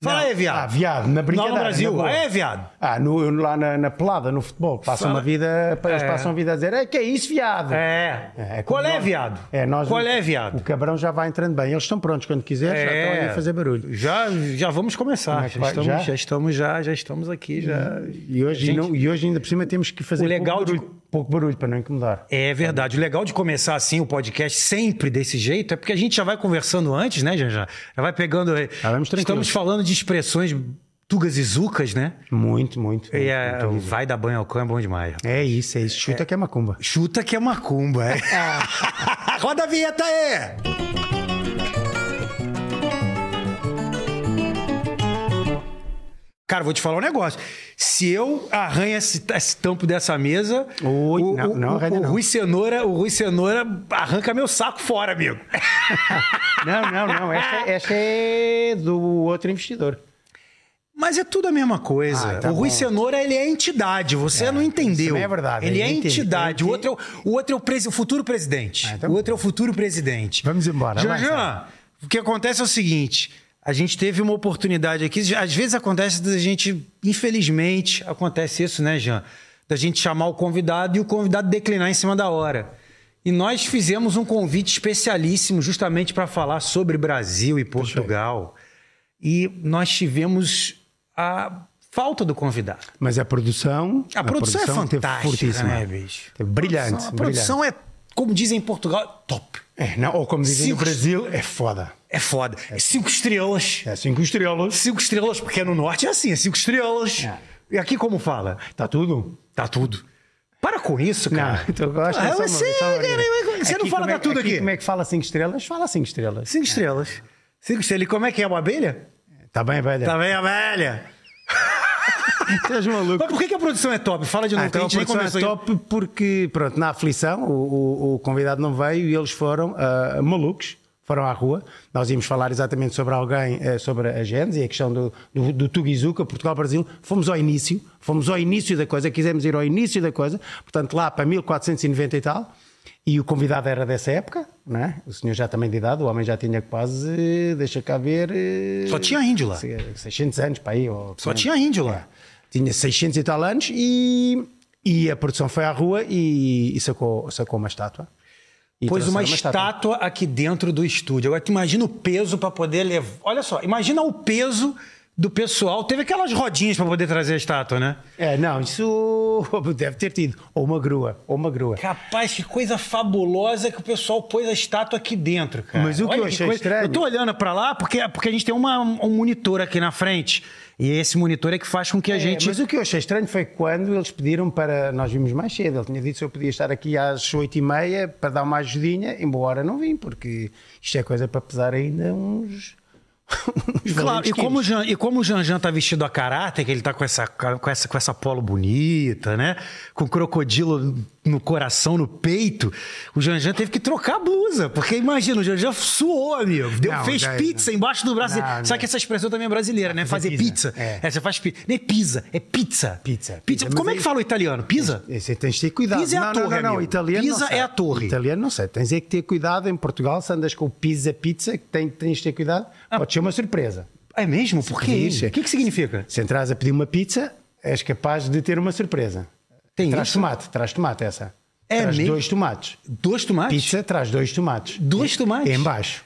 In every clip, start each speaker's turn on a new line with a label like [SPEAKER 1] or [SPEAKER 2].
[SPEAKER 1] Fala aí,
[SPEAKER 2] Ah,
[SPEAKER 1] viado.
[SPEAKER 2] viado, na
[SPEAKER 1] Não,
[SPEAKER 2] brincadeira.
[SPEAKER 1] no Brasil.
[SPEAKER 2] na boa.
[SPEAKER 1] É, viado.
[SPEAKER 2] Ah, no- lá na, na pelada, no futebol. Passam
[SPEAKER 1] Fala.
[SPEAKER 2] a vida, eles
[SPEAKER 1] É.
[SPEAKER 2] passam a vida a dizer, é que é isso, viado.
[SPEAKER 1] É.
[SPEAKER 2] como
[SPEAKER 1] Qual é,
[SPEAKER 2] nós-
[SPEAKER 1] viado?
[SPEAKER 2] É, nós,
[SPEAKER 1] Qual é, viado?
[SPEAKER 2] O cabrão já vai entrando bem. Eles estão prontos quando quiser, já
[SPEAKER 1] É.
[SPEAKER 2] estão aí a fazer barulho.
[SPEAKER 1] Já, já vamos começar.
[SPEAKER 2] Mas
[SPEAKER 1] Já
[SPEAKER 2] é vai-
[SPEAKER 1] estamos,
[SPEAKER 2] já? Uhum.
[SPEAKER 1] já? estamos já, já estamos aqui já.
[SPEAKER 2] E hoje,
[SPEAKER 1] Gente,
[SPEAKER 2] não- e hoje ainda por cima temos que fazer
[SPEAKER 1] o legal
[SPEAKER 2] pouco, barulho, pouco barulho para não incomodar.
[SPEAKER 1] É verdade. O legal de começar assim o podcast sempre desse jeito é porque a gente já vai conversando antes, né, já já, já vai pegando.
[SPEAKER 2] Ah, vamos tranquilo.
[SPEAKER 1] estamos falando de expressões tugas e zucas, né?
[SPEAKER 2] Muito, muito.
[SPEAKER 1] E
[SPEAKER 2] muito,
[SPEAKER 1] é,
[SPEAKER 2] muito.
[SPEAKER 1] vai dar banho ao cão é bom demais.
[SPEAKER 2] É isso, é isso. Chuta que é macumba.
[SPEAKER 1] Chuta que é macumba, é.
[SPEAKER 2] É.
[SPEAKER 1] Roda a vinheta aí! Cara, vou te falar um negócio. Se eu arranho esse, esse tampo dessa mesa,
[SPEAKER 2] Ui,
[SPEAKER 1] o,
[SPEAKER 2] não,
[SPEAKER 1] o-
[SPEAKER 2] não
[SPEAKER 1] o-
[SPEAKER 2] arranha
[SPEAKER 1] o
[SPEAKER 2] não.
[SPEAKER 1] Rui Cenoura, o Rui Cenoura arranca meu saco fora, amigo.
[SPEAKER 2] Não, não, não. Esta, esta é do outro investidor.
[SPEAKER 1] Mas é tudo a mesma coisa.
[SPEAKER 2] Ah, tá
[SPEAKER 1] o Rui
[SPEAKER 2] bom.
[SPEAKER 1] Cenoura, ele é entidade, você não entendeu.
[SPEAKER 2] também é verdade,
[SPEAKER 1] Ele
[SPEAKER 2] eu
[SPEAKER 1] é
[SPEAKER 2] entendo, eu
[SPEAKER 1] entidade. O outro
[SPEAKER 2] entendo.
[SPEAKER 1] é o, o outro é o, presi- o futuro presidente.
[SPEAKER 2] Ah, então
[SPEAKER 1] o outro é o futuro presidente.
[SPEAKER 2] Vamos embora, vai,
[SPEAKER 1] Janjan, o que acontece é o seguinte: a gente teve uma oportunidade aqui, às vezes acontece da gente, infelizmente, acontece isso, né, Jean? Da gente chamar o convidado e o convidado declinar em cima da hora. E nós fizemos um convite especialíssimo justamente para falar sobre Brasil e Portugal. E nós tivemos a falta do convidado.
[SPEAKER 2] Mas a produção.
[SPEAKER 1] A, produção, é
[SPEAKER 2] teve
[SPEAKER 1] fantástica,
[SPEAKER 2] fortíssima.
[SPEAKER 1] né, bicho?
[SPEAKER 2] Teve Brilhante.
[SPEAKER 1] A produção é, como dizem em Portugal, top.
[SPEAKER 2] brilhante. É, não, ou como dizem no
[SPEAKER 1] Cinco-
[SPEAKER 2] Brasil, é foda.
[SPEAKER 1] É foda. Cinco estrelas.
[SPEAKER 2] É cinco estrelas.
[SPEAKER 1] Cinco estrelas, porque no norte é assim, é cinco estrelas.
[SPEAKER 2] É.
[SPEAKER 1] E aqui como fala?
[SPEAKER 2] Está tudo?
[SPEAKER 1] Tá tudo. Para com isso,
[SPEAKER 2] Não,
[SPEAKER 1] cara.
[SPEAKER 2] então eu acho que é
[SPEAKER 1] Ah,
[SPEAKER 2] só uma-
[SPEAKER 1] você,
[SPEAKER 2] só uma
[SPEAKER 1] cara,
[SPEAKER 2] brincadeira.
[SPEAKER 1] você não
[SPEAKER 2] Aqui,
[SPEAKER 1] fala
[SPEAKER 2] como é-
[SPEAKER 1] da tudo aqui.
[SPEAKER 2] Como é que fala cinco estrelas? Fala cinco estrelas.
[SPEAKER 1] Cinco estrelas. Cinco estrelas. E como é que é uma abelha?
[SPEAKER 2] Está bem, velho.
[SPEAKER 1] Tá bem, abelha.
[SPEAKER 2] Estás maluco?
[SPEAKER 1] Mas por que, que a produção é top? Fala de novo,
[SPEAKER 2] Ah, então
[SPEAKER 1] que
[SPEAKER 2] a
[SPEAKER 1] a gente nem
[SPEAKER 2] produção é
[SPEAKER 1] começou. ainda.
[SPEAKER 2] top porque, pronto, na aflição, o, o- o convidado não veio e eles foram ah, malucos, foram à rua. Nós íamos falar exatamente sobre alguém, eh, sobre a Gens e a questão do, do, do Tuguizuca, Portugal-Brasil. Fomos ao início, fomos ao início da coisa, quisemos ir ao início da coisa, portanto, lá para 1490 e tal. E o convidado era dessa época, não é? O senhor já também de idade, o homem já tinha quase, deixa cá ver. eh,
[SPEAKER 1] Só tinha índio lá.
[SPEAKER 2] 600 anos para aí. Ou,
[SPEAKER 1] Só tinha índio lá.
[SPEAKER 2] tinha 600 e tal anos e, e a produção foi à rua e, e sacou, sacou uma estátua. E
[SPEAKER 1] Pôs uma,
[SPEAKER 2] trouxeram
[SPEAKER 1] estátua aqui dentro do estúdio. Agora, tu imagina o peso para poder levar. Olha só, imagina o peso do pessoal. Teve aquelas rodinhas para poder trazer a estátua, né?
[SPEAKER 2] É, não, isso deve ter tido. Ou uma grua, ou uma grua.
[SPEAKER 1] Capaz, que coisa fabulosa que o pessoal pôs a estátua aqui dentro, cara.
[SPEAKER 2] Mas o que eu achei
[SPEAKER 1] coisa-
[SPEAKER 2] estranho-
[SPEAKER 1] Eu tô olhando pra lá porque, porque a gente tem uma- um monitor aqui na frente. E esse monitor é que faz com que a gente.
[SPEAKER 2] É, mas o que eu achei estranho foi quando eles pediram para. Nós vimos mais cedo. Ele tinha dito se eu podia estar aqui às 8 e meia para dar uma ajudinha, embora não vim, porque isto é coisa para pesar ainda uns. uns
[SPEAKER 1] Claro,
[SPEAKER 2] valentes
[SPEAKER 1] e como, o
[SPEAKER 2] quilos.
[SPEAKER 1] Jean, e como o Janjan tá vestido a caráter, que ele tá com essa, com, essa, com essa polo bonita, né? Com crocodilo no coração, no peito, o Janjan teve que trocar a blusa. Porque imagina, o Janjan suou, amigo. Deu,
[SPEAKER 2] Não,
[SPEAKER 1] fez
[SPEAKER 2] já- é.
[SPEAKER 1] pizza embaixo do braço.
[SPEAKER 2] Não,
[SPEAKER 1] Sabe
[SPEAKER 2] não.
[SPEAKER 1] que essa expressão também é brasileira, né? Fazer
[SPEAKER 2] Fazer
[SPEAKER 1] pizza.
[SPEAKER 2] pizza.
[SPEAKER 1] É.
[SPEAKER 2] É.
[SPEAKER 1] você faz pizza. Nem pizza, é pizza.
[SPEAKER 2] Pizza,
[SPEAKER 1] pizza.
[SPEAKER 2] pizza,
[SPEAKER 1] Como
[SPEAKER 2] mas
[SPEAKER 1] é que
[SPEAKER 2] aí-
[SPEAKER 1] fala o italiano? Pizza?
[SPEAKER 2] Esse tens de ter cuidado.
[SPEAKER 1] Pisa é a
[SPEAKER 2] não,
[SPEAKER 1] torre,
[SPEAKER 2] não, não, não.
[SPEAKER 1] amigo.
[SPEAKER 2] Italiano
[SPEAKER 1] Pisa
[SPEAKER 2] não sei.
[SPEAKER 1] é a torre.
[SPEAKER 2] Italiano não sei. Tens é que ter cuidado em Portugal, se andas com o pizza pizza, que tem- tens de ter cuidado,
[SPEAKER 1] Ah.
[SPEAKER 2] pode ser uma surpresa.
[SPEAKER 1] É mesmo? Por que
[SPEAKER 2] Sim.
[SPEAKER 1] isso? O que, que significa?
[SPEAKER 2] Se entras a pedir uma pizza, és capaz de ter uma surpresa.
[SPEAKER 1] Tem
[SPEAKER 2] traz
[SPEAKER 1] isso?
[SPEAKER 2] tomate, traz tomate essa.
[SPEAKER 1] É
[SPEAKER 2] traz
[SPEAKER 1] mesmo?
[SPEAKER 2] dois tomates.
[SPEAKER 1] Dois tomates?
[SPEAKER 2] Pizza traz dois tomates.
[SPEAKER 1] Dois tomates?
[SPEAKER 2] É em baixo.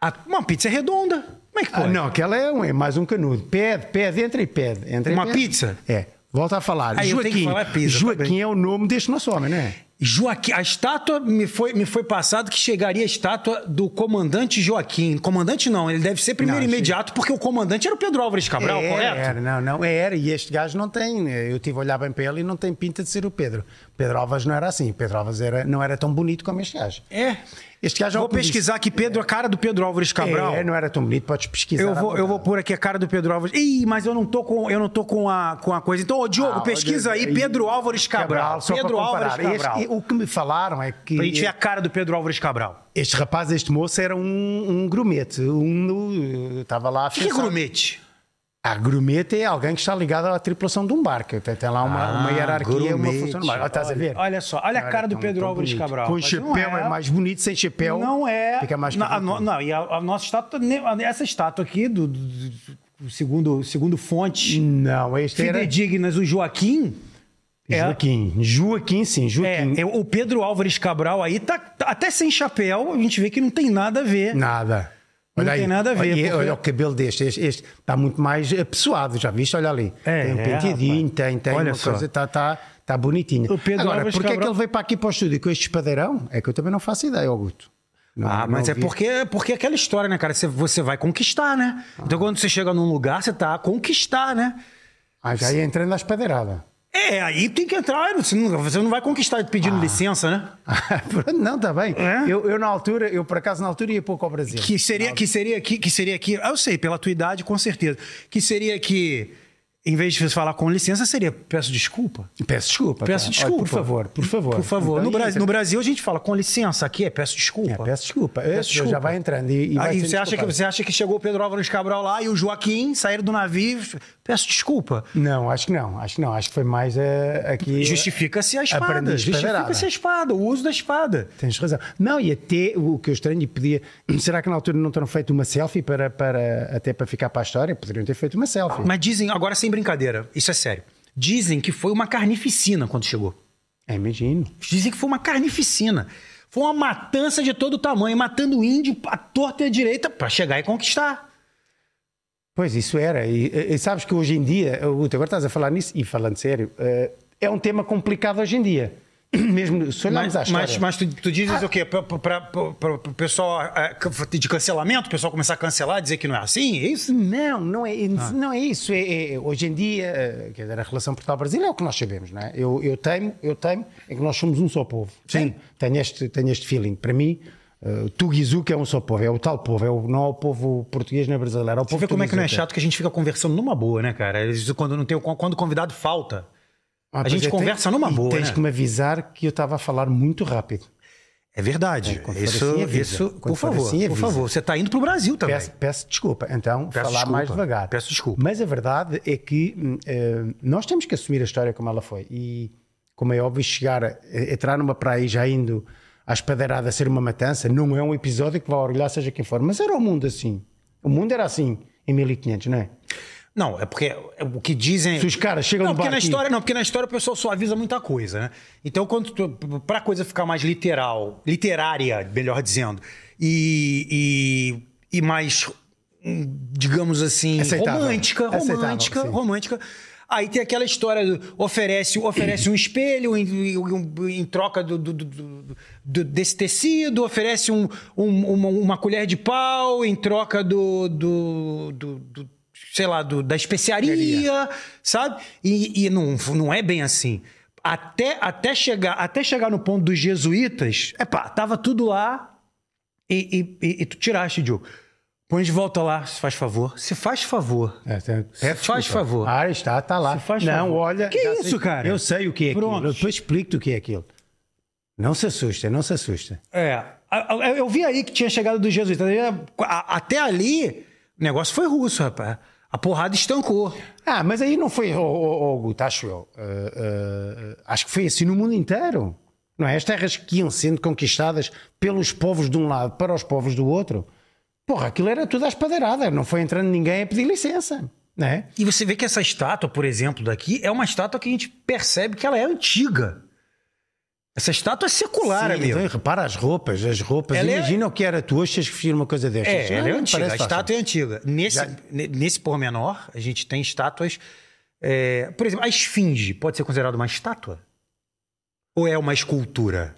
[SPEAKER 1] Ah, Uma pizza é redonda. Como é que
[SPEAKER 2] Ah,
[SPEAKER 1] pode?
[SPEAKER 2] não, aquela é, um, é mais um canudo. Pede, pede, entra e pede. Entra e
[SPEAKER 1] Uma
[SPEAKER 2] pede.
[SPEAKER 1] pizza?
[SPEAKER 2] É. Volta a falar.
[SPEAKER 1] Ah, eu tenho que
[SPEAKER 2] Joaquim.
[SPEAKER 1] falar pizza, tá
[SPEAKER 2] Joaquim é o nome deste nosso homem, não é?
[SPEAKER 1] Joaquim, a estátua me foi, me foi passado que chegaria a estátua do comandante Joaquim. Comandante não, ele deve ser primeiro
[SPEAKER 2] Não, É.
[SPEAKER 1] imediato, porque o comandante era o Pedro Álvares Cabral,
[SPEAKER 2] era,
[SPEAKER 1] correto?
[SPEAKER 2] Era, não, não, era. E este gajo não tem. Eu tive a olhar bem para ele e não tem pinta de ser o Pedro. Pedro Alves não era assim. Pedro Alves era, não era tão bonito como este gajo.
[SPEAKER 1] É.
[SPEAKER 2] Este gajo
[SPEAKER 1] Vou pesquisar aqui Pedro, a cara do Pedro Álvares Cabral.
[SPEAKER 2] Cabral. É, não era tão bonito, podes pesquisar.
[SPEAKER 1] Eu
[SPEAKER 2] à
[SPEAKER 1] vou, eu
[SPEAKER 2] vontade.
[SPEAKER 1] vou pôr aqui a cara do Pedro Álvares. Ih, mas eu não tô com, eu não tô com, a, com a coisa. Então, ô, Diogo,
[SPEAKER 2] Ah,
[SPEAKER 1] pesquisa
[SPEAKER 2] olha,
[SPEAKER 1] aí Pedro Álvares Cabral.
[SPEAKER 2] só
[SPEAKER 1] Pedro
[SPEAKER 2] para comparar.
[SPEAKER 1] Álvares Cabral.
[SPEAKER 2] Este- o que me falaram é que
[SPEAKER 1] Pra gente ver a cara do Pedro Álvares Cabral.
[SPEAKER 2] este rapaz, este moço, era um, um grumete. Um, estava lá a
[SPEAKER 1] O que, que é
[SPEAKER 2] pensar-
[SPEAKER 1] grumete?
[SPEAKER 2] A grumete é alguém que está ligado à tripulação de um barco. Tem, tem lá uma, uma hierarquia, é uma
[SPEAKER 1] Ah, grumete.
[SPEAKER 2] função Tá, no barco. Olha, Estás a ver?
[SPEAKER 1] Olha só, olha a
[SPEAKER 2] Não era
[SPEAKER 1] cara do
[SPEAKER 2] tão-
[SPEAKER 1] Pedro
[SPEAKER 2] tão
[SPEAKER 1] Álvares
[SPEAKER 2] tá bonito.
[SPEAKER 1] Cabral.
[SPEAKER 2] Com
[SPEAKER 1] Mas
[SPEAKER 2] chapéu
[SPEAKER 1] não
[SPEAKER 2] é... mais bonito, sem chapéu.
[SPEAKER 1] Não é.
[SPEAKER 2] Fica mais
[SPEAKER 1] Na- a no-
[SPEAKER 2] bonito.
[SPEAKER 1] não, e a, a nossa estátua, nem- a- essa estátua aqui, do, do- do- segundo, segundo fontes
[SPEAKER 2] Não, este era
[SPEAKER 1] fidedignas, o Joaquim. é-
[SPEAKER 2] Joaquim. Joaquim, sim, Joaquim.
[SPEAKER 1] É, é, o Pedro Álvares Cabral aí tá, tá até sem chapéu, a gente vê que não tem nada a ver.
[SPEAKER 2] Nada.
[SPEAKER 1] Não tem nada a ver,
[SPEAKER 2] Olha,
[SPEAKER 1] porque-
[SPEAKER 2] olha o cabelo deste. Este, este está muito mais eh, pessoado, já viste? Olha ali.
[SPEAKER 1] É,
[SPEAKER 2] tem um
[SPEAKER 1] é,
[SPEAKER 2] pentidinho,
[SPEAKER 1] rapaz.
[SPEAKER 2] tem, tem
[SPEAKER 1] Olha
[SPEAKER 2] uma
[SPEAKER 1] só.
[SPEAKER 2] coisa, está tá, tá bonitinha.
[SPEAKER 1] O Pedro
[SPEAKER 2] Agora,
[SPEAKER 1] Álvares
[SPEAKER 2] porque é que
[SPEAKER 1] Cabral-
[SPEAKER 2] ele veio para aqui para o estúdio com este espadeirão? É que eu também não faço ideia, Augusto. Não-
[SPEAKER 1] Ah, mas é
[SPEAKER 2] não vi.
[SPEAKER 1] porque, porque é aquela história, né, cara? Você, você vai conquistar, né? Então quando você chega num lugar, você tá a conquistar, né?
[SPEAKER 2] Ah, já ia entrando na espadeirada.
[SPEAKER 1] É, aí tem que entrar, você não, você não vai conquistar
[SPEAKER 2] Ah.
[SPEAKER 1] pedindo licença, né?
[SPEAKER 2] Pronto, não, está bem.
[SPEAKER 1] É?
[SPEAKER 2] Eu, eu, na altura, eu por acaso na altura ia pouco ao Brasil.
[SPEAKER 1] Que seria que seria que, que seria que, ah, eu sei, pela tua idade com certeza, que seria que em vez de você falar com licença, seria peço desculpa.
[SPEAKER 2] Peço desculpa.
[SPEAKER 1] Peço
[SPEAKER 2] pá. Olha,
[SPEAKER 1] desculpa.
[SPEAKER 2] por favor, por favor.
[SPEAKER 1] Por favor. no,
[SPEAKER 2] Então,
[SPEAKER 1] Bra-
[SPEAKER 2] entra.
[SPEAKER 1] no Brasil a gente fala com licença, aqui é peço desculpa.
[SPEAKER 2] É, peço desculpa. Esse
[SPEAKER 1] desculpa.
[SPEAKER 2] Já vai entrando. E, e vai
[SPEAKER 1] Aí
[SPEAKER 2] sendo
[SPEAKER 1] você acha, que,
[SPEAKER 2] desculpado.
[SPEAKER 1] você acha que chegou o Pedro Álvares Cabral lá e o Joaquim saíram do navio? Peço desculpa.
[SPEAKER 2] Não, acho que não. Acho que não. Acho que foi mais eh, aqui.
[SPEAKER 1] Justifica-se a espada.
[SPEAKER 2] Aprendiz
[SPEAKER 1] Justifica-se a
[SPEAKER 2] pedrada.
[SPEAKER 1] espada, o uso da espada.
[SPEAKER 2] Tens razão. Não, e até o que eu estranho e pedia. Será que na altura não terão feito uma selfie para, para, até para ficar para a história? Poderiam ter feito uma selfie.
[SPEAKER 1] Mas dizem, agora sem brincadeira, isso é sério. Dizem que foi uma carnificina quando chegou.
[SPEAKER 2] É, imagino.
[SPEAKER 1] Dizem que foi uma carnificina. Foi uma matança de todo tamanho, matando índio à torta e à direita para chegar e conquistar.
[SPEAKER 2] Pois isso era. E, e- e sabes que hoje em dia, Guto, agora estás a falar nisso, e falando sério, eh, é um tema complicado hoje em dia. Mesmo se olharmos à
[SPEAKER 1] Mas, Ah. mas,
[SPEAKER 2] história.
[SPEAKER 1] mas tu, tu dizes o quê? Para o pessoal é, de cancelamento, o pessoal começar a cancelar, dizer que não é assim? É isso?
[SPEAKER 2] Não, não é,
[SPEAKER 1] Ah.
[SPEAKER 2] não é isso. É, é- hoje em dia, eh, quer dizer, a relação Portugal-Brasil é o que nós sabemos, não é? Eu, eu temo, eu temo, é que nós somos um só povo. Tenho, tenho este, tenho este feeling. Para mim, eh, o Tuguizuca é um só povo, é o tal povo, é o, não é o povo português nem brasileiro, é o
[SPEAKER 1] Você
[SPEAKER 2] povo
[SPEAKER 1] vê como é que não é
[SPEAKER 2] Tuguizuca.
[SPEAKER 1] chato que a gente fica conversando numa boa, né, cara? Isso Quando, não tem, quando o convidado falta.
[SPEAKER 2] Ah,
[SPEAKER 1] A
[SPEAKER 2] pois
[SPEAKER 1] gente
[SPEAKER 2] é, tem-
[SPEAKER 1] conversa numa
[SPEAKER 2] e
[SPEAKER 1] boa,
[SPEAKER 2] tens
[SPEAKER 1] né?
[SPEAKER 2] que me avisar que eu estava a falar muito rápido.
[SPEAKER 1] É verdade.
[SPEAKER 2] quando for
[SPEAKER 1] isso,
[SPEAKER 2] assim, avisa.
[SPEAKER 1] isso,
[SPEAKER 2] Quando
[SPEAKER 1] por
[SPEAKER 2] for
[SPEAKER 1] favor,
[SPEAKER 2] assim,
[SPEAKER 1] por
[SPEAKER 2] avisa.
[SPEAKER 1] favor. Você tá indo pro Brasil também.
[SPEAKER 2] Peço, peço desculpa, então,
[SPEAKER 1] Peço
[SPEAKER 2] falar
[SPEAKER 1] desculpa.
[SPEAKER 2] mais devagar.
[SPEAKER 1] Peço desculpa.
[SPEAKER 2] Mas a verdade é que hum, eh, nós temos que assumir a história como ela foi. E, como é óbvio, chegar, a- entrar numa praia e já indo à espadeirada a ser uma matança, não é um episódio que vai orgulhar seja quem for. Mas era o mundo assim. O mundo era assim em 1500, não é?
[SPEAKER 1] Não, é porque é o que dizem.
[SPEAKER 2] Se os caras chegam
[SPEAKER 1] não,
[SPEAKER 2] no
[SPEAKER 1] porque na
[SPEAKER 2] barquinho-
[SPEAKER 1] história Não, porque na história o pessoal suaviza muita coisa, né? Então, quando tu, pra coisa ficar mais literal, literária, melhor dizendo, e, e, e mais, hum, digamos assim,
[SPEAKER 2] É Aceitável.
[SPEAKER 1] romântica,
[SPEAKER 2] Aceitável,
[SPEAKER 1] romântica,
[SPEAKER 2] sim.
[SPEAKER 1] romântica. Aí tem aquela história do oferece, oferece um espelho em, em- em troca do, do- do- do- do- desse tecido, oferece um- um- uma, uma colher de pau em troca do, do- do- do- sei lá, do- da especiaria, sabe? E, e não, não é bem assim. Até, até, chegar, até chegar no ponto dos jesuítas, epá, tava tudo lá, e, e- e- e tu tiraste, Diogo. Põe de volta lá, se faz favor. Se faz favor.
[SPEAKER 2] É, tem- peço
[SPEAKER 1] faz
[SPEAKER 2] desculpa.
[SPEAKER 1] favor.
[SPEAKER 2] Ah, está, está lá.
[SPEAKER 1] Se faz
[SPEAKER 2] não,
[SPEAKER 1] favor.
[SPEAKER 2] olha.
[SPEAKER 1] Que
[SPEAKER 2] já
[SPEAKER 1] isso,
[SPEAKER 2] sei-
[SPEAKER 1] cara?
[SPEAKER 2] Eu sei o que é
[SPEAKER 1] Pronto.
[SPEAKER 2] aquilo. Eu depois explico-te o que é aquilo. Não se assusta, não se assusta.
[SPEAKER 1] É. a- a- Eu vi aí que tinha chegado dos jesuítas. A- Até ali, o negócio foi russo, rapaz. A porrada estancou.
[SPEAKER 2] Ah, mas aí não foi, oh, oh, oh, Guto, acho eu. Uh, uh, acho que foi assim no mundo inteiro. Não é? As terras que iam sendo conquistadas pelos povos de um lado para os povos do outro. Porra, aquilo era tudo à espadeirada. Não foi entrando ninguém a pedir licença. Não é?
[SPEAKER 1] E você vê que essa estátua, por exemplo, daqui, é uma estátua que a gente percebe que ela é antiga. Essa estátua é secular,
[SPEAKER 2] Sim,
[SPEAKER 1] amigo.
[SPEAKER 2] então, e repara as roupas, as roupas.
[SPEAKER 1] Ela é-
[SPEAKER 2] Imagina o que era tu hoje se vestir uma coisa destas.
[SPEAKER 1] É,
[SPEAKER 2] Não,
[SPEAKER 1] ela é
[SPEAKER 2] não
[SPEAKER 1] antiga. A
[SPEAKER 2] parece fácil.
[SPEAKER 1] estátua é antiga. Nesse,
[SPEAKER 2] Já-
[SPEAKER 1] ne- nesse pormenor, a gente tem estátuas. é, por exemplo, a esfinge pode ser considerada uma estátua? Ou é uma escultura?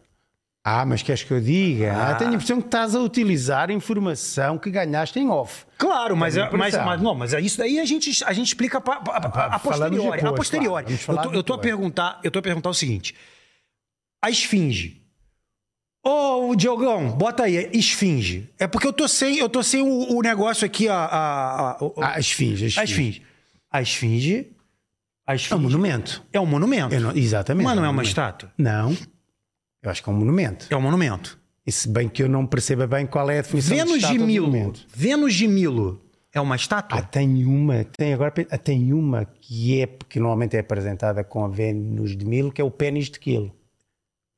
[SPEAKER 2] Ah, mas queres que eu diga?
[SPEAKER 1] Ah.
[SPEAKER 2] Ah, tenho a impressão que estás a utilizar informação que ganhaste em off.
[SPEAKER 1] Claro, mas,
[SPEAKER 2] É
[SPEAKER 1] é- mas,
[SPEAKER 2] impressão.
[SPEAKER 1] mas não, mas é isso daí a gente, a gente explica pa- pa- pa- a,
[SPEAKER 2] Falamos
[SPEAKER 1] posteriori.
[SPEAKER 2] depois,
[SPEAKER 1] a
[SPEAKER 2] claro.
[SPEAKER 1] posteriori.
[SPEAKER 2] Vamos falar
[SPEAKER 1] eu, tô, eu tô a
[SPEAKER 2] depois.
[SPEAKER 1] perguntar, eu tô a perguntar o seguinte: a esfinge. Ô, Diogão, bota aí, esfinge. É porque eu tô sem, eu tô sem o, o negócio aqui, a, a, a, o- o-
[SPEAKER 2] Ah, as fins, as
[SPEAKER 1] a esfinge. A esfinge. A
[SPEAKER 2] É um
[SPEAKER 1] esfinge
[SPEAKER 2] monumento.
[SPEAKER 1] é um monumento.
[SPEAKER 2] Eu não- exatamente.
[SPEAKER 1] Mas não é uma
[SPEAKER 2] monumento.
[SPEAKER 1] estátua?
[SPEAKER 2] Não. Eu acho que é um monumento.
[SPEAKER 1] É um monumento.
[SPEAKER 2] E se bem que eu não perceba bem qual é a definição
[SPEAKER 1] Vênus
[SPEAKER 2] de,
[SPEAKER 1] de
[SPEAKER 2] estátua ou
[SPEAKER 1] Milo.
[SPEAKER 2] monumento.
[SPEAKER 1] Vênus de Milo é uma
[SPEAKER 2] Ah,
[SPEAKER 1] estátua?
[SPEAKER 2] tem uma, tem agora, ah, tem uma que é, que normalmente é apresentada com a Vênus de Milo, que é o pênis de Quilo.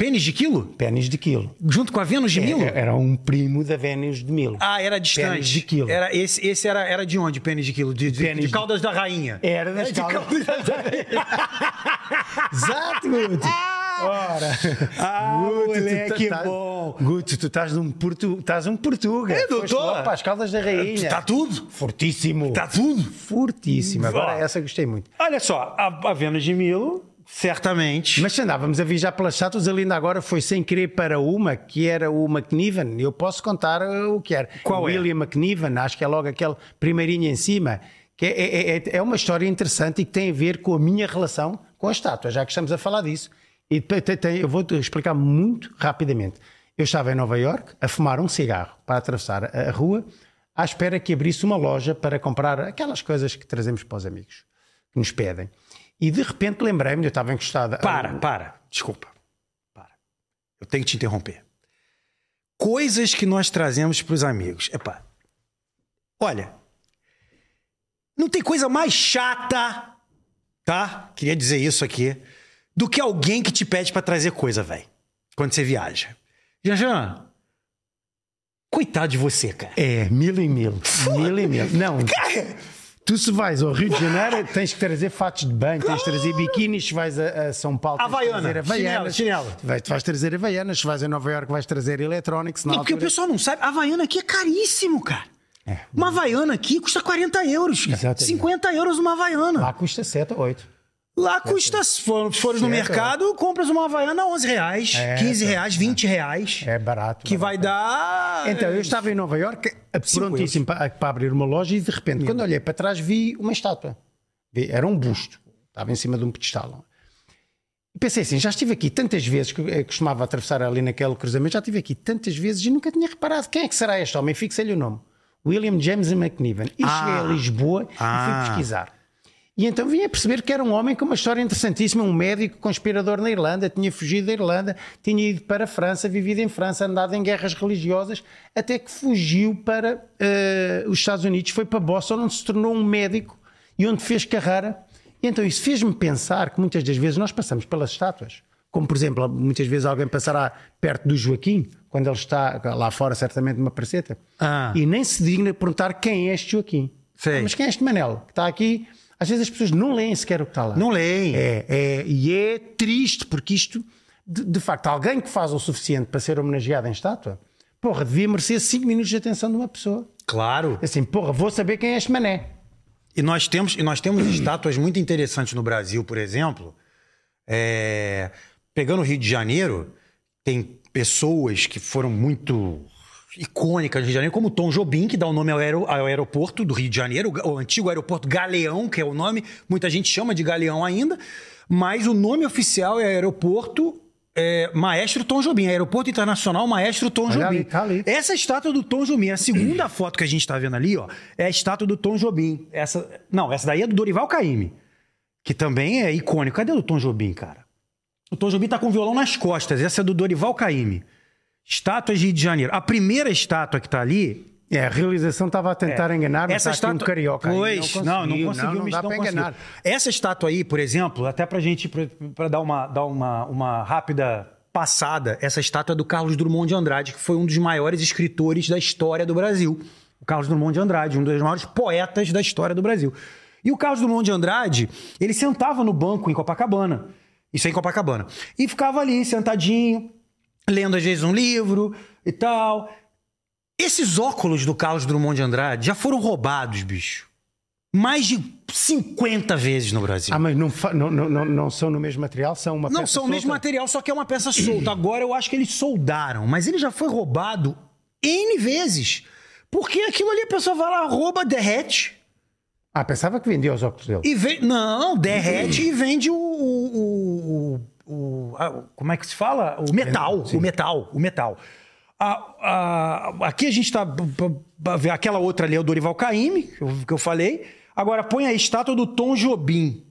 [SPEAKER 1] Pênis de quilo?
[SPEAKER 2] Pênis de quilo.
[SPEAKER 1] Junto com a Vênus de Milo?
[SPEAKER 2] É, Era um primo da Vênus de Milo.
[SPEAKER 1] Ah, era distante.
[SPEAKER 2] Pênis de quilo.
[SPEAKER 1] Era, esse esse era, era de onde, pênis de quilo? De, de,
[SPEAKER 2] Pênis
[SPEAKER 1] de
[SPEAKER 2] de-
[SPEAKER 1] Caldas da Rainha.
[SPEAKER 2] Era da
[SPEAKER 1] de
[SPEAKER 2] escola.
[SPEAKER 1] Caldas da Rainha.
[SPEAKER 2] Exato, Guto. Ora.
[SPEAKER 1] Ah, moleque
[SPEAKER 2] tu tá-
[SPEAKER 1] bom.
[SPEAKER 2] Guto, tu estás um, portu, estás um portuga.
[SPEAKER 1] É, doutor.
[SPEAKER 2] Foste logo Para as caldas da rainha.
[SPEAKER 1] Tá tudo?
[SPEAKER 2] Fortíssimo.
[SPEAKER 1] Tá tudo?
[SPEAKER 2] Fortíssimo. Agora
[SPEAKER 1] Vó.
[SPEAKER 2] essa gostei muito.
[SPEAKER 1] Olha só, a, a Vênus de Milo, certamente.
[SPEAKER 2] Mas se andávamos a viajar pelas chatas, ele ainda agora foi sem querer para uma, que era o McNiven. Eu posso contar uh, o que era.
[SPEAKER 1] Qual é?
[SPEAKER 2] William McNiven, acho que é logo aquele primeirinho em cima. Que é- é, é- é uma história interessante e que tem a ver com a minha relação com a estátua, já que estamos a falar disso. E depois tem- tem- eu vou-te explicar muito rapidamente. Eu estava em Nova York a fumar um cigarro para atravessar a a rua, à espera que abrisse uma loja para comprar aquelas coisas que trazemos para os amigos, que nos pedem. E de repente lembrei-me, eu estava encostado a-
[SPEAKER 1] Para, para. Desculpa. Para. Eu tenho que te interromper. Coisas que nós trazemos pros amigos. Epá. Olha. Não tem coisa mais chata, tá? Queria dizer isso aqui. Do que alguém que te pede pra trazer coisa, velho. Quando você viaja. Janjan. Coitado de você, cara.
[SPEAKER 2] É, mil e mil. Mil e mil. Não. Tu se vais ao Rio de Janeiro, tens que trazer fatos de banho, tens que trazer biquínis, se vais a, a São Paulo, tens que
[SPEAKER 1] Havaiana,
[SPEAKER 2] trazer havaianas.
[SPEAKER 1] chinelo, chinelo.
[SPEAKER 2] Vai, tu vais trazer havaianas, se vais a Nova Iorque, vais trazer electronics. Na
[SPEAKER 1] Não, porque o
[SPEAKER 2] altura.
[SPEAKER 1] pessoal não sabe. A Havaiana aqui é caríssimo, cara.
[SPEAKER 2] É.
[SPEAKER 1] Uma Havaiana aqui custa 40 euros, cara.
[SPEAKER 2] Exatamente.
[SPEAKER 1] 50 euros uma Havaiana.
[SPEAKER 2] Lá Ah, custa 7 ou 8.
[SPEAKER 1] Lá custa, se for- se fores no
[SPEAKER 2] Certo.
[SPEAKER 1] mercado, compras uma Havaiana a 11 reais,
[SPEAKER 2] É,
[SPEAKER 1] 15
[SPEAKER 2] tá.
[SPEAKER 1] reais, 20 reais,
[SPEAKER 2] É barato.
[SPEAKER 1] que
[SPEAKER 2] barato.
[SPEAKER 1] vai dar...
[SPEAKER 2] Então, eu estava em Nova Iorque, eh, prontíssimo para, para abrir uma loja e de repente, quando olhei para trás, vi uma estátua. Vi- Era um busto. Estava em cima de um pedestal. E pensei assim, já estive aqui tantas vezes, que eu costumava atravessar ali naquele cruzamento, já estive aqui tantas vezes e nunca tinha reparado. Quem é que será este homem? Fixei-lhe o nome. William James McNiven. E
[SPEAKER 1] Ah.
[SPEAKER 2] cheguei a Lisboa e
[SPEAKER 1] Ah.
[SPEAKER 2] fui pesquisar. E então vim a perceber que era um homem com uma história interessantíssima, um médico conspirador na Irlanda, tinha fugido da Irlanda, tinha ido para a França, vivido em França, andado em guerras religiosas, até que fugiu para eh, os Estados Unidos, foi para Boston, onde se tornou um médico e onde fez carreira. E então isso fez-me pensar que muitas das vezes nós passamos pelas estátuas. Como, por exemplo, muitas vezes alguém passará perto do Joaquim, quando ele está lá fora, certamente, numa praceta,
[SPEAKER 1] Ah.
[SPEAKER 2] e nem se digna perguntar quem é este Joaquim.
[SPEAKER 1] Sei.
[SPEAKER 2] Ah, Mas quem é este Manel que está aqui? Às vezes as pessoas não leem sequer o que está lá.
[SPEAKER 1] Não leem.
[SPEAKER 2] É, é, e é triste, porque isto, de, de facto, alguém que faz o suficiente para ser homenageado em estátua, porra, devia merecer 5 minutos de atenção de uma pessoa.
[SPEAKER 1] Claro.
[SPEAKER 2] Assim, porra, vou saber quem é este Mané.
[SPEAKER 1] E nós temos, e nós temos estátuas muito interessantes no Brasil, por exemplo. É, pegando o Rio de Janeiro, tem pessoas que foram muito icônicas do Rio de Janeiro, como Tom Jobim, que dá o nome ao, aero- ao aeroporto do Rio de Janeiro, o antigo aeroporto Galeão, que é o nome, muita gente chama de Galeão ainda, mas o nome oficial é Aeroporto é, Maestro Tom Jobim, Aeroporto Internacional Maestro Tom
[SPEAKER 2] Olha
[SPEAKER 1] Jobim.
[SPEAKER 2] ali, tá ali.
[SPEAKER 1] Essa é a estátua do Tom Jobim. A segunda foto que a gente está vendo ali, ó, é a estátua do Tom Jobim. Essa, não, essa daí é do Dorival Caymmi, que também é icônico. Cadê o do Tom Jobim, cara? O Tom Jobim tá com o violão nas costas. Essa é do Dorival Caymmi. Estátuas de Rio de Janeiro. A primeira estátua que tá ali
[SPEAKER 2] É, a realização estava a tentar enganar, mas
[SPEAKER 1] essa
[SPEAKER 2] está aqui um
[SPEAKER 1] estátua...
[SPEAKER 2] carioca. aí,
[SPEAKER 1] Pois, não, não, conseguiu,
[SPEAKER 2] não
[SPEAKER 1] mas
[SPEAKER 2] dá
[SPEAKER 1] não
[SPEAKER 2] para
[SPEAKER 1] conseguiu.
[SPEAKER 2] enganar.
[SPEAKER 1] Essa estátua aí, por exemplo, até pra gente, pra, pra dar, uma, dar uma, uma rápida passada, essa estátua é do Carlos Drummond de Andrade, que foi um dos maiores escritores da história do Brasil. O Carlos Drummond de Andrade, um dos maiores poetas da história do Brasil. E o Carlos Drummond de Andrade, ele sentava no banco em Copacabana, isso é em Copacabana, e ficava ali sentadinho, lendo às vezes um livro e tal. Esses óculos do Carlos Drummond de Andrade já foram roubados, bicho. Mais de 50 vezes no Brasil.
[SPEAKER 2] Ah, mas não, fa- não, não, não, não são no mesmo material, são uma
[SPEAKER 1] não,
[SPEAKER 2] peça
[SPEAKER 1] são o mesmo
[SPEAKER 2] solta?
[SPEAKER 1] material, só que é uma peça solta. Agora eu acho que eles soldaram, mas ele já foi roubado N vezes. Porque aquilo ali a pessoa vai lá, rouba, derrete
[SPEAKER 2] Ah, pensava que vendia os óculos dele.
[SPEAKER 1] e vende. Não, derrete e vende o. o- o- o- a- o- como é que se fala? O metal. o metal. O metal. A- a- aqui a gente tá. b- b- b- Aquela outra ali é o Dorival Caymmi, que eu, que eu falei. Agora põe a estátua do Tom Jobim.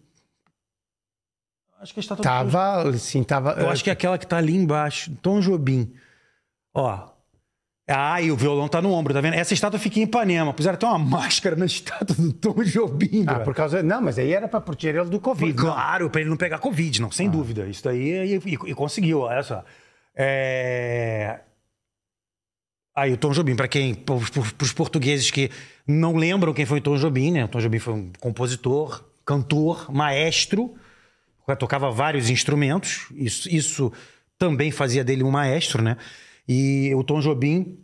[SPEAKER 1] Acho que a estátua do Tom
[SPEAKER 2] Estava, sim, estava.
[SPEAKER 1] eu acho que é aquela que tá ali embaixo, Tom Jobim. Ó. Ah, e o violão tá no ombro, tá vendo? Essa estátua fica em Ipanema. Puseram até uma máscara na estátua do Tom Jobim.
[SPEAKER 2] Ah,
[SPEAKER 1] bro.
[SPEAKER 2] por causa. Não, mas aí era para proteger ele do Covid. né? Ah. não?
[SPEAKER 1] Claro, pra ele não pegar Covid, não, sem dúvida. Isso daí e, e- e conseguiu, olha só. É... Aí o Tom Jobim, para quem, para os portugueses que não lembram quem foi o Tom Jobim, né? O Tom Jobim foi um compositor, cantor, maestro, né? tocava vários instrumentos. Isso, isso também fazia dele um maestro, né? E o Tom Jobim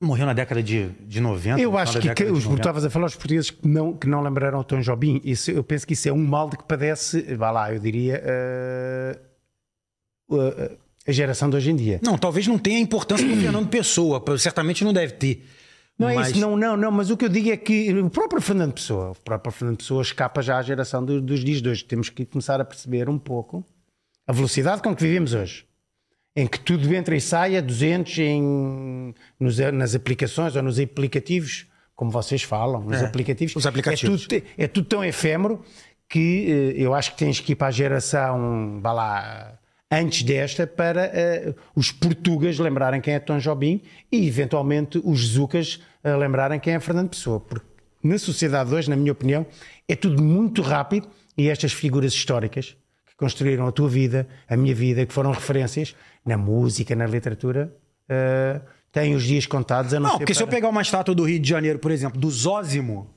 [SPEAKER 1] morreu na década de, de 90. no
[SPEAKER 2] Eu
[SPEAKER 1] final
[SPEAKER 2] acho
[SPEAKER 1] da
[SPEAKER 2] que,
[SPEAKER 1] década
[SPEAKER 2] que
[SPEAKER 1] de
[SPEAKER 2] os
[SPEAKER 1] 90.
[SPEAKER 2] estavas a falar os portugueses que não, que não lembraram o Tom Jobim. Isso, eu penso que isso é um mal de que padece, vá lá, eu diria, eh, eh, a geração de hoje em dia.
[SPEAKER 1] Não, talvez não tenha a importância do Fernando Pessoa, certamente não deve ter.
[SPEAKER 2] Não é
[SPEAKER 1] Mas-
[SPEAKER 2] isso, não, não, não, mas o que eu digo é que o próprio Fernando Pessoa, o próprio Fernando Pessoa escapa já à geração do- dos dias de hoje. Temos que começar a perceber um pouco a velocidade com que vivemos hoje. Em que tudo entra e sai a 200 em, nos- nas aplicações ou nos aplicativos, como vocês falam, nos
[SPEAKER 1] É,
[SPEAKER 2] aplicativos.
[SPEAKER 1] os aplicativos.
[SPEAKER 2] É tudo, te- é tudo tão efêmero que eh, eu acho que tens que ir para a geração, vá lá, antes desta, para eh, os portugas lembrarem quem é Tom Jobim e, eventualmente, os zucas eh, lembrarem quem é Fernando Pessoa. Porque na sociedade de hoje, na minha opinião, é tudo muito rápido e estas figuras históricas que construíram a tua vida, a minha vida, que foram referências na música, na literatura, eh, têm os dias contados a não,
[SPEAKER 1] Não,
[SPEAKER 2] ser
[SPEAKER 1] porque se eu
[SPEAKER 2] para-
[SPEAKER 1] pegar uma estátua do Rio de Janeiro, por exemplo, do Zózimo,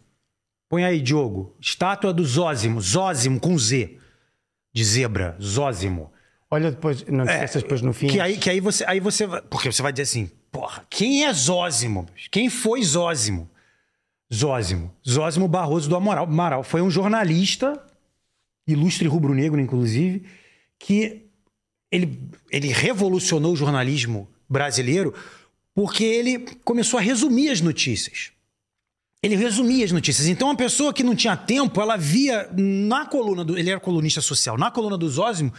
[SPEAKER 1] põe aí, Diogo, estátua do Zózimo, Zózimo com Z, de zebra, Zózimo.
[SPEAKER 2] Olha depois, não te esqueças depois no fim.
[SPEAKER 1] É, Que aí, que aí você, aí você, vai- porque você vai dizer assim, porra, quem é Zózimo? Quem foi Zózimo? Zózimo, Zózimo Barroso do Amaral, Amaral foi um jornalista, ilustre rubro-negro inclusive, que ele, ele revolucionou o jornalismo brasileiro porque ele começou a resumir as notícias. Ele resumia as notícias. Então, a pessoa que não tinha tempo, ela via na coluna do. Ele era colunista social, na coluna do Zózimo,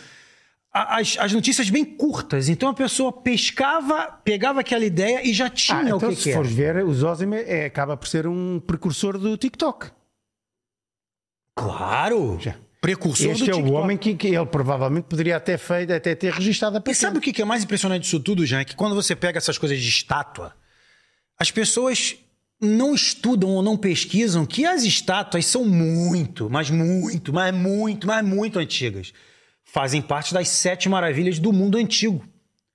[SPEAKER 1] a- as, as notícias bem curtas. Então, a pessoa pescava, pegava aquela ideia e já tinha
[SPEAKER 2] Ah,
[SPEAKER 1] o
[SPEAKER 2] então
[SPEAKER 1] que, é?
[SPEAKER 2] se
[SPEAKER 1] que era.
[SPEAKER 2] fores ver, o Zózimo é- acaba por ser um precursor do TikTok.
[SPEAKER 1] Claro!
[SPEAKER 2] Já.
[SPEAKER 1] Precursor
[SPEAKER 2] Este
[SPEAKER 1] do
[SPEAKER 2] é o
[SPEAKER 1] TikTok.
[SPEAKER 2] homem que, que ele provavelmente poderia até, feito, até ter registado a
[SPEAKER 1] E
[SPEAKER 2] patente.
[SPEAKER 1] sabe o que que é mais impressionante disso tudo, Jean? É que quando você pega essas coisas de estátua, as pessoas não estudam ou não pesquisam que as estátuas são muito, mas muito, mas muito, mas muito antigas. Fazem parte das sete maravilhas do mundo antigo.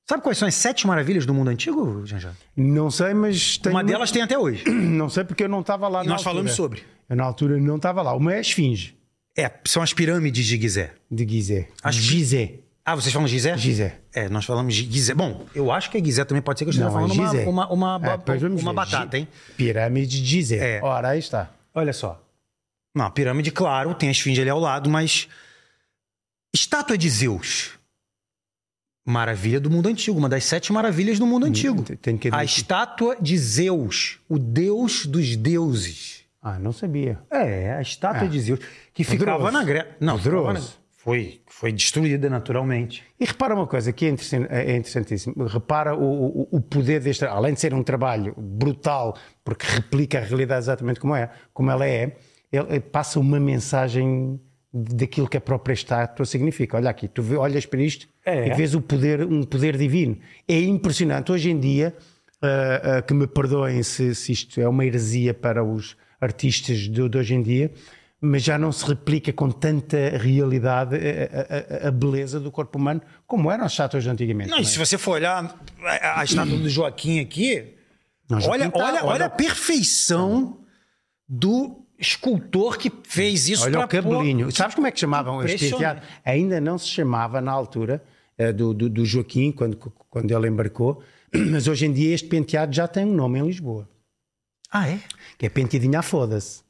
[SPEAKER 1] Sabe quais são as sete maravilhas do mundo antigo, Jean? Jean?
[SPEAKER 2] Não sei, mas tenho...
[SPEAKER 1] Uma delas tem até hoje.
[SPEAKER 2] Não sei porque eu não estava lá
[SPEAKER 1] E
[SPEAKER 2] na
[SPEAKER 1] nós falamos
[SPEAKER 2] altura.
[SPEAKER 1] sobre.
[SPEAKER 2] Eu na altura não estava lá. Uma é a Esfinge,
[SPEAKER 1] É, são as pirâmides de Gizé.
[SPEAKER 2] de Gizé.
[SPEAKER 1] Acho que-
[SPEAKER 2] Gizé.
[SPEAKER 1] Ah, vocês falam Gizé?
[SPEAKER 2] Gizé.
[SPEAKER 1] É, nós falamos Gi- Gizé. Bom, eu acho que é Gizé também pode ser que eu esteja
[SPEAKER 2] Não, é
[SPEAKER 1] falando uma,
[SPEAKER 2] Gizé.
[SPEAKER 1] uma, uma,
[SPEAKER 2] É, depois vamos
[SPEAKER 1] uma
[SPEAKER 2] ver.
[SPEAKER 1] batata,
[SPEAKER 2] Gi-
[SPEAKER 1] hein?
[SPEAKER 2] Pirâmide de Gizé.
[SPEAKER 1] É.
[SPEAKER 2] Ora, aí está.
[SPEAKER 1] Olha só. Não, a pirâmide, claro, tem a esfinge ali ao lado, mas. Estátua de Zeus. Maravilha do mundo antigo, uma das sete maravilhas do mundo antigo.
[SPEAKER 2] Tenho que
[SPEAKER 1] A
[SPEAKER 2] admitir.
[SPEAKER 1] estátua de Zeus, o deus dos deuses.
[SPEAKER 2] Ah, não sabia.
[SPEAKER 1] É, a estátua
[SPEAKER 2] Ah.
[SPEAKER 1] de Zeus, que ficava
[SPEAKER 2] Poderoso.
[SPEAKER 1] na Grécia. Não, ficava na...
[SPEAKER 2] Poderoso.
[SPEAKER 1] foi, foi destruída naturalmente.
[SPEAKER 2] E repara uma coisa que é, interessan- é interessantíssimo. Repara o, o- o poder deste. Além de ser um trabalho brutal, porque replica a realidade exatamente como, é, como ela é, ele eh, passa uma mensagem daquilo que a própria estátua significa. Olha aqui, tu vê- olhas para isto
[SPEAKER 1] É.
[SPEAKER 2] e vês o poder, um poder divino. É impressionante. Hoje em dia, ah, ah, que me perdoem se, se isto é uma heresia para os artistas de, de hoje em dia, mas já não se replica com tanta realidade eh, a, a- a- a beleza do corpo humano como eram as estátuas de antigamente. é?
[SPEAKER 1] Não, e se você for olhar a, a estátua do Joaquim aqui,
[SPEAKER 2] Não, Joaquim
[SPEAKER 1] olha,
[SPEAKER 2] tá-
[SPEAKER 1] olha,
[SPEAKER 2] olha-
[SPEAKER 1] olha a perfeição do escultor que fez isso.
[SPEAKER 2] Olha o
[SPEAKER 1] pra pôr-
[SPEAKER 2] cabelinho. Sabes como é que chamavam este
[SPEAKER 1] Impressionante.
[SPEAKER 2] teatro? Ainda não se chamava na altura eh, do, do- do Joaquim, quando, quando ele embarcou, mas hoje em dia este penteado já tem um nome em Lisboa,
[SPEAKER 1] Ah, é?
[SPEAKER 2] que é penteadinha à foda-se.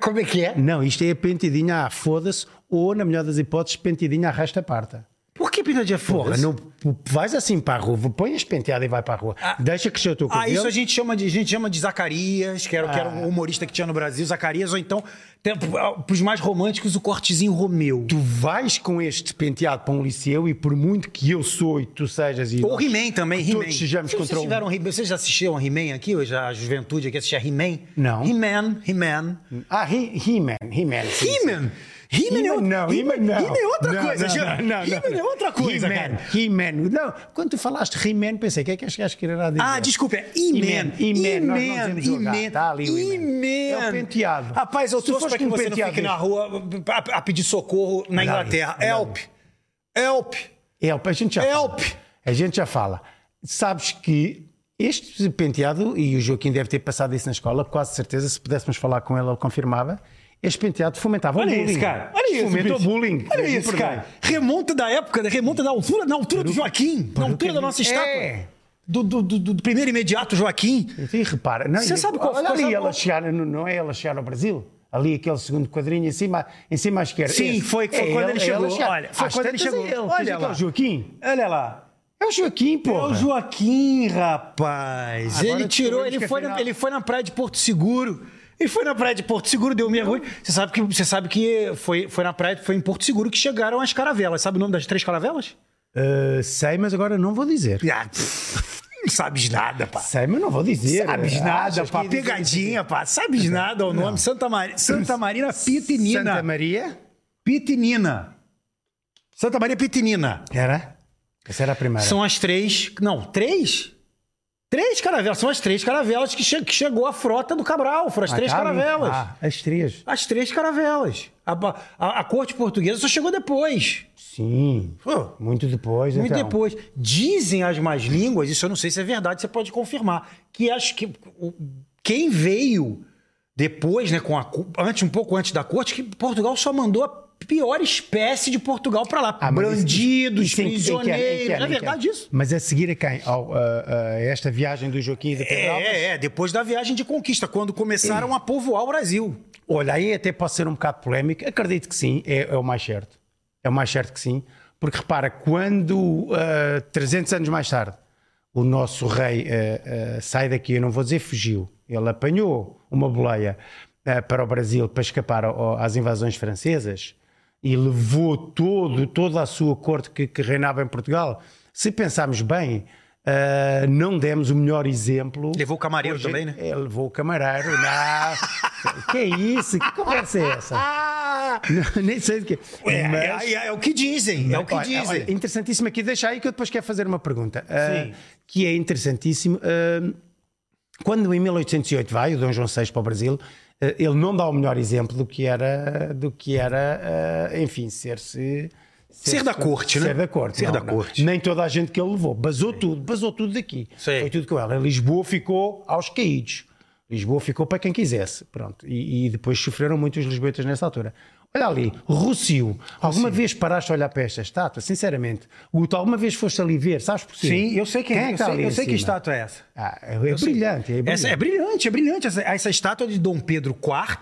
[SPEAKER 1] Como é que é?
[SPEAKER 2] Não, isto é penteadinha à foda-se ou, na melhor das hipóteses, penteadinha à rasta parta.
[SPEAKER 1] Por que pintadinha foda?
[SPEAKER 2] Porra, não vais assim para a rua, põe as penteada e vai para a rua.
[SPEAKER 1] Ah.
[SPEAKER 2] Deixa crescer o teu
[SPEAKER 1] Ah,
[SPEAKER 2] cabelo.
[SPEAKER 1] isso a gente chama de, a gente chama de Zacarias, que era, que era
[SPEAKER 2] Ah.
[SPEAKER 1] um humorista que tinha no Brasil, Zacarias, ou então, tem- pros mais românticos, o cortezinho Romeu.
[SPEAKER 2] Tu vais com este penteado para um liceu e por muito que eu sou e tu sejas e
[SPEAKER 1] Ou He-Man também,
[SPEAKER 2] Todos
[SPEAKER 1] He-Man.
[SPEAKER 2] sejamos
[SPEAKER 1] Vocês
[SPEAKER 2] contra um.
[SPEAKER 1] tiveram He-Man- Vocês já assistiram a He-Man aqui hoje? A juventude aqui assistia He-Man?
[SPEAKER 2] Não.
[SPEAKER 1] He-Man, He-Man.
[SPEAKER 2] Ah, He- He-Man, He-Man. sim, sim.
[SPEAKER 1] He-Man? He-Man é
[SPEAKER 2] He-Man
[SPEAKER 1] outra-
[SPEAKER 2] não, He-Man não.
[SPEAKER 1] He-Man é outra
[SPEAKER 2] Não,
[SPEAKER 1] coisa,
[SPEAKER 2] não,
[SPEAKER 1] Jean.
[SPEAKER 2] não, não,
[SPEAKER 1] He-Man
[SPEAKER 2] não.
[SPEAKER 1] é outra coisa,
[SPEAKER 2] He-Man,
[SPEAKER 1] cara.
[SPEAKER 2] He-Man. Não, quando tu falaste He-Man, pensei, o que é que este gajo quererá dizer?
[SPEAKER 1] Ah, desculpa, é He-Man.
[SPEAKER 2] He-Man, He-Man, nós não
[SPEAKER 1] He-Man.
[SPEAKER 2] dizemos o lugar,
[SPEAKER 1] He-Man.
[SPEAKER 2] tá ali o He-Man.
[SPEAKER 1] He-Man.
[SPEAKER 2] É o penteado.
[SPEAKER 1] Rapaz, eu
[SPEAKER 2] Se tu
[SPEAKER 1] torço pra
[SPEAKER 2] fosse
[SPEAKER 1] que
[SPEAKER 2] com
[SPEAKER 1] você não
[SPEAKER 2] penteado
[SPEAKER 1] fique na
[SPEAKER 2] desse.
[SPEAKER 1] rua a, a pedir socorro na
[SPEAKER 2] Olha ali,
[SPEAKER 1] Inglaterra.
[SPEAKER 2] olha
[SPEAKER 1] Help. Help.
[SPEAKER 2] Help, a gente já
[SPEAKER 1] Help.
[SPEAKER 2] fala. A gente já fala. Sabes que este penteado, e o Joaquim deve ter passado isso na escola, quase certeza, se pudéssemos falar com ele, ele confirmava, este penteado fomentava o
[SPEAKER 1] Olha
[SPEAKER 2] bullying.
[SPEAKER 1] isso, cara. Olha isso.
[SPEAKER 2] Fomentou
[SPEAKER 1] bicho.
[SPEAKER 2] bullying.
[SPEAKER 1] Olha isso, cara. Remonta da época, né? remonta da altura, na altura do Joaquim, na altura da nossa estátua.
[SPEAKER 2] É.
[SPEAKER 1] Do, do- do- do primeiro imediato Joaquim.
[SPEAKER 2] E repara, não,
[SPEAKER 1] Você
[SPEAKER 2] e-
[SPEAKER 1] sabe qual-
[SPEAKER 2] olha
[SPEAKER 1] qual-
[SPEAKER 2] ali,
[SPEAKER 1] sabe
[SPEAKER 2] ela
[SPEAKER 1] qual-
[SPEAKER 2] chegar, não, não é ela chegar ao Brasil? Ali aquele segundo quadrinho em cima, em cima à esquerda. é
[SPEAKER 1] Sim, foi- foi quando ele chegou,
[SPEAKER 2] chegar.
[SPEAKER 1] olha, foi
[SPEAKER 2] Às
[SPEAKER 1] quando ele
[SPEAKER 2] tantas é
[SPEAKER 1] chegou.
[SPEAKER 2] Ele,
[SPEAKER 1] Olha
[SPEAKER 2] Quer dizer que
[SPEAKER 1] lá.
[SPEAKER 2] É o Joaquim.
[SPEAKER 1] Olha lá.
[SPEAKER 2] É o Joaquim, pô.
[SPEAKER 1] É o Joaquim, rapaz.
[SPEAKER 2] Agora
[SPEAKER 1] ele
[SPEAKER 2] descobrimos
[SPEAKER 1] tirou, ele
[SPEAKER 2] que
[SPEAKER 1] foi, na,
[SPEAKER 2] afinal-
[SPEAKER 1] ele foi na praia de Porto Seguro. Ele foi na praia de Porto Seguro, deu um mergulho. Você sabe que, você sabe que foi, foi na praia, foi em Porto Seguro que chegaram as caravelas. Sabe o nome das três caravelas?
[SPEAKER 2] Ah, sei, mas agora não vou dizer.
[SPEAKER 1] Ah, pff, não sabes nada, pá.
[SPEAKER 2] Sei, mas não vou dizer.
[SPEAKER 1] Sabes nada,
[SPEAKER 2] Achas
[SPEAKER 1] pá.
[SPEAKER 2] que ia dizer
[SPEAKER 1] Pegadinha, pá. Sabes nada o nome. Santa, Maria, Santa Marina
[SPEAKER 2] isso? Santa
[SPEAKER 1] Pitinina.
[SPEAKER 2] Maria?
[SPEAKER 1] Pitinina. Santa Maria Pitinina.
[SPEAKER 2] Era? Essa era a primeira.
[SPEAKER 1] São as três. Não, três? Três caravelas. São as três caravelas que, che- que chegou a frota do Cabral. Foram as
[SPEAKER 2] Ah,
[SPEAKER 1] três
[SPEAKER 2] tá ali.
[SPEAKER 1] caravelas.
[SPEAKER 2] Ah, as três.
[SPEAKER 1] As três caravelas. A, a- a corte portuguesa só chegou depois.
[SPEAKER 2] Sim.
[SPEAKER 1] Pô,
[SPEAKER 2] Muito depois,
[SPEAKER 1] Muito
[SPEAKER 2] Hum, então.
[SPEAKER 1] depois. Dizem as más línguas, isso eu não sei se é verdade, você pode confirmar, que acho que o- quem veio depois, né, com a, co- antes, um pouco antes da corte, que Portugal só mandou a pior espécie de Portugal pra lá.
[SPEAKER 2] Ah, mas isso-
[SPEAKER 1] Bandidos,
[SPEAKER 2] isso em que- em que ano? Em que ano? Em que
[SPEAKER 1] prisioneiros.
[SPEAKER 2] ano?
[SPEAKER 1] É verdade isso?
[SPEAKER 2] Mas a seguir a quem? Ao, a- a esta viagem do Joaquim e da Pedro Alves?
[SPEAKER 1] É, é, depois da viagem de conquista, quando começaram a povoar o Brasil.
[SPEAKER 2] Olha, aí até pode ser um bocado polémico. Acredito que sim, é, é o mais certo. É o mais certo que sim. Porque repara, quando ah, 300 anos mais tarde o nosso rei ah, ah, sai daqui, eu não vou dizer fugiu, ele apanhou uma boleia ah, para o Brasil para escapar ao- ao- às invasões francesas e levou todo, toda a sua corte que, que reinava em Portugal. Se pensarmos bem, ah, não demos o melhor exemplo.
[SPEAKER 1] Levou o camareiro
[SPEAKER 2] Hoje-
[SPEAKER 1] também, né?
[SPEAKER 2] é, levou o camareiro, não. que isso? Que conversa é essa?
[SPEAKER 1] Ah!
[SPEAKER 2] Não, nem sei do que.
[SPEAKER 1] É, é- é- é o que dizem, é o que
[SPEAKER 2] Olha,
[SPEAKER 1] dizem.
[SPEAKER 2] olha, interessantíssimo aqui, deixa aí que eu depois quero fazer uma pergunta. ah, que é interessantíssimo. ah, quando em 1808 vai o Dom João VI para o Brasil, eh, ele não dá o melhor exemplo do que era, do que era eh, enfim, ser-se.
[SPEAKER 1] Ser da corte, né?
[SPEAKER 2] Ser da corte.
[SPEAKER 1] Ser
[SPEAKER 2] não,
[SPEAKER 1] da
[SPEAKER 2] não.
[SPEAKER 1] corte.
[SPEAKER 2] Nem toda a gente que ele levou. Basou tudo, basou tudo daqui.
[SPEAKER 1] Sim.
[SPEAKER 2] Foi tudo com ela. Lisboa ficou aos caídos. Lisboa ficou para quem quisesse. Pronto. E, e depois sofreram muito os lisboetas nessa altura. Olha ali, Rossio. Alguma vez paraste a olhar para esta estátua? Sinceramente, Guto, alguma vez foste ali ver? Sabes porquê?
[SPEAKER 1] Sim, eu sei quem,
[SPEAKER 2] é
[SPEAKER 1] é,
[SPEAKER 2] que
[SPEAKER 1] eu
[SPEAKER 2] está
[SPEAKER 1] sei,
[SPEAKER 2] ali
[SPEAKER 1] eu
[SPEAKER 2] em
[SPEAKER 1] sei que
[SPEAKER 2] cima?
[SPEAKER 1] estátua é essa.
[SPEAKER 2] Ah, é, brilhante, é brilhante.
[SPEAKER 1] Essa é brilhante, é brilhante essa, essa estátua de Dom Pedro IV,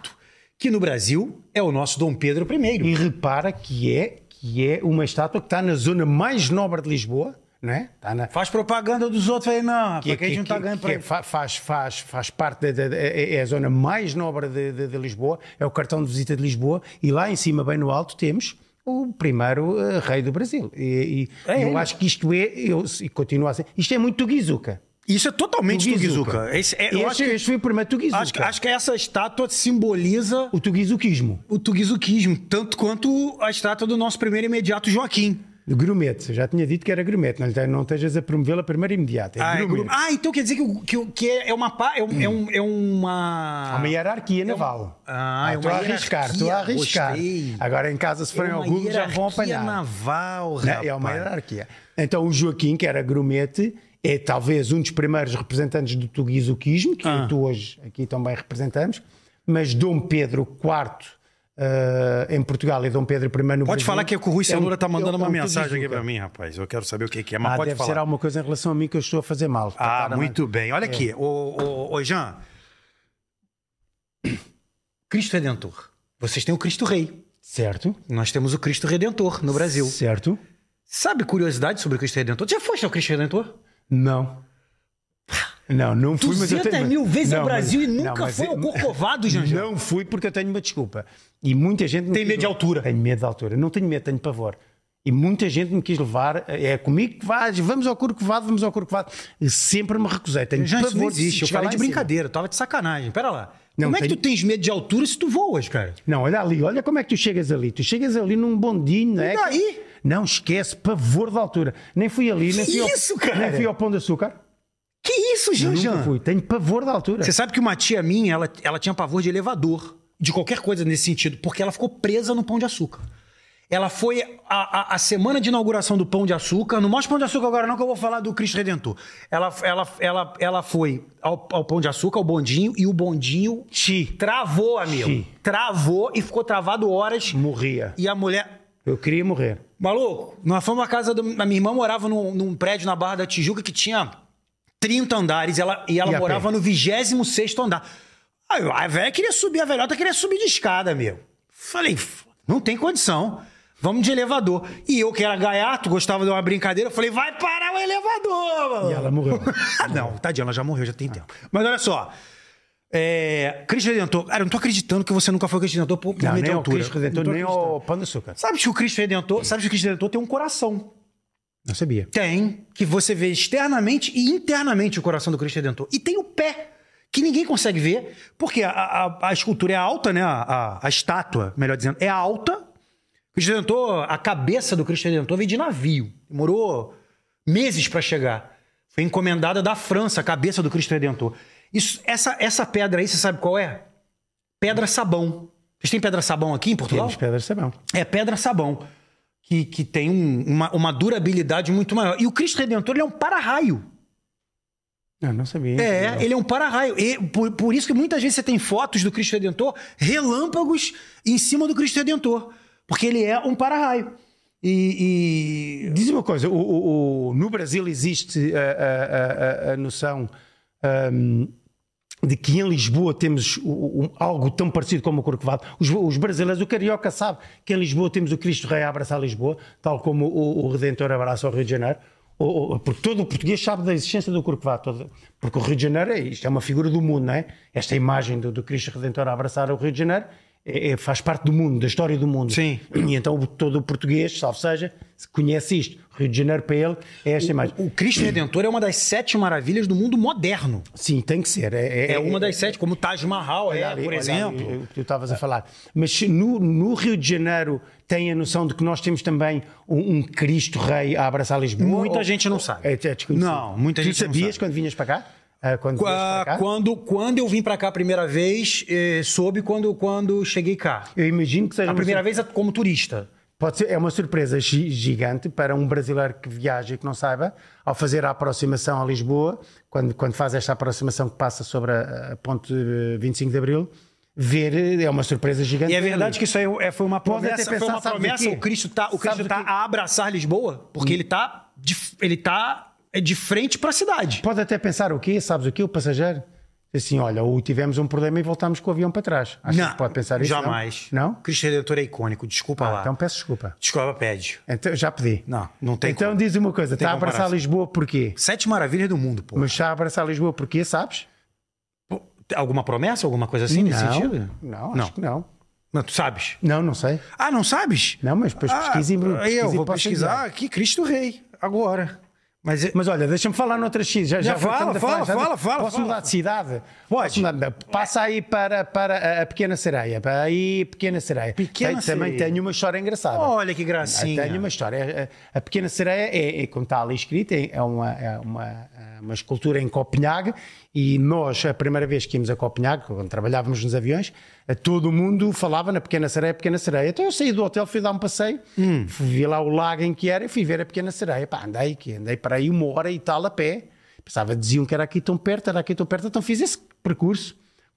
[SPEAKER 1] que no Brasil é o nosso Dom Pedro I.
[SPEAKER 2] E repara que é, que é uma estátua que está na zona mais nobre de Lisboa, não é? Está na.
[SPEAKER 1] Faz propaganda dos outros aí, não,
[SPEAKER 2] que-
[SPEAKER 1] porque a gente não
[SPEAKER 2] que-
[SPEAKER 1] tá
[SPEAKER 2] que-
[SPEAKER 1] ganhando
[SPEAKER 2] que é?
[SPEAKER 1] pra
[SPEAKER 2] fa- faz, faz, faz parte da, da- é é a zona mais nobre de, de- de Lisboa, é o cartão de visita de Lisboa, e lá em cima, bem no alto, temos o primeiro eh, rei do Brasil. E, e-
[SPEAKER 1] É
[SPEAKER 2] eu
[SPEAKER 1] ele.
[SPEAKER 2] acho que isto é, eu, e continua a ser, isto é muito Tuguizuca.
[SPEAKER 1] Isso é totalmente
[SPEAKER 2] Tuguizuca.
[SPEAKER 1] Tuguizuca. Esse é- eu
[SPEAKER 2] Este-
[SPEAKER 1] acho, que,
[SPEAKER 2] este foi o primeiro Tuguizuca.
[SPEAKER 1] acho, que- acho que essa estátua simboliza
[SPEAKER 2] O Tuguizuquismo,
[SPEAKER 1] o tuguizuquismo, tanto quanto a estátua do nosso primeiro imediato Joaquim.
[SPEAKER 2] o grumete. Eu já tinha dito que era grumete, não, lhe- não estejas a promovê-la primeiro imediato. É
[SPEAKER 1] Ah, é
[SPEAKER 2] grumete.
[SPEAKER 1] gru- ah, então quer dizer que, o- que, o- que é uma. pa- É, um- é um- é uma.
[SPEAKER 2] Há uma hierarquia naval.
[SPEAKER 1] é um- Ah, é
[SPEAKER 2] estou
[SPEAKER 1] uma
[SPEAKER 2] a arriscar, estou a
[SPEAKER 1] hierarquia,
[SPEAKER 2] arriscar.
[SPEAKER 1] gostei.
[SPEAKER 2] Agora em casa, se
[SPEAKER 1] é
[SPEAKER 2] forem
[SPEAKER 1] uma
[SPEAKER 2] ao Google, já
[SPEAKER 1] hierarquia
[SPEAKER 2] vão apanhar.
[SPEAKER 1] naval,
[SPEAKER 2] Né?
[SPEAKER 1] rapaz.
[SPEAKER 2] É uma hierarquia. Então o Joaquim, que era grumete, é talvez um dos primeiros representantes do tuguizuquismo, que
[SPEAKER 1] Ah.
[SPEAKER 2] tu hoje aqui também representamos, mas Dom Pedro IV eh, em Portugal e Dom Pedro I no Brasil...
[SPEAKER 1] Pode falar que o Rui Cenoura tá mandando
[SPEAKER 2] é um- é
[SPEAKER 1] uma
[SPEAKER 2] um
[SPEAKER 1] mensagem aqui
[SPEAKER 2] tuguizuca.
[SPEAKER 1] pra mim, rapaz. Eu quero saber o que, que é, mas
[SPEAKER 2] Ah,
[SPEAKER 1] pode
[SPEAKER 2] deve ser
[SPEAKER 1] falar.
[SPEAKER 2] alguma coisa em relação a mim que eu estou a fazer mal.
[SPEAKER 1] Ah,
[SPEAKER 2] Tá,
[SPEAKER 1] muito bem. Olha aqui, ô, ô, ô, Jean. Cristo Redentor. Vocês têm o Cristo Rei.
[SPEAKER 2] Certo,
[SPEAKER 1] Nós temos o Cristo Redentor no Brasil.
[SPEAKER 2] certo.
[SPEAKER 1] Sabe curiosidade sobre o Cristo Redentor? Já foste ao Cristo Redentor?
[SPEAKER 2] Não. Não, não fui, mas eu
[SPEAKER 1] 200
[SPEAKER 2] tenho...
[SPEAKER 1] mil vezes
[SPEAKER 2] Não,
[SPEAKER 1] ao
[SPEAKER 2] mas-
[SPEAKER 1] Brasil e
[SPEAKER 2] não,
[SPEAKER 1] nunca
[SPEAKER 2] mas
[SPEAKER 1] foi
[SPEAKER 2] é eu-
[SPEAKER 1] ao Corcovado, Janjão.
[SPEAKER 2] Não fui porque eu tenho uma desculpa. E muita gente... me
[SPEAKER 1] Tem
[SPEAKER 2] quis
[SPEAKER 1] medo de
[SPEAKER 2] levar-
[SPEAKER 1] altura.
[SPEAKER 2] Tenho medo de altura. Não tenho medo, tenho pavor. E muita gente me quis levar, é comigo que vais, vamos ao Corcovado, vamos ao Corcovado. E Sempre me recusei, tenho
[SPEAKER 1] Janjão,
[SPEAKER 2] pavor
[SPEAKER 1] isso não
[SPEAKER 2] de
[SPEAKER 1] existe. Eu
[SPEAKER 2] chegar
[SPEAKER 1] falei
[SPEAKER 2] lá
[SPEAKER 1] de
[SPEAKER 2] em cima.
[SPEAKER 1] brincadeira, eu tava de sacanagem. Pera lá.
[SPEAKER 2] Não
[SPEAKER 1] Como é que
[SPEAKER 2] tenho-
[SPEAKER 1] tu tens medo de altura se tu voas, cara?
[SPEAKER 2] Não, olha ali, olha como é que tu chegas ali. Tu chegas ali num bondinho, não é?
[SPEAKER 1] E daí?
[SPEAKER 2] Não esquece, pavor da altura. Nem fui ali, nem
[SPEAKER 1] Que
[SPEAKER 2] fui, ao,
[SPEAKER 1] isso, cara?
[SPEAKER 2] nem fui ao Pão de Açúcar.
[SPEAKER 1] Que isso,
[SPEAKER 2] Eu
[SPEAKER 1] Jean
[SPEAKER 2] nunca
[SPEAKER 1] Jean?
[SPEAKER 2] fui. Tenho pavor da altura.
[SPEAKER 1] Você sabe que uma tia minha, ela, ela tinha pavor de elevador, de qualquer coisa nesse sentido, porque ela ficou presa no Pão de Açúcar. Ela foi a, a- a semana de inauguração do Pão de Açúcar, não mostra o Pão de Açúcar agora não que eu vou falar do Cristo Redentor. Ela, ela, ela, ela foi ao, ao Pão de Açúcar, ao bondinho, e o bondinho
[SPEAKER 2] Chi.
[SPEAKER 1] travou, amigo.
[SPEAKER 2] Sim.
[SPEAKER 1] Travou e ficou travado horas.
[SPEAKER 2] Morria.
[SPEAKER 1] E a mulher...
[SPEAKER 2] Eu queria morrer.
[SPEAKER 1] Maluco, nós fomos à casa do- da minha irmã, morava num, num prédio na Barra da Tijuca que tinha 30 andares ela, e ela
[SPEAKER 2] E a pé?
[SPEAKER 1] morava no 26 andar. Aí, a velha queria subir, a velhota queria subir de escada, meu. Falei, "F- não tem condição. Vamos de elevador. E eu, que era gaiato, gostava de uma brincadeira, falei, vai parar o elevador, mano.
[SPEAKER 2] E ela morreu.
[SPEAKER 1] Ah, não, tadinha, ela já morreu, já tem tempo. Mas olha só. É, Cristo Redentor, cara, eu não tô acreditando que você nunca foi Cristo Redentor por, por
[SPEAKER 2] Não,
[SPEAKER 1] meio de
[SPEAKER 2] nem ao
[SPEAKER 1] altura.
[SPEAKER 2] Cristo
[SPEAKER 1] Não
[SPEAKER 2] Redentor,
[SPEAKER 1] tô
[SPEAKER 2] nem
[SPEAKER 1] acreditando.
[SPEAKER 2] ao Pão de Açúcar.
[SPEAKER 1] Sabe que o Cristo Redentor, sabe que o Cristo Redentor tem um coração.
[SPEAKER 2] Não sabia.
[SPEAKER 1] Tem, que você vê externamente e internamente o coração do Cristo Redentor. E tem o pé, que ninguém consegue ver, porque a, a- a escultura é alta, né? A, a- a estátua, melhor dizendo, é alta. Cristo Redentor, a cabeça do Cristo Redentor veio de navio. Demorou meses para chegar. Foi encomendada da França, a cabeça do Cristo Redentor. Isso, essa, essa pedra aí, você sabe qual é? Pedra sabão. Vocês têm pedra sabão aqui em Portugal?
[SPEAKER 2] Temos pedra de sabão.
[SPEAKER 1] é pedra sabão que, que tem um- uma, uma durabilidade muito maior. E o Cristo Redentor ele é um para-raio.
[SPEAKER 2] Não, não sabia.
[SPEAKER 1] É,
[SPEAKER 2] Não.
[SPEAKER 1] ele é um para-raio. E Por, por isso que muitas vezes você tem fotos do Cristo Redentor relâmpagos em cima do Cristo Redentor. Porque ele é um para-raio. E, e-
[SPEAKER 2] Diz uma coisa, o, o- o- no Brasil existe a, a- a- a noção ahm, de que em Lisboa temos o- o- algo tão parecido como o Corcovado. Os, os brasileiros, o carioca sabe que em Lisboa temos o Cristo Rei a abraçar Lisboa, tal como o, o Redentor abraça o Rio de Janeiro. O- o- porque todo o português sabe da existência do Corcovado. todo- porque o Rio de Janeiro é isto, é uma figura do mundo, não é? Esta imagem do, do Cristo Redentor a abraçar o Rio de Janeiro é- é- faz parte do mundo, da história do mundo.
[SPEAKER 1] Sim.
[SPEAKER 2] E então o- todo o português, salvo seja, se conhece isto. Rio de Janeiro para ele é esta imagem.
[SPEAKER 1] o Cristo Redentor é uma das sete maravilhas do mundo moderno.
[SPEAKER 2] Sim, tem que ser. É, é-
[SPEAKER 1] É uma das sete, como o Taj Mahal, é,
[SPEAKER 2] Olha ali,
[SPEAKER 1] por
[SPEAKER 2] olha
[SPEAKER 1] exemplo.
[SPEAKER 2] ali, o que tu estavas a falar. Mas se no, no Rio de Janeiro tem a noção de que nós temos também um, um Cristo Rei a abraçar Lisboa?
[SPEAKER 1] Muita
[SPEAKER 2] Ou-
[SPEAKER 1] gente não sabe.
[SPEAKER 2] É, é desconhecido.
[SPEAKER 1] Não, muita gente
[SPEAKER 2] Tu
[SPEAKER 1] não
[SPEAKER 2] sabias
[SPEAKER 1] sabe.
[SPEAKER 2] quando vinhas para cá? Ah, Quando,
[SPEAKER 1] Qu-
[SPEAKER 2] vinhas para cá?
[SPEAKER 1] Quando, quando eu vim pra cá a primeira vez, eh, soube quando, quando cheguei cá.
[SPEAKER 2] Eu imagino que seja
[SPEAKER 1] A
[SPEAKER 2] uma
[SPEAKER 1] primeira
[SPEAKER 2] sur-
[SPEAKER 1] vez é como turista.
[SPEAKER 2] Pode ser, é uma surpresa gi- gigante para um brasileiro que viaja e que não saiba, ao fazer a aproximação a Lisboa, quando, quando faz esta aproximação que passa sobre a, a ponte eh, 25 de Abril, ver eh, é uma surpresa gigante.
[SPEAKER 1] E é verdade que isso aí é- foi uma
[SPEAKER 2] Pode até
[SPEAKER 1] promessa. foi
[SPEAKER 2] pensar,
[SPEAKER 1] uma
[SPEAKER 2] sabe do
[SPEAKER 1] promessa.
[SPEAKER 2] quê?
[SPEAKER 1] O Cristo tá, o
[SPEAKER 2] Sabe
[SPEAKER 1] Cristo
[SPEAKER 2] do
[SPEAKER 1] tá
[SPEAKER 2] quê?
[SPEAKER 1] a abraçar Lisboa, porque ele tá de, ele tá de frente pra cidade.
[SPEAKER 2] Pode até pensar o quê? Sabes o quê? O passageiro? Assim, olha, ou tivemos um problema e voltámos com o avião para trás. Acho que pode pensar isso. não?
[SPEAKER 1] jamais.
[SPEAKER 2] Não?
[SPEAKER 1] O Cristo Redentor é icônico, desculpa lá.
[SPEAKER 2] Então peço desculpa.
[SPEAKER 1] Desculpa, pede.
[SPEAKER 2] Então, já pedi.
[SPEAKER 1] Não, não tem
[SPEAKER 2] Então
[SPEAKER 1] como.
[SPEAKER 2] diz uma coisa:
[SPEAKER 1] tem
[SPEAKER 2] está a abraçar
[SPEAKER 1] comparação.
[SPEAKER 2] Lisboa porquê?
[SPEAKER 1] Sete maravilhas do mundo, pô.
[SPEAKER 2] Mas está a abraçar Lisboa porquê, sabes?
[SPEAKER 1] Tem Alguma promessa, alguma coisa assim nesse sentido?
[SPEAKER 2] não,
[SPEAKER 1] Não.
[SPEAKER 2] acho que não.
[SPEAKER 1] Não, tu sabes?
[SPEAKER 2] Não, não sei.
[SPEAKER 1] Ah, não sabes?
[SPEAKER 2] Não, mas depois pesquisem, Bruno.
[SPEAKER 1] aí Ah, eu
[SPEAKER 2] pesquisem
[SPEAKER 1] vou
[SPEAKER 2] para
[SPEAKER 1] pesquisar
[SPEAKER 2] enviar.
[SPEAKER 1] aqui, Cristo Rei, agora. Mas,
[SPEAKER 2] Mas olha, deixa-me falar noutras cidades. Já,
[SPEAKER 1] Já
[SPEAKER 2] já foi
[SPEAKER 1] fala,
[SPEAKER 2] tanto a
[SPEAKER 1] fala,
[SPEAKER 2] já-
[SPEAKER 1] fala, fala,
[SPEAKER 2] Posso
[SPEAKER 1] fala.
[SPEAKER 2] mudar de cidade? Posso mudar de- Passa aí para, para a- a Pequena Sereia. Para aí, Pequena Sereia.
[SPEAKER 1] Pequena
[SPEAKER 2] Tem- Também
[SPEAKER 1] Sereia.
[SPEAKER 2] tenho uma história engraçada.
[SPEAKER 1] olha que
[SPEAKER 2] Ah,
[SPEAKER 1] gracinha.
[SPEAKER 2] Tenho uma história. A a Pequena Sereia, é, é, como está ali escrito, é é uma, é uma, é uma escultura em Copenhague e nós, a primeira vez que íamos a Copenhague, quando trabalhávamos nos aviões, eh, todo mundo falava na Pequena Sereia, Pequena Sereia. Então eu saí do hotel, fui dar um passeio, fui vi lá o lago em que era e fui ver a Pequena Sereia. Pá, andei, que andei para aí uma hora e tal a pé. Pensava, diziam que era aqui tão perto, era aqui tão perto, então fiz esse percurso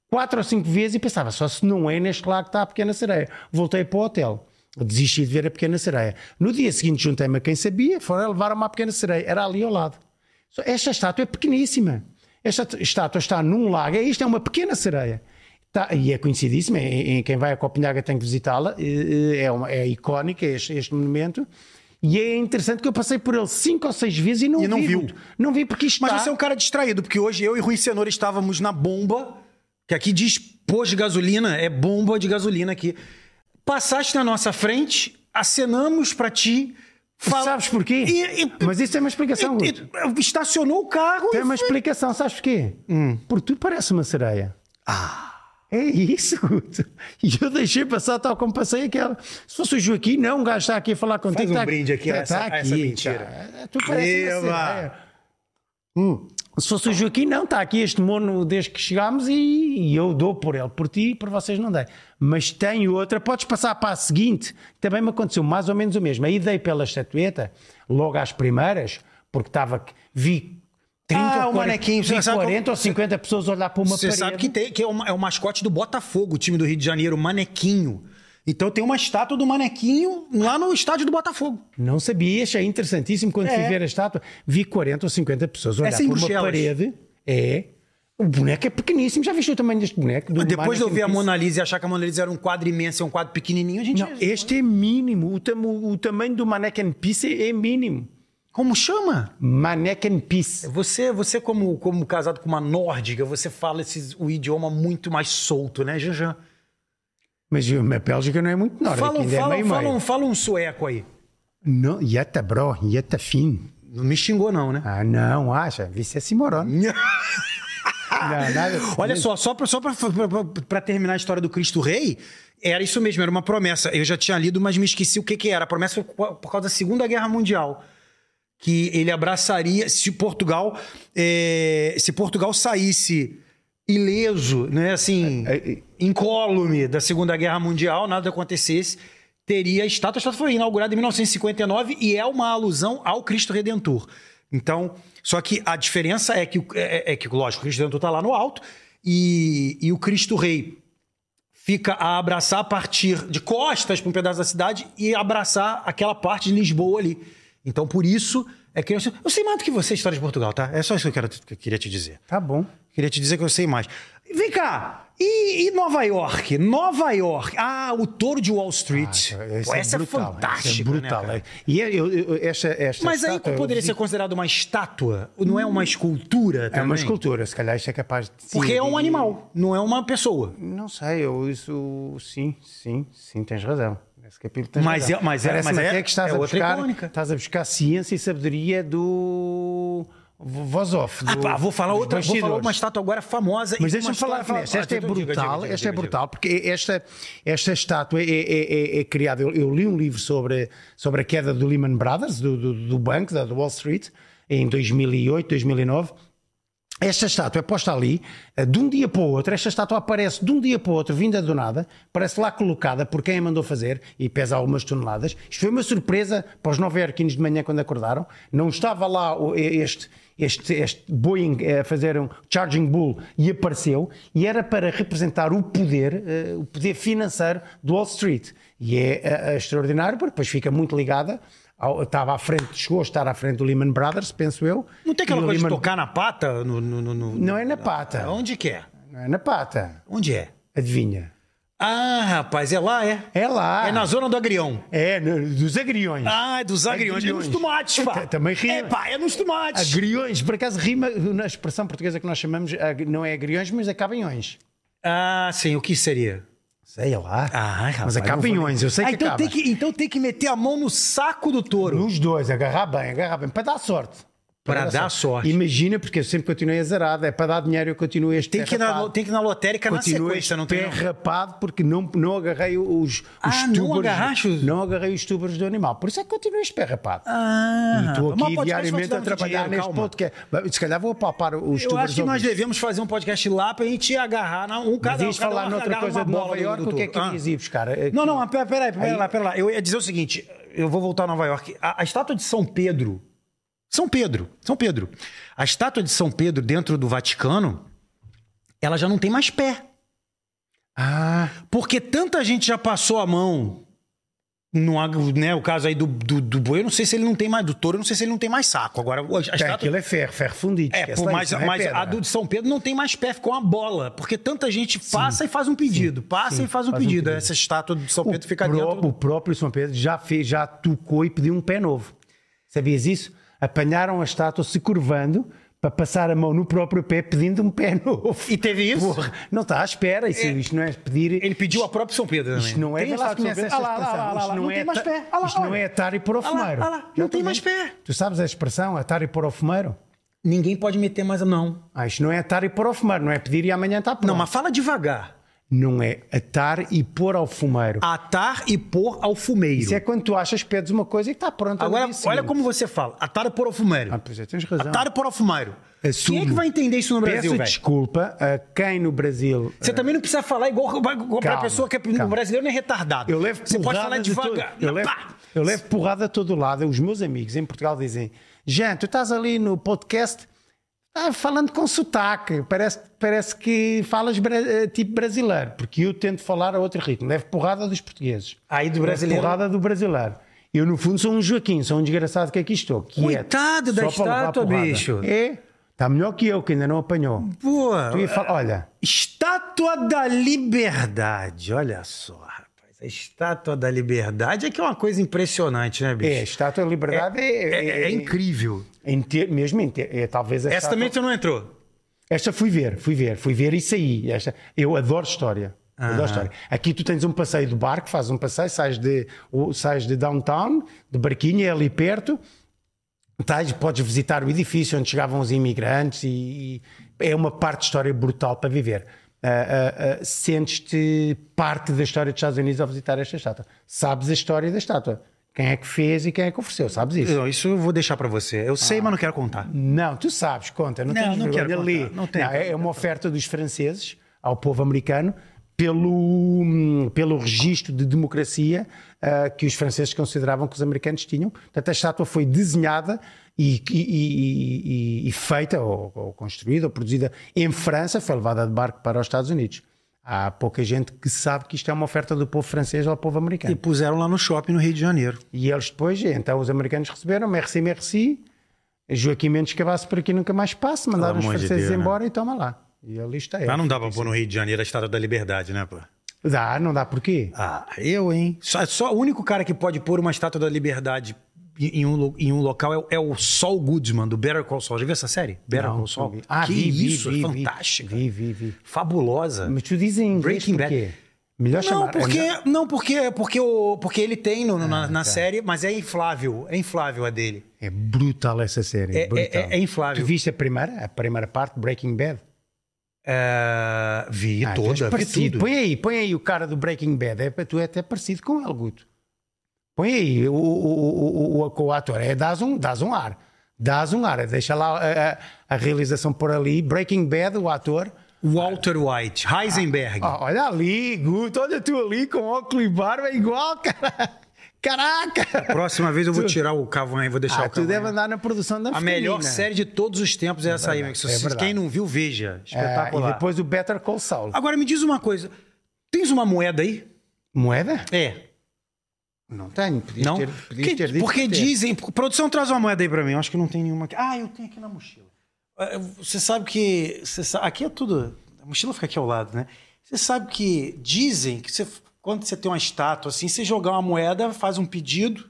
[SPEAKER 2] quatro ou cinco vezes e pensava, só se não é neste lago que está a pequena sereia. Voltei para o hotel. Desisti de ver a pequena sereia. No dia seguinte juntei-me a quem sabia, foram levar-me à pequena sereia. Era ali ao lado. Só- Esta estátua é pequeníssima. Esta t- estátua está num lago. Isto é uma pequena sereia. Tá, e é conhecidíssima. Em, em quem vai a Copenhaga tem que visitá-la. Eh, eh, É, uma- é icónica este, este monumento. E é interessante que eu passei por ele cinco ou seis vezes e não,
[SPEAKER 1] E não
[SPEAKER 2] vi.
[SPEAKER 1] viu.
[SPEAKER 2] muito. Não vi porque está...
[SPEAKER 1] Mas você é um cara distraído, porque hoje eu e Rui Cenoura estávamos na bomba, que aqui diz posto de gasolina, é bomba de gasolina aqui. Passaste na nossa frente, acenamos pra ti. fal-
[SPEAKER 2] Sabes porquê?
[SPEAKER 1] E- e-
[SPEAKER 2] Mas isso é uma explicação.
[SPEAKER 1] e-
[SPEAKER 2] Ruth.
[SPEAKER 1] e- estacionou o carro.
[SPEAKER 2] Tem
[SPEAKER 1] e
[SPEAKER 2] uma
[SPEAKER 1] foi-
[SPEAKER 3] Hum.
[SPEAKER 2] explicação, sabes porquê? Porque tu parece uma sereia. Ah. É isso, Guto. E eu deixei passar tal como passei aquela. Se fosse o Joaquim, não, um gajo está aqui a falar contigo.
[SPEAKER 3] Faz um
[SPEAKER 2] tá-
[SPEAKER 3] brinde aqui a
[SPEAKER 2] tá-
[SPEAKER 3] essa-
[SPEAKER 2] tá
[SPEAKER 3] a essa mentira.
[SPEAKER 2] cara. Tu parece uma
[SPEAKER 3] Eba!
[SPEAKER 2] sereia. Hum. Se fosse o Joaquim, não, está aqui este mono desde que chegámos e, e eu dou por ele, por ti e por vocês não dei. Mas tem outra, podes passar para a seguinte, que também me aconteceu mais ou menos o mesmo. Aí dei pela estatueta, logo às primeiras, porque estava, vi 30
[SPEAKER 1] Ah,
[SPEAKER 2] ou
[SPEAKER 1] o
[SPEAKER 2] 40,
[SPEAKER 1] manequim,
[SPEAKER 2] vi
[SPEAKER 1] você sabe
[SPEAKER 2] 40 ou 50 pessoas olhar para uma
[SPEAKER 1] Você
[SPEAKER 2] parede.
[SPEAKER 1] sabe que, tem, que é, uma- é o mascote do Botafogo, o time do Rio de Janeiro, o Manequinho. Então tem uma estátua do Manequinho lá no estádio do Botafogo.
[SPEAKER 2] Não sabia, achei interessantíssimo quando
[SPEAKER 1] É.
[SPEAKER 2] fui ver a estátua. Vi 40 ou 50 pessoas olhar
[SPEAKER 1] sem
[SPEAKER 2] por uma
[SPEAKER 1] bruxelas.
[SPEAKER 2] parede. É. O boneco é pequeníssimo, já viste o tamanho deste boneco? Do
[SPEAKER 1] Mas depois de eu ver a
[SPEAKER 2] manequim
[SPEAKER 1] Mona Lisa e achar que a Mona Lisa era um quadro imenso, é um quadro pequenininho, a gente...
[SPEAKER 2] Não, este é mínimo. O, tam- o- o tamanho do mannequin piece é mínimo.
[SPEAKER 1] Como chama?
[SPEAKER 2] Mannequin piece.
[SPEAKER 1] Você, você como, como casado com uma nórdica, você fala esses, o idioma muito mais solto, né, Janjan?
[SPEAKER 2] Mas a minha Bélgica não é muito nórdica,
[SPEAKER 1] Fala, um-
[SPEAKER 2] ainda é
[SPEAKER 1] fala,
[SPEAKER 2] meio
[SPEAKER 1] fala,
[SPEAKER 2] meio.
[SPEAKER 1] um, fala um sueco aí.
[SPEAKER 2] Não, Jetta bro, jetta fin.
[SPEAKER 1] Não me xingou não, né?
[SPEAKER 2] Ah, não, acha? Vice é Simoron. não, nada.
[SPEAKER 1] Olha só, só pra, só pra, pra- pra- pra terminar a história do Cristo Rei, era isso mesmo, era uma promessa. Eu já tinha lido, mas me esqueci o que, que era. A promessa foi por por causa da Segunda Guerra Mundial. Que ele abraçaria se Portugal. eh, se Portugal saísse ileso, né? Assim,
[SPEAKER 2] É, é,
[SPEAKER 1] incólume da Segunda Guerra Mundial, nada acontecesse, teria a estátua. A estátua foi inaugurada em 1959 e é uma alusão ao Cristo Redentor. Então, só que a diferença é que, o- é, é que lógico, o Cristo Redentor está lá no alto e, e o Cristo Rei fica a abraçar a partir de costas para um pedaço da cidade e abraçar aquela parte de Lisboa ali. Então, por isso é que eu, eu sei mais do que você, história de Portugal, tá? É só isso que eu, quero, que eu queria te dizer.
[SPEAKER 2] Tá bom.
[SPEAKER 1] Queria te dizer que eu sei mais. Vem cá, e, e Nova York? Nova York. Ah, o touro de Wall Street.
[SPEAKER 2] Ah, Esse
[SPEAKER 1] Pô, essa é,
[SPEAKER 2] brutal, esse é
[SPEAKER 1] fantástica. né,
[SPEAKER 2] brutal.
[SPEAKER 1] cara?
[SPEAKER 2] é. E eu, eu- eu- esta, esta
[SPEAKER 1] Mas aí
[SPEAKER 2] estátua, eu
[SPEAKER 1] poderia
[SPEAKER 2] vi-
[SPEAKER 1] ser considerado uma estátua? Não é uma escultura
[SPEAKER 2] É
[SPEAKER 1] também?
[SPEAKER 2] uma escultura, se calhar isto é capaz de.
[SPEAKER 1] Porque é um
[SPEAKER 2] de-
[SPEAKER 1] animal, não é uma pessoa.
[SPEAKER 2] Não sei, eu isso sim, sim, sim, tens razão. Esse capítulo tens
[SPEAKER 1] Mas
[SPEAKER 2] razão.
[SPEAKER 1] é- mas é-
[SPEAKER 2] Parece-me
[SPEAKER 1] mas é-
[SPEAKER 2] até que estás
[SPEAKER 1] é
[SPEAKER 2] a
[SPEAKER 1] outra
[SPEAKER 2] buscar,
[SPEAKER 1] icônica.
[SPEAKER 2] estás a buscar ciência e sabedoria do voz off.
[SPEAKER 1] Ah, pá, vou falar outra, vou falar uma
[SPEAKER 2] mais
[SPEAKER 1] estátua agora famosa.
[SPEAKER 2] mas
[SPEAKER 1] e com
[SPEAKER 2] deixa-me
[SPEAKER 1] uma
[SPEAKER 2] falar,
[SPEAKER 1] história
[SPEAKER 2] falar
[SPEAKER 1] famosa.
[SPEAKER 2] esta é
[SPEAKER 1] Ah, diga, diga,
[SPEAKER 2] brutal,
[SPEAKER 1] diga,
[SPEAKER 2] esta
[SPEAKER 1] diga,
[SPEAKER 2] é
[SPEAKER 1] diga.
[SPEAKER 2] brutal, porque esta, esta estátua é, é- é- é criada. Eu, eu li um livro sobre, sobre a queda do Lehman Brothers, do, do, do banco, da do Wall Street, em 2008, 2009. Esta estátua é posta ali, eh, de um dia para o outro, esta estátua aparece de um dia para o outro, vinda do nada, parece lá colocada por quem a mandou fazer e pesa algumas toneladas. Isto foi uma surpresa para os nove-iorquinos de manhã quando acordaram. Não estava lá o- este, este, este Boeing eh, a fazer um Charging Bull e apareceu, e era para representar o poder, eh, o poder financeiro do Wall Street. E é eh, eh, extraordinário, porque depois fica muito ligada. ao- estava à frente, chegou a estar à frente do Lehman Brothers, penso eu.
[SPEAKER 1] Não tem aquela
[SPEAKER 2] E o
[SPEAKER 1] coisa de
[SPEAKER 2] Lehman-
[SPEAKER 1] tocar na pata? No, no, no- no-
[SPEAKER 2] Não é na pata.
[SPEAKER 1] Onde que é?
[SPEAKER 2] Não é na pata.
[SPEAKER 1] Onde é?
[SPEAKER 2] Adivinha?
[SPEAKER 1] Ah, rapaz, é lá, é?
[SPEAKER 2] É lá.
[SPEAKER 1] É na zona do Agrião.
[SPEAKER 2] É, no- dos agriões.
[SPEAKER 1] Ah, é dos agriões. É nos
[SPEAKER 2] Agriões.
[SPEAKER 1] tomates, pá.
[SPEAKER 2] T- também rima.
[SPEAKER 1] É, pá, é nos tomates.
[SPEAKER 2] Agriões, por acaso rima na expressão portuguesa que nós chamamos, ag- não é agriões, mas acabanhões.
[SPEAKER 1] Ah, sim, o que seria?
[SPEAKER 2] Sei lá.
[SPEAKER 1] Ah, rapaz.
[SPEAKER 2] mas acabanhões, eu sei
[SPEAKER 1] Ah,
[SPEAKER 2] que
[SPEAKER 1] então,
[SPEAKER 2] acaba.
[SPEAKER 1] tem que então tem que meter a mão no saco do touro.
[SPEAKER 2] Nos dois, agarrar bem, agarrar bem, para dar sorte.
[SPEAKER 1] Para dar sorte.
[SPEAKER 2] Imagina, porque eu sempre continuei azarado, é para dar dinheiro eu continuo este
[SPEAKER 1] Tem que, ir na,
[SPEAKER 2] perrapado.
[SPEAKER 1] tem que ir na lotérica na
[SPEAKER 2] Continuei
[SPEAKER 1] sequência, não tem? não?
[SPEAKER 2] perrapado porque não, não agarrei os, os
[SPEAKER 1] Ah, não
[SPEAKER 2] túbulos.
[SPEAKER 1] agarraste os-
[SPEAKER 2] não agarrei os túbulos do animal. Por isso é que continuei perrapado.
[SPEAKER 1] Ah,
[SPEAKER 2] E estou
[SPEAKER 1] mas o podcast
[SPEAKER 2] aqui
[SPEAKER 1] vai te
[SPEAKER 2] diariamente
[SPEAKER 1] dar
[SPEAKER 2] a
[SPEAKER 1] muito
[SPEAKER 2] trabalhar
[SPEAKER 1] dinheiro,
[SPEAKER 2] neste
[SPEAKER 1] calma.
[SPEAKER 2] podcast. Mas, Se calhar vou apalpar os
[SPEAKER 1] Eu
[SPEAKER 2] tubers
[SPEAKER 1] acho que
[SPEAKER 2] ao
[SPEAKER 1] nós
[SPEAKER 2] bicho.
[SPEAKER 1] devemos fazer um podcast lá pra gente agarrar na, um cada
[SPEAKER 2] Devias
[SPEAKER 1] cada
[SPEAKER 2] falar
[SPEAKER 1] um
[SPEAKER 2] noutra
[SPEAKER 1] agarra
[SPEAKER 2] coisa
[SPEAKER 1] uma
[SPEAKER 2] de Nova
[SPEAKER 1] bola do-
[SPEAKER 2] York,
[SPEAKER 1] do
[SPEAKER 2] o que é que
[SPEAKER 1] touro. Ah.
[SPEAKER 2] querias ir buscar? É-
[SPEAKER 1] Não, não, mas pera, pera aí, pera lá, pera lá. Eu ia dizer o seguinte, eu vou voltar a Nova York. A, a estátua de São Pedro, São Pedro, São Pedro. A estátua de São Pedro dentro do Vaticano, ela já não tem mais pé.
[SPEAKER 2] Ah,
[SPEAKER 1] Porque tanta gente já passou a mão. No, ag- né, o caso aí do, do, do boi, eu não sei se ele não tem mais, do touro, eu não sei se ele não tem mais saco. Agora, a
[SPEAKER 2] tem,
[SPEAKER 1] estátua
[SPEAKER 2] aquilo é ferro, ferro fundido.
[SPEAKER 1] é,
[SPEAKER 2] esquece
[SPEAKER 1] pô,
[SPEAKER 2] lá
[SPEAKER 1] mas,
[SPEAKER 2] isso, não é
[SPEAKER 1] mas
[SPEAKER 2] pedra.
[SPEAKER 1] a do de São Pedro não tem mais pé, ficou uma bola. Porque tanta gente passa e faz um pedido, passa e faz um pedido. Essa estátua de São
[SPEAKER 2] o,
[SPEAKER 1] Pedro fica
[SPEAKER 2] pró-
[SPEAKER 1] dentro.
[SPEAKER 2] o próprio São Pedro já, fez, já tocou e pediu um pé novo. Sabias isso? Apanharam a estátua se curvando para passar a mão no próprio pé pedindo um pé novo.
[SPEAKER 1] E teve isso?
[SPEAKER 2] Porra, não está à espera. Isso, isto não é pedir.
[SPEAKER 1] Ele pediu a próprio São Pedro também.
[SPEAKER 2] Isto não é
[SPEAKER 1] Tem a
[SPEAKER 2] lá,
[SPEAKER 1] estátua de São Pedro. Ah lá, lá, lá, lá, lá, Não tem mais pé. Ah lá,
[SPEAKER 2] é Isto não
[SPEAKER 1] olha.
[SPEAKER 2] é atar e pôr ao
[SPEAKER 1] Ah lá,
[SPEAKER 2] fumeiro.
[SPEAKER 1] ah lá,
[SPEAKER 2] Já
[SPEAKER 1] Não
[SPEAKER 2] estou
[SPEAKER 1] tem mais
[SPEAKER 2] vendo.
[SPEAKER 1] pé.
[SPEAKER 2] Tu sabes a expressão atar e pôr ao fumeiro?
[SPEAKER 1] Ninguém pode meter mais a mão.
[SPEAKER 2] Ah, isto não é atar e pôr ao fumeiro, não é pedir e amanhã está pronto.
[SPEAKER 1] Não, mas fala devagar.
[SPEAKER 2] Não é atar e pôr ao fumeiro.
[SPEAKER 1] Ah, Atar e pôr ao fumeiro.
[SPEAKER 2] Isso é quando tu achas que pedes uma coisa e está pronta.
[SPEAKER 1] Agora, olha como você fala. Atar e pôr ao fumeiro.
[SPEAKER 2] Ah, pois é, tens razão.
[SPEAKER 1] Atar e pôr ao fumeiro.
[SPEAKER 2] Assumo.
[SPEAKER 1] Quem é que vai entender isso no Brasil,
[SPEAKER 2] Peço
[SPEAKER 1] velho?
[SPEAKER 2] desculpa a quem no Brasil.
[SPEAKER 1] Você também não precisa falar igual, igual pra
[SPEAKER 2] Calma,
[SPEAKER 1] pessoa que é
[SPEAKER 2] calma.
[SPEAKER 1] brasileiro não é retardado.
[SPEAKER 2] Eu levo
[SPEAKER 1] Você pode
[SPEAKER 2] porrada
[SPEAKER 1] falar
[SPEAKER 2] de
[SPEAKER 1] devagar.
[SPEAKER 2] todo- Eu levo,
[SPEAKER 1] Pá!
[SPEAKER 2] eu levo porrada a todo lado. Os meus amigos em Portugal dizem: Jean, tu estás ali no podcast ah, falando com sotaque. Parece, parece que falas bra- eh, tipo brasileiro, porque eu tento falar a outro ritmo. Levo porrada dos portugueses.
[SPEAKER 1] Aí Ah, do
[SPEAKER 2] Levo
[SPEAKER 1] brasileiro-
[SPEAKER 2] porrada do brasileiro. Eu, no fundo, sou um Joaquim, sou um desgraçado que aqui estou. quieto,
[SPEAKER 1] Coitado da
[SPEAKER 2] só para levar
[SPEAKER 1] estátua,
[SPEAKER 2] porrada.
[SPEAKER 1] bicho.
[SPEAKER 2] É, está melhor que eu, que ainda não apanhou.
[SPEAKER 1] Pô,
[SPEAKER 2] Tu ia falar, olha.
[SPEAKER 1] estátua da liberdade. Olha só, rapaz. A estátua da liberdade é que é uma coisa impressionante, né, bicho?
[SPEAKER 2] É, a Estátua da Liberdade é,
[SPEAKER 1] É- é- é incrível.
[SPEAKER 2] Em te- mesmo em te- é, talvez a
[SPEAKER 1] Essa
[SPEAKER 2] estátua-
[SPEAKER 1] também tu não entrou.
[SPEAKER 2] Esta fui ver, fui ver, fui ver e saí. Esta, eu adoro história. Adoro história. Aqui tu tens um passeio de barco, fazes um passeio, sais de, o- sais de downtown, de barquinho, é ali perto, Tais, podes visitar o edifício onde chegavam os imigrantes e, e é uma parte de história brutal para viver. Ah, ah, ah, Sentes-te parte da história dos Estados Unidos ao visitar esta estátua. Sabes a história da estátua. Quem é que fez e quem é que ofereceu, sabes isso?
[SPEAKER 1] Não, isso eu vou deixar pra você. Eu sei, mas não quero contar.
[SPEAKER 2] Não, tu sabes, conta. Não,
[SPEAKER 1] Não,
[SPEAKER 2] tens
[SPEAKER 1] não quero
[SPEAKER 2] vergonha
[SPEAKER 1] contar,
[SPEAKER 2] ali.
[SPEAKER 1] não tenho.
[SPEAKER 2] é uma oferta dos franceses ao povo americano pelo, hum, pelo registro de democracia ah, que os franceses consideravam que os americanos tinham. Portanto, a estátua foi desenhada e, e- e- e- e feita, ou, ou construída, ou produzida em França, foi levada de barco para os Estados Unidos. Há pouca gente que sabe que isto é uma oferta do povo francês ao povo americano.
[SPEAKER 1] E puseram lá no shopping no Rio de Janeiro.
[SPEAKER 2] E eles depois, então os americanos receberam, merci, merci, Joaquim Mendes acabasse por aqui nunca mais passe, mandaram os
[SPEAKER 1] amor de
[SPEAKER 2] franceses
[SPEAKER 1] Deus, né?
[SPEAKER 2] embora e toma lá. E ali está ele.
[SPEAKER 1] Mas não dá pra pôr no Rio de Janeiro a estátua da liberdade, né, pô?
[SPEAKER 2] Dá, não dá porquê?
[SPEAKER 1] Ah, eu, hein? Só, só o único cara que pode pôr uma estátua da liberdade em em um, lo- em um local é, o- é o Saul Goodman, do Better Call Saul. Já viu essa série? Better
[SPEAKER 2] Não,
[SPEAKER 1] Call Saul?
[SPEAKER 2] não vi. Ah,
[SPEAKER 1] que
[SPEAKER 2] vi, vi,
[SPEAKER 1] isso,
[SPEAKER 2] vi,
[SPEAKER 1] é
[SPEAKER 2] vi.
[SPEAKER 1] fantástica.
[SPEAKER 2] Vi, vi, vi.
[SPEAKER 1] Fabulosa.
[SPEAKER 2] Mas tu dizes em inglês
[SPEAKER 1] Breaking Bad.
[SPEAKER 2] porquê? Melhor
[SPEAKER 1] Não,
[SPEAKER 2] chamar.
[SPEAKER 1] porque, não porque, porque, o, porque ele tem no- no-
[SPEAKER 2] Ah,
[SPEAKER 1] na,
[SPEAKER 2] tá.
[SPEAKER 1] na série, mas é inflável. É inflável a dele.
[SPEAKER 2] É brutal essa série,
[SPEAKER 1] É-
[SPEAKER 2] é, brutal.
[SPEAKER 1] é- é- é inflável.
[SPEAKER 2] Tu viste a primeira, a primeira parte, Breaking Bad?
[SPEAKER 1] É, vi
[SPEAKER 2] Ah, tu és
[SPEAKER 1] toda, vi
[SPEAKER 2] parecido.
[SPEAKER 1] tudo.
[SPEAKER 2] Põe aí, põe aí o cara do Breaking Bad. É, tu é até parecido com ele, Guto. Põe aí o, o, o, o, o, o ator. É, dás, um, dás um ar. Dás um ar. Deixa lá a, a- a realização por ali. Breaking Bad, o ator.
[SPEAKER 1] Walter White, Heisenberg.
[SPEAKER 2] Ó, olha ali, Guto. Olha tu ali com óculos e barba igual, cara. Caraca!
[SPEAKER 1] Próxima vez eu vou tirar o Cavanha, vou deixar
[SPEAKER 2] Ah,
[SPEAKER 1] o
[SPEAKER 2] tu
[SPEAKER 1] Cavanha.
[SPEAKER 2] deve andar na produção da
[SPEAKER 1] A melhor
[SPEAKER 2] Fitamina.
[SPEAKER 1] série de todos os tempos é essa aí, Max.
[SPEAKER 2] é
[SPEAKER 1] Se-
[SPEAKER 2] verdade.
[SPEAKER 1] Quem não viu, veja.
[SPEAKER 2] É,
[SPEAKER 1] Espetacular.
[SPEAKER 2] e depois o Better Call Saul.
[SPEAKER 1] Agora me diz uma coisa. Tens uma moeda aí?
[SPEAKER 2] Moeda?
[SPEAKER 1] É.
[SPEAKER 2] Não tenho. Podias
[SPEAKER 1] Não?
[SPEAKER 2] ter, podias
[SPEAKER 1] Que-
[SPEAKER 2] ter dito
[SPEAKER 1] porque
[SPEAKER 2] que tens.
[SPEAKER 1] dizem. Produção traz uma moeda aí pra mim. Eu acho que não tem nenhuma aqui. Ah, eu tenho aqui na mochila. Ah, Você sabe que. Você sa- Aqui é tudo. A mochila fica aqui ao lado, né? Você sabe que dizem que você- quando você tem uma estátua assim, você jogar uma moeda, faz um pedido.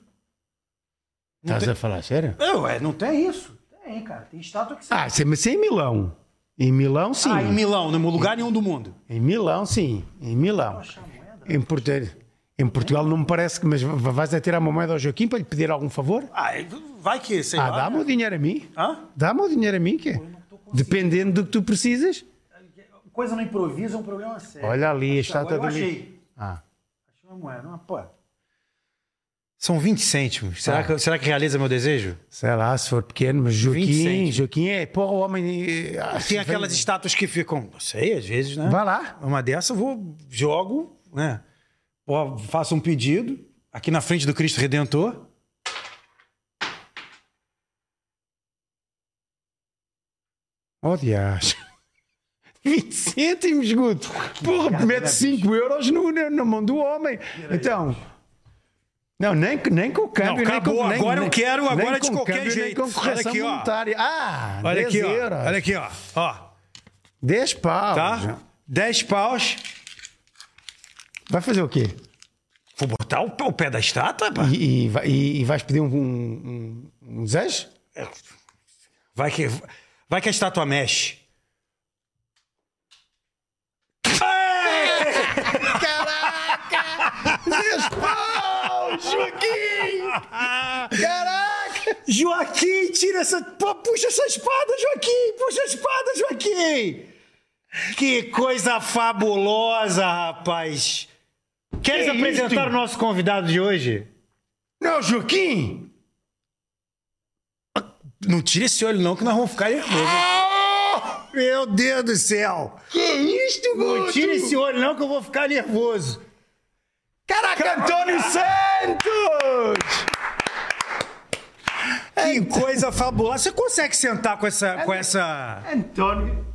[SPEAKER 2] Estás a falar sério?
[SPEAKER 1] É, Ué, não tem isso. Tem, cara. Tem estátua que você.
[SPEAKER 2] Ah, sim, mas isso é em Milão. Em Milão, sim.
[SPEAKER 1] Ah,
[SPEAKER 2] em,
[SPEAKER 1] em Milão, não é lugar nenhum do mundo.
[SPEAKER 2] Milão, sim. Em Milão. Em, Portu- em Portugal não me parece que... Mas v- vais a tirar uma moeda ao Joaquim para lhe pedir algum favor?
[SPEAKER 1] Ah, vai que, sei
[SPEAKER 2] Ah,
[SPEAKER 1] lá. né?
[SPEAKER 2] dá-me o dinheiro a mim.
[SPEAKER 1] Hã?
[SPEAKER 2] Dá-me o dinheiro a mim, que é? Dependendo do que tu precisas.
[SPEAKER 1] Coisa no improviso é um problema sério.
[SPEAKER 2] Olha ali, a
[SPEAKER 1] Agora
[SPEAKER 2] estátua
[SPEAKER 1] eu
[SPEAKER 2] do... Li-
[SPEAKER 1] achei.
[SPEAKER 2] Ah,
[SPEAKER 1] Achei uma moeda, uma pô. Tá. São 20 cêntimos. Será, que, será que realiza meu desejo?
[SPEAKER 2] sei lá, se for pequeno, mas Joaquim...
[SPEAKER 1] cêntimos.
[SPEAKER 2] Joaquim é, porra, o homem... ah,
[SPEAKER 1] Tem
[SPEAKER 2] vem-
[SPEAKER 1] aquelas estátuas que ficam, não sei, às vezes, né?
[SPEAKER 2] Vai lá.
[SPEAKER 1] Uma dessa eu vou, jogo, né? Ó, faço um pedido aqui na frente do Cristo Redentor.
[SPEAKER 2] Oh, diacho. 20 cêntimos, Guto. Porra, mete 5 euros no, na, na mão do homem. Então. Não, nem, nem com o câmbio.
[SPEAKER 1] Não, acabou.
[SPEAKER 2] nem com, nem-
[SPEAKER 1] Agora eu
[SPEAKER 2] nem-
[SPEAKER 1] quero,
[SPEAKER 2] nem
[SPEAKER 1] agora é de
[SPEAKER 2] com
[SPEAKER 1] qualquer
[SPEAKER 2] câmbio,
[SPEAKER 1] jeito.
[SPEAKER 2] Nem com
[SPEAKER 1] Olha
[SPEAKER 2] correção
[SPEAKER 1] aqui, ó.
[SPEAKER 2] monetária. Ah,
[SPEAKER 1] Olha
[SPEAKER 2] 10
[SPEAKER 1] aqui, ó.
[SPEAKER 2] euros.
[SPEAKER 1] Olha aqui, ó. Ó,
[SPEAKER 2] 10 paus.
[SPEAKER 1] tá? 10 paus.
[SPEAKER 2] Vai fazer o quê?
[SPEAKER 1] Vou botar o, o pé da estátua, pá.
[SPEAKER 2] E, e vai- e- e vais pedir um, um, um desejo?
[SPEAKER 1] Vai que, vai que a estátua mexe. É!
[SPEAKER 2] Caraca! 10 paus, Joaquim! Caraca!
[SPEAKER 1] Joaquim, tira essa. Pô, puxa essa espada, Joaquim! Puxa a espada, Joaquim! Que coisa fabulosa, rapaz! Queres
[SPEAKER 2] Que
[SPEAKER 1] apresentar
[SPEAKER 2] isso?
[SPEAKER 1] o nosso convidado de hoje?
[SPEAKER 2] Não, Joaquim!
[SPEAKER 1] Não tira esse olho, não, que nós vamos ficar nervosos.
[SPEAKER 2] Ah!
[SPEAKER 1] Meu Deus do céu!
[SPEAKER 2] Que isto,
[SPEAKER 1] Não
[SPEAKER 2] Guto?
[SPEAKER 1] tira esse olho, não, que eu vou ficar nervoso.
[SPEAKER 2] Caraca, Antônio Santos! É,
[SPEAKER 1] Que
[SPEAKER 2] então.
[SPEAKER 1] coisa fabulosa. Você consegue sentar com essa. Com essa...
[SPEAKER 2] é, Antônio,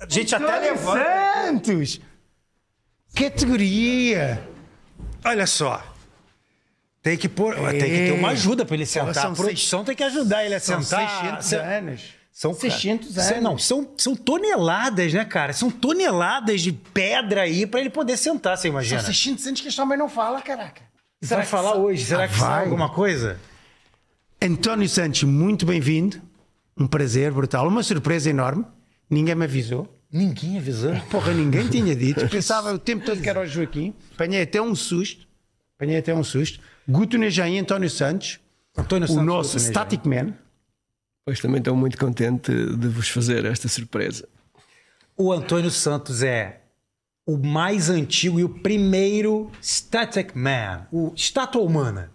[SPEAKER 1] A gente até
[SPEAKER 2] Antônio é?
[SPEAKER 1] levanta.
[SPEAKER 2] Santos! Categoria!
[SPEAKER 1] Olha só. Tem que pôr. É. Tem que ter uma ajuda pra ele sentar.
[SPEAKER 2] são
[SPEAKER 1] a produção tem que ajudar ele a
[SPEAKER 2] São
[SPEAKER 1] sentar.
[SPEAKER 2] 600
[SPEAKER 1] Sen-
[SPEAKER 2] anos.
[SPEAKER 1] São
[SPEAKER 2] 600
[SPEAKER 1] cara, são-
[SPEAKER 2] anos.
[SPEAKER 1] Não, são, são toneladas, né, cara? São toneladas de pedra aí pra ele poder sentar, você imagina.
[SPEAKER 2] São 600 anos que este homem não fala, caraca.
[SPEAKER 1] Será vai
[SPEAKER 2] que
[SPEAKER 1] falar
[SPEAKER 2] sa-
[SPEAKER 1] hoje? Será
[SPEAKER 2] Ah,
[SPEAKER 1] que sai
[SPEAKER 2] vai.
[SPEAKER 1] alguma coisa?
[SPEAKER 2] António Santos, muito bem-vindo. Um prazer brutal, uma surpresa enorme. Ninguém me avisou.
[SPEAKER 1] Ninguém avisando.
[SPEAKER 2] Porra, ninguém tinha dito. Pensava o tempo todo que era o Joaquim. Apanhei até um susto. Apanhei até um susto. Guto Nejaim e António Santos,
[SPEAKER 1] Antônio
[SPEAKER 2] o
[SPEAKER 1] Santos
[SPEAKER 2] nosso
[SPEAKER 1] Guto, né,
[SPEAKER 2] Static Man.
[SPEAKER 4] Pois também estou muito contente de vos fazer esta surpresa.
[SPEAKER 1] gente? O Antônio Santos é o mais antigo e o primeiro Static Man, o estátua humana.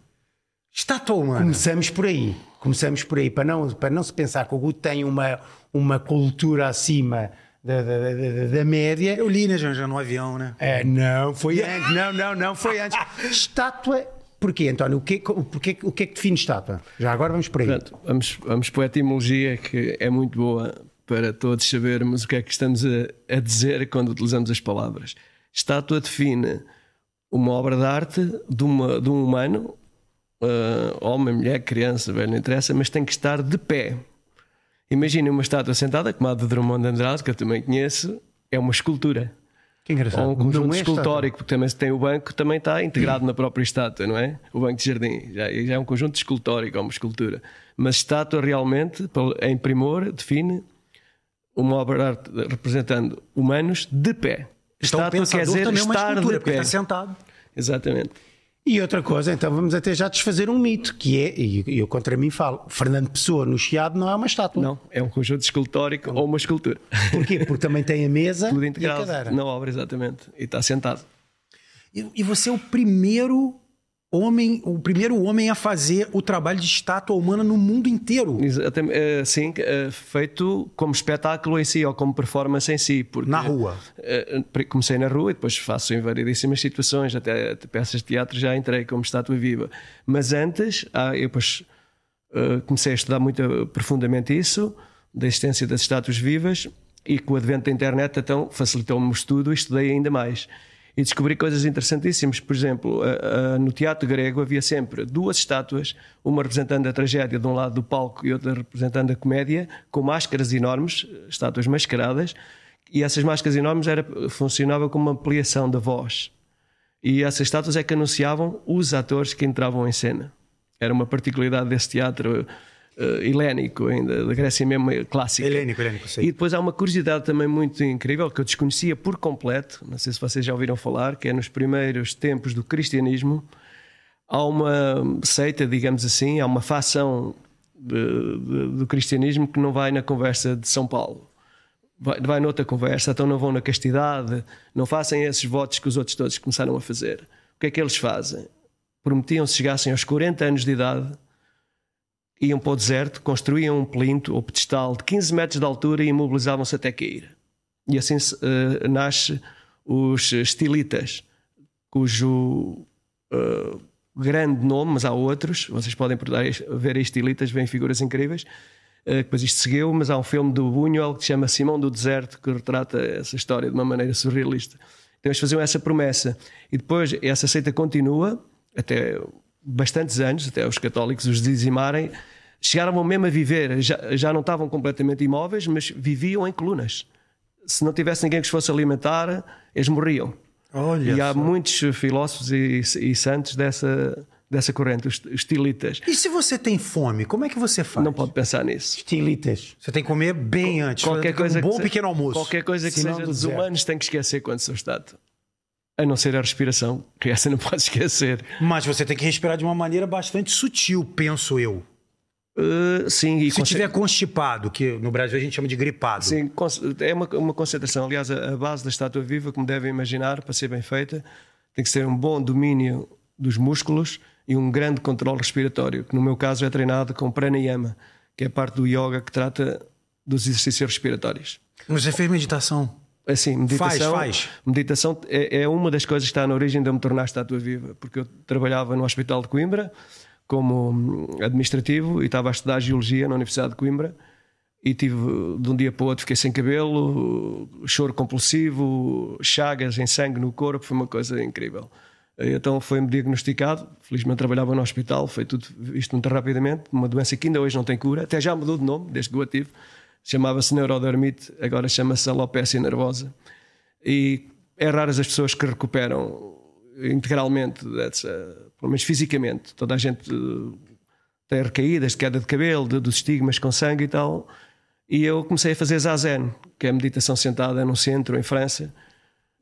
[SPEAKER 1] Estátua humana.
[SPEAKER 2] Começamos por aí. Começamos por aí. Para não, para não se pensar que o Guto tem uma, uma cultura acima da, da, da- da- da média.
[SPEAKER 1] Eu li, né, Janja, no avião, né?
[SPEAKER 2] É, não, foi antes. Não, não, não, foi antes. Estátua. Porquê, António? O que, é que- o, porquê, o que é que define estátua? Já agora vamos por aí.
[SPEAKER 4] Portanto, vamos, vamos para a etimologia que é muito boa para todos sabermos o que é que estamos a, a dizer quando utilizamos as palavras. Estátua define uma obra de arte de, uma- de um humano, ah, homem, mulher, criança, velho, não interessa, mas tem que estar de pé. Imaginem uma estátua sentada, como a de Drummond de Andrade, que eu também conheço, é uma escultura.
[SPEAKER 2] Que engraçado.
[SPEAKER 4] Ou um conjunto
[SPEAKER 2] Não é estátua.
[SPEAKER 4] escultórico, porque também se tem o banco, também está integrado na própria estátua, não é? O banco de jardim já, já é um conjunto escultórico, é uma escultura. Mas estátua realmente, pel- em primor, define uma obra de arte representando humanos de pé.
[SPEAKER 1] Então, o
[SPEAKER 4] estátua
[SPEAKER 1] pensador
[SPEAKER 4] quer dizer
[SPEAKER 1] também é uma
[SPEAKER 4] estar
[SPEAKER 1] escultura,
[SPEAKER 4] de
[SPEAKER 1] porque
[SPEAKER 4] pé.
[SPEAKER 1] está sentado.
[SPEAKER 4] Exatamente.
[SPEAKER 2] E outra coisa, então vamos até já desfazer um mito, que é, e eu contra mim falo, Fernando Pessoa no Chiado não é uma estátua.
[SPEAKER 4] Não, é um conjunto escultórico ou uma escultura.
[SPEAKER 2] Porquê? Porque também tem a mesa
[SPEAKER 4] Tudo
[SPEAKER 2] e a
[SPEAKER 4] integrado
[SPEAKER 2] cadeira.
[SPEAKER 4] na obra, exatamente. E está sentado.
[SPEAKER 1] E, e você é o primeiro homem, o primeiro homem a fazer o trabalho de estátua humana no mundo inteiro.
[SPEAKER 4] Exatam- eh, Sim, eh, feito como espetáculo em si ou como performance em si. Porque,
[SPEAKER 1] Na rua?
[SPEAKER 4] eh, eh, comecei na rua e depois faço em variedíssimas situações, até peças de teatro já entrei como estátua viva. Mas antes, ah, eu depois eh, comecei a estudar muito eh, profundamente isso, da existência das estátuas vivas, e com o advento da internet, então, facilitou-me o estudo e estudei ainda mais. E descobri coisas interessantíssimas. Por exemplo, eh, eh, no teatro grego havia sempre duas estátuas, uma representando a tragédia de um lado do palco e outra representando a comédia, com máscaras enormes, estátuas mascaradas, e essas máscaras enormes era, funcionava como uma ampliação da voz. E essas estátuas é que anunciavam os atores que entravam em cena. Era uma particularidade desse teatro eh, helénico, ainda, da Grécia mesmo eh, clássica.
[SPEAKER 1] Helênico, helênico, sei.
[SPEAKER 4] E depois há uma curiosidade também muito incrível que eu desconhecia por completo, não sei se vocês já ouviram falar, que é nos primeiros tempos do cristianismo, há uma seita, digamos assim, há uma facção de- de- do cristianismo que não vai na conversa de São Paulo vai, vai noutra conversa, então não vão na castidade, não façam esses votos que os outros todos começaram a fazer. O que é que eles fazem? Prometiam-se chegassem aos 40 anos de idade, iam para o deserto, construíam um plinto ou pedestal de 15 metros de altura e imobilizavam-se até cair. E assim se, eh, nasce os estilitas, cujo eh, grande nome, mas há outros, vocês podem procurar, ver aí estilitas, vêm figuras incríveis, eh, que depois isto seguiu, mas há um filme do Buñuel que se chama Simão do Deserto, que retrata essa história de uma maneira surrealista. Então eles faziam essa promessa. E depois essa seita continua, até bastantes anos, até os católicos os dizimarem, chegaram mesmo a viver, já, já não estavam completamente imóveis, mas viviam em colunas. Se não tivesse ninguém que os fosse alimentar, eles morriam.
[SPEAKER 1] Olha
[SPEAKER 4] E há muitos filósofos e, e santos dessa, dessa corrente, os os estilitas.
[SPEAKER 1] E se você tem fome, como é que você faz?
[SPEAKER 4] Não pode pensar nisso.
[SPEAKER 2] Estilitas.
[SPEAKER 1] Você tem que comer bem antes.
[SPEAKER 4] Qualquer
[SPEAKER 1] tem que ter
[SPEAKER 4] coisa
[SPEAKER 1] um bom
[SPEAKER 4] que se-
[SPEAKER 1] pequeno almoço.
[SPEAKER 4] Qualquer coisa que
[SPEAKER 2] Sinal
[SPEAKER 4] seja
[SPEAKER 2] do
[SPEAKER 4] dos
[SPEAKER 2] deserto.
[SPEAKER 4] humanos tem que esquecer quando sou estátua. A não ser a respiração, que essa não pode esquecer.
[SPEAKER 1] Mas você tem que respirar de uma maneira bastante sutil, penso eu.
[SPEAKER 4] Uh, sim,
[SPEAKER 3] e Se tiver constipado, que no Brasil a gente chama de gripado.
[SPEAKER 4] Sim, é uma, uma concentração. Aliás, a, a base da estátua viva, como devem imaginar, para ser bem feita, tem que ser um bom domínio dos músculos e um grande controle respiratório, que no meu caso é treinado com pranayama, que é a parte do yoga que trata dos exercícios respiratórios.
[SPEAKER 3] Mas você fez meditação?
[SPEAKER 4] Assim, meditação,
[SPEAKER 3] faz, faz.
[SPEAKER 4] meditação é, é, uma das coisas que está na origem de eu me tornar estátua viva, porque eu trabalhava no Hospital de Coimbra como hum, administrativo e estava a estudar Geologia na Universidade de Coimbra e tive, de um dia para o outro, fiquei sem cabelo, choro compulsivo, chagas em sangue no corpo, foi uma coisa incrível. Então foi-me diagnosticado, felizmente trabalhava no hospital, foi tudo visto muito rapidamente, uma doença que ainda hoje não tem cura, até já mudou de nome, desde que o tive, chamava-se neurodermite, agora chama-se alopecia nervosa. E é raras as pessoas que recuperam integralmente, pelo menos fisicamente. Toda a gente eh, tem recaídas de queda de cabelo, de, dos estigmas com sangue e tal. E eu comecei a fazer zazen, que é a meditação sentada num centro em França.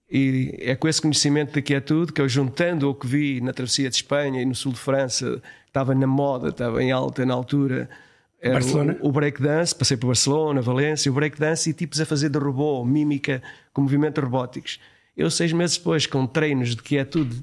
[SPEAKER 4] E é com esse conhecimento de que é tudo que eu, juntando o que vi na travessia de Espanha e no sul de França, estava na moda, estava em alta na altura,
[SPEAKER 3] era Barcelona.
[SPEAKER 4] O, o breakdance, passei por Barcelona, Valência, o breakdance e tipos a fazer de robô, mímica, com movimentos robóticos. Eu, seis meses depois, com treinos de que é tudo,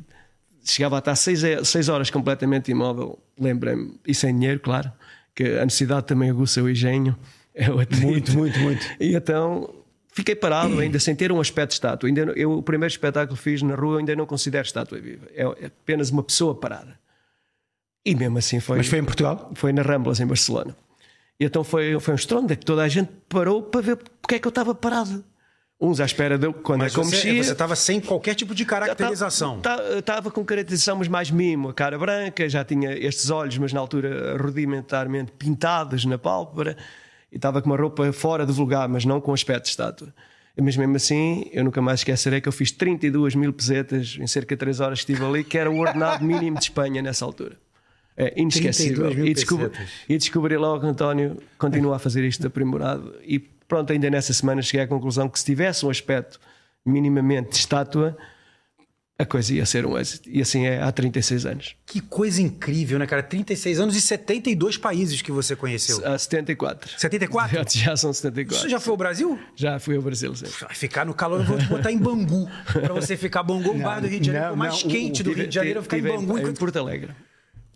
[SPEAKER 4] chegava a estar seis, seis horas completamente imóvel, lembrei-me, e sem dinheiro, claro, que a necessidade também aguça o engenho. É o
[SPEAKER 3] muito, muito, muito.
[SPEAKER 4] E então fiquei parado, ainda sem ter um aspecto de estátua. Ainda, eu, o primeiro espetáculo que fiz na rua ainda não considero estátua viva, é apenas uma pessoa parada. E mesmo assim foi.
[SPEAKER 3] Mas foi em Portugal?
[SPEAKER 4] Foi na Ramblas, em Barcelona. E então foi, foi um estrondo que toda a gente parou para ver porque é que eu estava parado. Uns à espera de quando
[SPEAKER 3] mas
[SPEAKER 4] é como
[SPEAKER 3] você, Você estava sem qualquer tipo de caracterização.
[SPEAKER 4] tá- Estava com caracterização, mas mais mimo, a cara branca, já tinha estes olhos, mas na altura rudimentarmente pintados na pálpebra, e estava com uma roupa fora de vulgar, mas não com aspecto de estátua. Mas mesmo assim, eu nunca mais esquecerei que eu fiz 32 mil pesetas em cerca de 3 horas que estive ali, que era o ordenado mínimo de Espanha nessa altura. É inesquecível. E descobri, e descobri logo que António continua a fazer isto aprimorado. E pronto, ainda nessa semana cheguei à conclusão que se tivesse um aspecto minimamente de estátua, a coisa ia ser um êxito. E assim é há 36 anos.
[SPEAKER 3] Que coisa incrível, né, cara? 36 anos e 72 países que você conheceu.
[SPEAKER 4] Há 74.
[SPEAKER 3] 74?
[SPEAKER 4] Já, tá já são 74.
[SPEAKER 3] Isso já foi ao Brasil?
[SPEAKER 4] Já fui ao Brasil, sim.
[SPEAKER 3] Ficar no calor, eu vou te botar em Bangu. para você ficar Bangu, o bar do Rio de Janeiro, não, mais não, quente o, do Rio de Janeiro, ficar em Bangu.
[SPEAKER 4] Em Porto Alegre.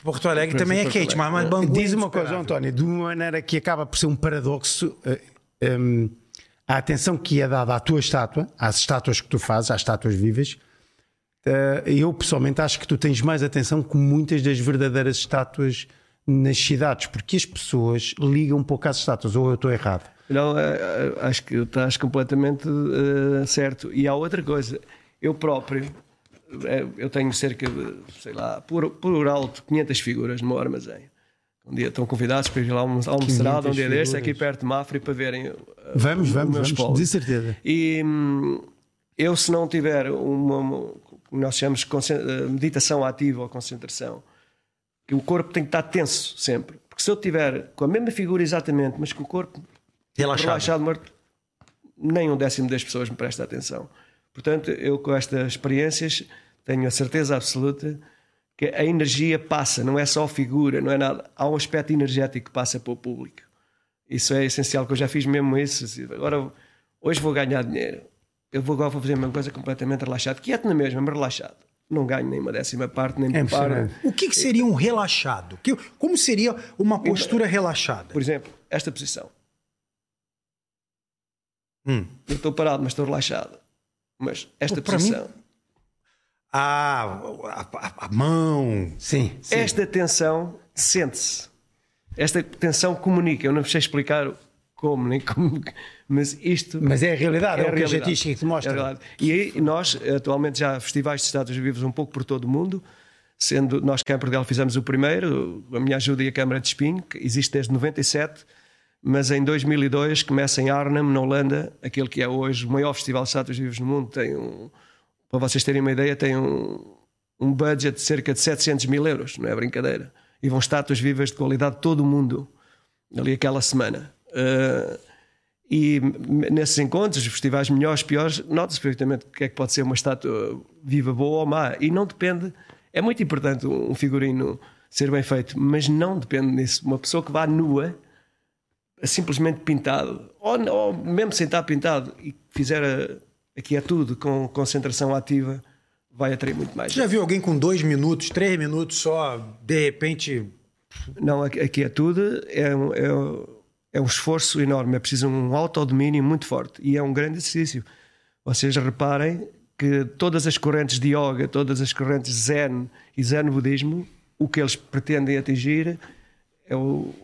[SPEAKER 3] Porto Alegre também é quente, mas, mas Bangu.
[SPEAKER 2] Diz uma coisa, António, de uma maneira que acaba por ser um paradoxo. Hum, a atenção que é dada à tua estátua, às estátuas que tu fazes, às estátuas vivas, eh, eu pessoalmente acho que tu tens mais atenção que muitas das verdadeiras estátuas nas cidades, porque as pessoas ligam um pouco às estátuas, ou eu estou errado.
[SPEAKER 4] Não, eh, acho que estás completamente uh, certo. E há outra coisa, eu próprio, eh, eu tenho cerca de, sei lá, por, por alto, 500 figuras no meu armazém. Um dia estão convidados para ir lá um almoçarado, um dia deste, aqui perto de Mafra, para verem. eh,
[SPEAKER 2] Vamos, vamos, vamos, polo. de certeza.
[SPEAKER 4] E hum, eu, se não tiver uma, nós chamamos de eh, meditação ativa ou concentração, que o corpo tem que estar tenso sempre. Porque se eu tiver com a mesma figura exatamente, mas com o corpo
[SPEAKER 3] relaxado, relaxado
[SPEAKER 4] morto, nem um décimo das pessoas me presta atenção. Portanto, eu com estas experiências tenho a certeza absoluta que a energia passa, não é só figura, não é nada. Há um aspecto energético que passa para o público. Isso é essencial, que eu já fiz mesmo isso. Agora, hoje vou ganhar dinheiro. Eu vou agora vou fazer uma coisa completamente relaxada, quieto na mesma, mas relaxado. Não ganho nem uma décima parte, nem é par.
[SPEAKER 3] O que, que, seria um relaxado? Que, como seria uma postura relaxada?
[SPEAKER 4] Então, é, Por exemplo, esta posição. Hum. Eu estou parado, mas estou relaxado. Mas esta Pô, posição.
[SPEAKER 3] Ah, a, a, a, mão.
[SPEAKER 4] Sim,
[SPEAKER 1] É.
[SPEAKER 4] sim. Esta tensão sente-se. Esta tensão comunica. Eu não sei explicar como, nem como. Mas isto.
[SPEAKER 2] Mas é a realidade, é, é a realidade. estatística que te mostra.
[SPEAKER 4] É e aí, nós, atualmente, já há festivais de estátuas vivos um pouco por todo o mundo. Sendo nós cá em Portugal fizemos o primeiro, a minha ajuda e a Câmara de Espinho, que existe desde 97, mas em 2002 começa em Arnhem, na Holanda, aquele que é hoje o maior festival de estátuas vivos no mundo, tem um, para vocês terem uma ideia, tem um, um budget de cerca de 700 mil euros, não é brincadeira. E vão estátuas vivas de qualidade de todo o mundo, ali aquela semana. Uh, e nesses encontros, festivais melhores, piores, nota-se perfeitamente o que é que pode ser uma estátua viva, boa ou má. E não depende, é muito importante um figurino ser bem feito, mas não depende disso. Uma pessoa que vá nua, simplesmente pintado, ou, ou mesmo sem estar pintado, e fizer a, aqui a tudo com concentração ativa, vai atrair muito mais.
[SPEAKER 1] Já viu alguém com dois minutos, três minutos só, de repente.
[SPEAKER 4] Não, aqui é tudo. É um, é, um, é um esforço enorme. É preciso um autodomínio muito forte. E é um grande exercício. Vocês reparem que todas as correntes de yoga, todas as correntes zen e zen budismo, o que eles pretendem atingir é o,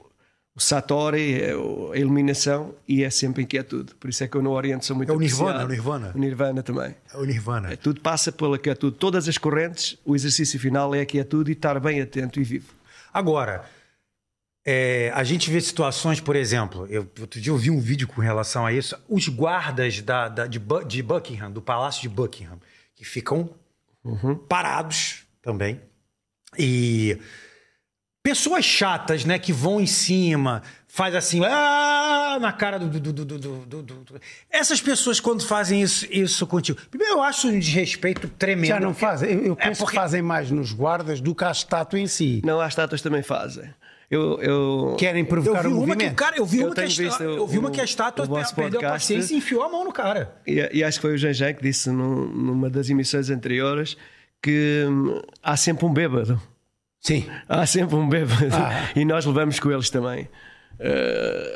[SPEAKER 4] o satori, é o, a iluminação e é sempre inquietude. Por isso é que eu no Oriente sou muito
[SPEAKER 1] É o nirvana, é o nirvana.
[SPEAKER 4] O nirvana também.
[SPEAKER 1] É o nirvana.
[SPEAKER 4] É, tudo passa pela quietude. Todas as correntes, o exercício final é a quietude e estar bem atento e vivo.
[SPEAKER 1] Agora, é, a gente vê situações, por exemplo, eu, outro dia eu vi um vídeo com relação a isso, os guardas da, da de, Bu, de, Buckingham, do Palácio de Buckingham, que ficam uhum. parados também e pessoas chatas, né, que vão em cima, faz assim, ah, na cara do, do, do, do, Essas pessoas quando fazem isso, isso contigo, primeiro eu acho um desrespeito tremendo.
[SPEAKER 2] Já não fazem, eu, eu penso é porque... que fazem mais nos guardas do que à estátua em si.
[SPEAKER 4] Não, as estátuas também fazem. Eu, eu...
[SPEAKER 1] é?
[SPEAKER 2] Querem provocar
[SPEAKER 1] eu
[SPEAKER 2] vi um
[SPEAKER 1] uma que o cara, eu vi, eu uma, que a estátua, eu vi uma que a estátua perdeu a paciência e enfiou a mão no cara.
[SPEAKER 4] E, e acho que foi o Jean que disse num, numa das emissões anteriores que hum, há sempre um bêbado.
[SPEAKER 2] Sim.
[SPEAKER 4] Há sempre um bêbado. Ah. E nós levamos com eles também. Uh,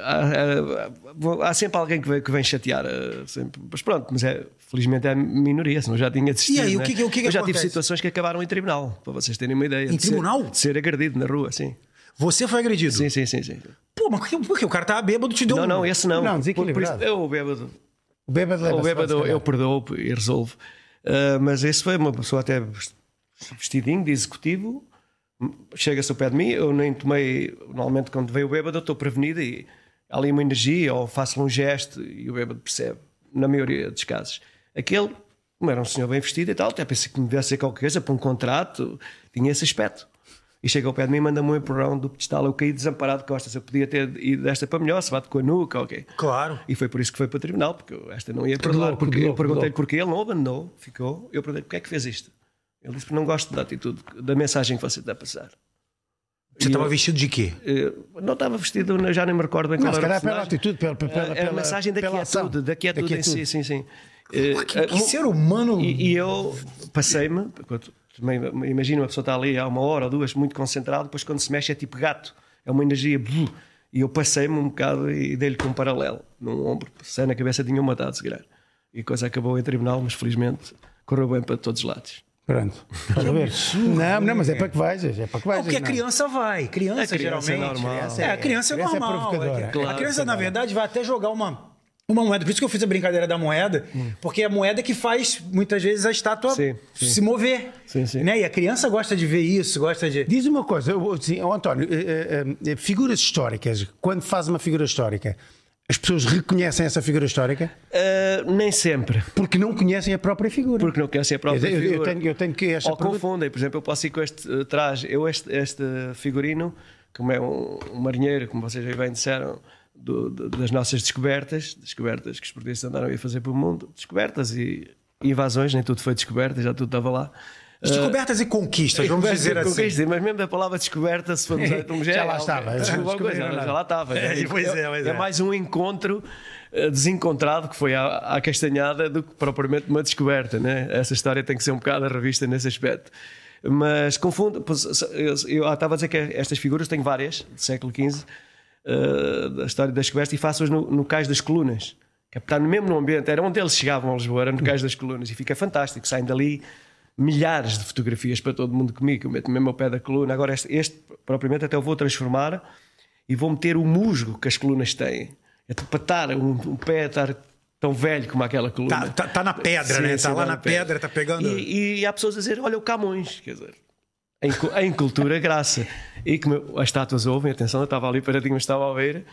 [SPEAKER 4] há, há, há, sempre alguém que vem, que vem chatear. eh, Sempre. Mas pronto, mas é, felizmente é a minoria, senão já tinha desistido.
[SPEAKER 1] E aí, né? o que, o que, que
[SPEAKER 4] Eu já
[SPEAKER 1] acontece?
[SPEAKER 4] tive situações que acabaram em tribunal, para vocês terem uma ideia.
[SPEAKER 1] Em
[SPEAKER 4] de
[SPEAKER 1] tribunal?
[SPEAKER 4] Ser, de ser agredido na rua, sim.
[SPEAKER 1] Você foi agredido?
[SPEAKER 4] Sim, sim, sim. sim.
[SPEAKER 1] Pô, mas porque o cara estava bêbado, te deu um-
[SPEAKER 4] Não, não, esse não.
[SPEAKER 2] Não, desequilibrado.
[SPEAKER 4] Eu, é o bêbado.
[SPEAKER 2] O bêbado,
[SPEAKER 4] o bêbado eu perdoo e resolvo. Uh, mas esse foi uma pessoa até vestidinho de executivo, chega-se ao pé de mim, eu nem tomei, normalmente quando veio o bêbado eu estou prevenido e há ali uma energia ou faço um gesto e o bêbado percebe, na maioria dos casos. Aquele, como era um senhor bem vestido e tal, até pensei que me viesse qualquer coisa para um contrato, tinha esse aspecto. E chega ao pé de mim e manda-me um empurrão do pedestal. Eu caí desamparado de costas. Eu podia ter ido desta para melhor, se bate com a nuca, ok.
[SPEAKER 1] Claro.
[SPEAKER 4] E foi por isso que foi para o tribunal, porque esta não ia perdoar. Porque eu perguntei-lhe porquê, ele não abandonou, ficou. Eu perguntei-lhe porquê é que fez isto. Ele disse: Não gosto da atitude, da mensagem que você está a passar.
[SPEAKER 1] Você estava vestido de quê?
[SPEAKER 4] Não estava vestido, já nem me recordo bem
[SPEAKER 2] qual era. Mas pela atitude, pela,
[SPEAKER 1] É,
[SPEAKER 2] pela, é
[SPEAKER 4] pela, a mensagem é da quietude, da quietude em si, sim, Eh, sim.
[SPEAKER 1] Que, ser humano.
[SPEAKER 4] E, eu passei-me, imagina uma pessoa está ali há uma hora ou duas muito concentrada, depois quando se mexe é tipo gato, é uma energia. E eu passei-me um bocado e dei-lhe com um paralelo num ombro, sai na cabeça, tinha matado, se calhar. E a coisa acabou em tribunal, mas felizmente correu bem para todos os lados.
[SPEAKER 2] Pronto. Estás a
[SPEAKER 1] É um
[SPEAKER 2] ver? Não, não, mas é para que vejas. É para que vejas.
[SPEAKER 1] Porque a criança vai. É Criança, a criança geralmente. É, normal. Criança é, é, a criança é, a criança normal. É é, claro, a criança, na verdade, vai até jogar uma. Uma moeda, por isso que eu fiz a brincadeira da moeda, hum. porque é a moeda que faz muitas vezes a estátua sim, sim. se mover. Sim, sim. Né? E a criança gosta de ver isso, gosta de.
[SPEAKER 2] Diz uma coisa, assim, António, eh, figuras históricas, quando faz uma figura histórica, as pessoas reconhecem essa figura histórica?
[SPEAKER 4] Uh, nem sempre.
[SPEAKER 2] Porque não conhecem a própria figura.
[SPEAKER 4] Porque não conhecem a própria
[SPEAKER 2] eu,
[SPEAKER 4] figura.
[SPEAKER 2] Eu tenho, eu tenho que
[SPEAKER 4] esta Ou produto... confundem, por exemplo, eu posso ir com este uh, traje, eu este, este figurino, como é um, um marinheiro, como vocês aí bem disseram, do, do, das nossas descobertas, descobertas que os portugueses andaram a fazer pelo mundo, descobertas e invasões, nem tudo foi descoberta, já tudo estava lá.
[SPEAKER 1] As descobertas uh, e conquistas, vamos e dizer assim.
[SPEAKER 4] Conquistas, mas mesmo da palavra descoberta, se formos a um
[SPEAKER 2] Já lá estava.
[SPEAKER 4] É, já, já lá estava.
[SPEAKER 1] É, pois é, pois
[SPEAKER 4] é, é. mais um encontro eh, desencontrado que foi à, à, castanhada do que propriamente uma descoberta. Né? Essa história tem que ser um bocado a revista nesse aspecto. Mas confundo, eu, eu ah, estava a dizer que estas figuras têm várias, do século XV, uh, da história das descobertas, e faço-as no, no cais das colunas. Que é está mesmo no ambiente, era onde eles chegavam a Lisboa, era no cais das colunas, e fica fantástico, saem dali milhares de fotografias para todo mundo comigo. Eu meto mesmo ao pé da coluna. Agora, este, este propriamente, até eu vou transformar e vou meter o musgo que as colunas têm. É de patar um, um pé, estar tão velho como aquela coluna.
[SPEAKER 1] Está tá, tá na pedra, sim, né? Está lá na pedra, está
[SPEAKER 2] tá
[SPEAKER 1] pegando.
[SPEAKER 4] E, e, há pessoas a dizer: olha, o Camões, quer dizer. Em, em cultura, graça. E que as estátuas ouvem, atenção, eu estava ali paradinho, mas estava a ouvir.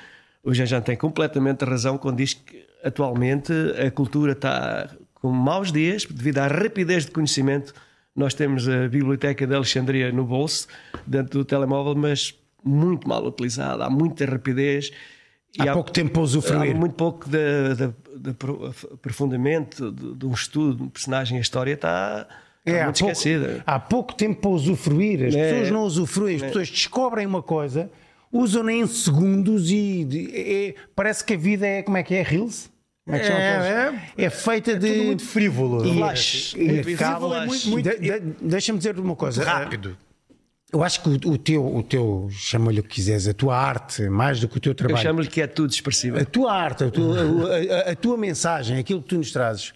[SPEAKER 4] O Janjan tem completamente razão quando diz que atualmente a cultura está com maus dias, devido à rapidez de conhecimento. Nós temos a Biblioteca de Alexandria no bolso, dentro do telemóvel, mas muito mal utilizada. Há muita rapidez.
[SPEAKER 2] Há, há pouco tempo para usufruir.
[SPEAKER 4] Há muito pouco de, de, de, de aprofundamento, de, um estudo, um personagem. A história está Está
[SPEAKER 2] É, há,
[SPEAKER 4] muito
[SPEAKER 2] pouco,
[SPEAKER 4] esquecida.
[SPEAKER 2] há pouco tempo para usufruir. As
[SPEAKER 4] É.
[SPEAKER 2] pessoas não usufruem, as pessoas descobrem uma coisa, usam-na em segundos e de- é- parece que a vida é, como é que é, reels? Como é que são
[SPEAKER 1] É,
[SPEAKER 2] aqueles? é feita de...
[SPEAKER 1] Tudo muito frívolo.
[SPEAKER 2] E-
[SPEAKER 4] Relaxe.
[SPEAKER 2] e
[SPEAKER 4] Muito
[SPEAKER 2] acaba-
[SPEAKER 4] relaxe.
[SPEAKER 2] muito- muito- de- de- Deixa-me dizer uma coisa.
[SPEAKER 1] Rápido.
[SPEAKER 2] Eu acho que o, o teu, o teu chama-lhe o que quiseres, a tua arte, mais do que o teu
[SPEAKER 4] Eu
[SPEAKER 2] trabalho.
[SPEAKER 4] chamo-lhe que é tudo expressiva.
[SPEAKER 2] A tua arte, a tua, a- a- a tua mensagem, aquilo que tu nos trazes,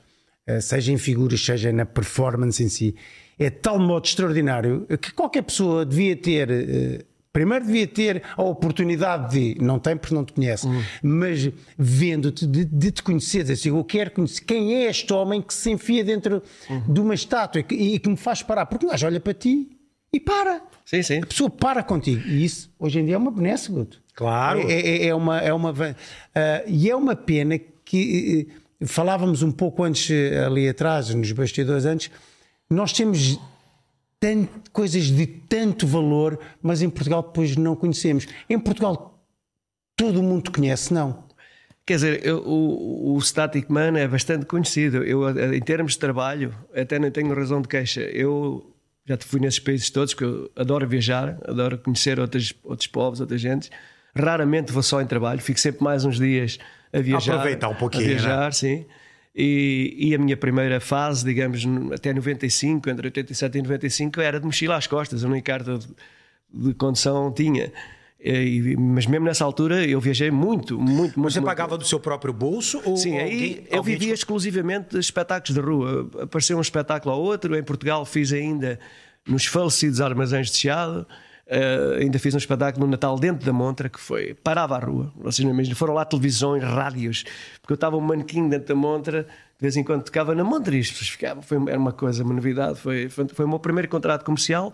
[SPEAKER 2] eh, seja em figuras, seja na performance em si, é de tal modo extraordinário que qualquer pessoa devia ter. eh, Primeiro devia ter a oportunidade de, não tem porque não te conhece, mas vendo-te, de, de te conheceres, assim, eu quero conhecer quem é este homem que se enfia dentro de uma estátua e que, e que me faz parar, porque nós olha para ti e para.
[SPEAKER 4] Sim, sim.
[SPEAKER 2] A pessoa para contigo. E isso, hoje em dia, é uma benesse, Guto.
[SPEAKER 1] Claro.
[SPEAKER 2] É, é- é uma. É uma van- Ah, e é uma pena que. eh, falávamos um pouco antes, eh, ali atrás, nos bastidores antes, nós temos. tan- coisas de tanto valor, mas em Portugal depois não conhecemos. Em Portugal todo mundo conhece, não?
[SPEAKER 4] Quer dizer, eu- o, o Static Man é bastante conhecido. Eu, eh, em termos de trabalho, até nem tenho razão de queixa. Eu já te fui nesses países todos, que eu adoro viajar, adoro conhecer outros, outros povos, outras gentes. Raramente vou só em trabalho, fico sempre mais uns dias a viajar.
[SPEAKER 3] Aproveitar um pouquinho,
[SPEAKER 4] A viajar, sim. E, e a minha primeira fase, digamos, no- até 95, entre 87 e 95, era de mochila às costas. Eu nem carta de, de condução tinha. E- mas mesmo nessa altura eu viajei muito, muito, muito.
[SPEAKER 3] Você
[SPEAKER 4] muito.
[SPEAKER 3] pagava do seu próprio bolso? Ou
[SPEAKER 4] Sim, aí
[SPEAKER 3] alguém-
[SPEAKER 4] eu
[SPEAKER 3] alguém te-
[SPEAKER 4] vivia exclusivamente de espetáculos de rua. Apareceu um espetáculo ao outro. Em Portugal fiz ainda nos falecidos armazéns de Chiado. eh, ainda fiz um espetáculo no Natal dentro da Montra que foi parava à rua. Vocês não imaginam, foram lá televisões, rádios, porque eu estava um manequim dentro da Montra. De vez em quando tocava na Montra e as pessoas ficavam. Foi, era uma coisa, uma novidade. Foi, foi, foi o meu primeiro contrato comercial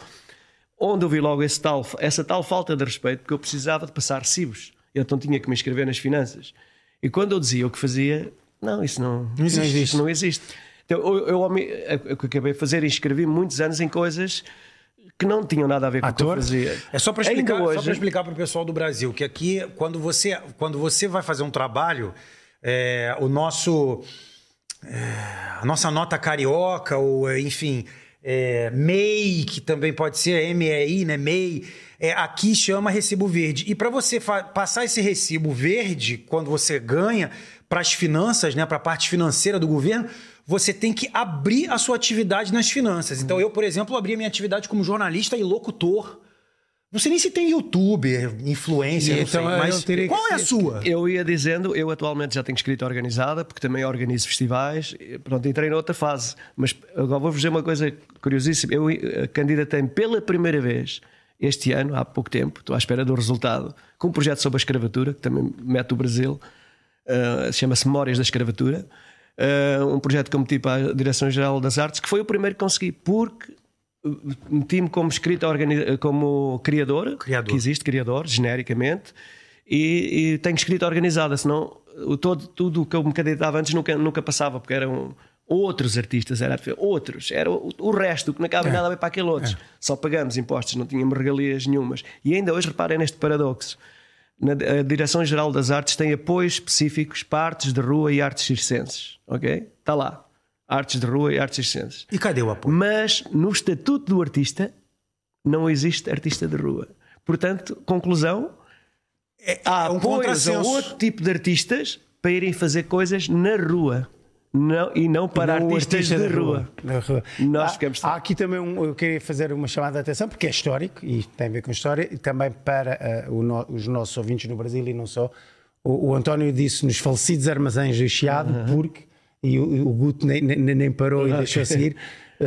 [SPEAKER 4] onde eu vi logo esse tal- essa tal falta de respeito, porque eu precisava de passar recibos. Eu então tinha que me inscrever nas finanças. E quando eu dizia o que fazia, não, isso não, não existe. Isso não existe. Então, eu, eu, eu, o que acabei de fazer, inscrevi muitos anos em coisas que não tinham nada a ver com o
[SPEAKER 2] Ator?
[SPEAKER 4] que eu fazia.
[SPEAKER 3] É só para explicar,
[SPEAKER 4] Ainda
[SPEAKER 3] só
[SPEAKER 4] hoje,
[SPEAKER 3] para explicar pro pessoal do Brasil que aqui quando você quando você vai fazer um trabalho, é, o nosso é, a nossa nota carioca ou é, enfim é, MEI que também pode ser MEI, né MEI é, aqui chama recibo verde e para você fa- passar esse recibo verde quando você ganha para as finanças, né, para a parte financeira do governo você tem que abrir a sua atividade nas finanças. Então, eu, por exemplo, abri a minha atividade como jornalista e locutor. Não sei nem se tem youtuber, influencer,
[SPEAKER 2] E
[SPEAKER 3] não
[SPEAKER 2] então,
[SPEAKER 3] sei,
[SPEAKER 2] eu
[SPEAKER 3] mas
[SPEAKER 2] teria que
[SPEAKER 3] qual é a
[SPEAKER 2] ser-
[SPEAKER 3] sua?
[SPEAKER 4] Eu ia dizendo, eu atualmente já tenho escrita organizada, porque também organizo festivais, e, pronto, entrei noutra fase. Mas agora vou-vos dizer uma coisa curiosíssima. Eu eh, candidatei-me pela primeira vez este ano, há pouco tempo, estou à espera do resultado, com um projeto sobre a escravatura, que também mete o Brasil, eh, chama-se Memórias da Escravatura, eh, um projeto que eu meti para a Direção-Geral das Artes, que foi o primeiro que consegui, porque eh, meti-me como escrita, organi- como criador,
[SPEAKER 3] Criador.
[SPEAKER 4] que existe, criador, genericamente, e, e tenho escrita organizada, senão o todo, tudo o que eu me candidatava antes nunca, nunca passava, porque eram outros artistas, era outros, era o, o resto, que não acaba nada a ver para aquele outro. Só pagamos impostos, não tínhamos regalias nenhumas. E ainda hoje reparem neste paradoxo. Na a Direção-Geral das Artes tem apoios específicos para artes de rua e artes circenses, ok? Está lá. Artes de rua e artes circenses.
[SPEAKER 3] E cadê o apoio?
[SPEAKER 4] Mas no estatuto do artista não existe artista de rua. Portanto, conclusão, há
[SPEAKER 3] é um
[SPEAKER 4] apoios a
[SPEAKER 3] contrassenso.
[SPEAKER 4] Ah, outro tipo de artistas para irem fazer coisas na rua não, e não para
[SPEAKER 2] Não o
[SPEAKER 4] artistas
[SPEAKER 2] artista
[SPEAKER 4] de
[SPEAKER 2] da
[SPEAKER 4] rua.
[SPEAKER 2] Da rua.
[SPEAKER 4] Nós
[SPEAKER 2] há,
[SPEAKER 4] ficamos-
[SPEAKER 2] há aqui também um, eu queria fazer uma chamada de atenção porque é histórico e tem a ver com história e também para ah, o no- os nossos ouvintes no Brasil e não só. O, o António disse nos falecidos armazéns do Chiado porque e o, o Guto nem, nem- nem parou e deixou a seguir. ah,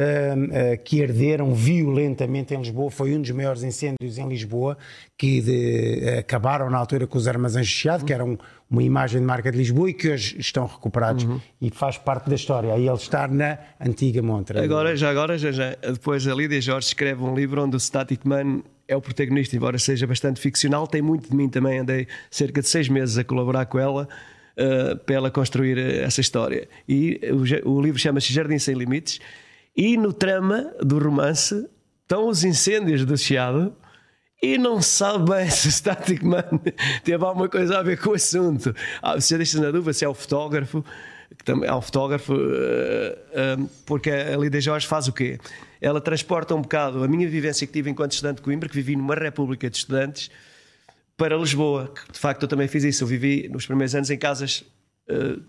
[SPEAKER 2] ah, que arderam violentamente em Lisboa, foi um dos maiores incêndios em Lisboa que de- eh, acabaram na altura com os armazéns do Chiado, que eram uma imagem de marca de Lisboa e que hoje estão recuperados e faz parte da história. Aí ele está na antiga Montra.
[SPEAKER 4] Agora, já agora, já, já, depois a Lídia Jorge escreve um livro onde o Static Man é o protagonista, embora seja bastante ficcional, tem muito de mim também. Andei cerca de seis meses a colaborar com ela eh, para ela construir eh, essa história. E o, ja- o livro chama-se Jardim Sem Limites. E no trama do romance estão os incêndios do Chiado. E não se sabe bem se tipo, o Static Man teve alguma coisa a ver com o assunto. Ah, Você deixa na dúvida se é o fotógrafo que também é um fotógrafo, uh, um, porque a Lídia Jorge faz o quê? Ela transporta um bocado a minha vivência que tive enquanto estudante de Coimbra, que vivi numa república de estudantes, para Lisboa, que de facto eu também fiz isso. Eu vivi nos primeiros anos em casas uh,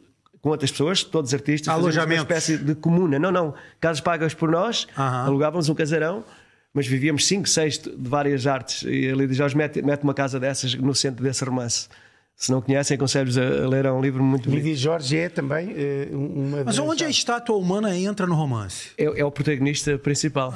[SPEAKER 4] com outras pessoas, todos artistas,
[SPEAKER 1] Alojamentos.
[SPEAKER 4] uma espécie de comuna. Não, não, casas pagas por nós,
[SPEAKER 1] Aham.
[SPEAKER 4] alugávamos um casarão, mas vivíamos 5, 6 de de várias artes. E a Lídia Jorge mete, mete uma casa dessas no centro desse romance. Se não conhecem, aconselho-vos a a ler, é um livro muito bonito.
[SPEAKER 2] Lídia Jorge é também eh, uma.
[SPEAKER 1] Mas
[SPEAKER 2] das- Ah,
[SPEAKER 1] onde é a estátua humana entra no romance?
[SPEAKER 4] É, é o protagonista principal.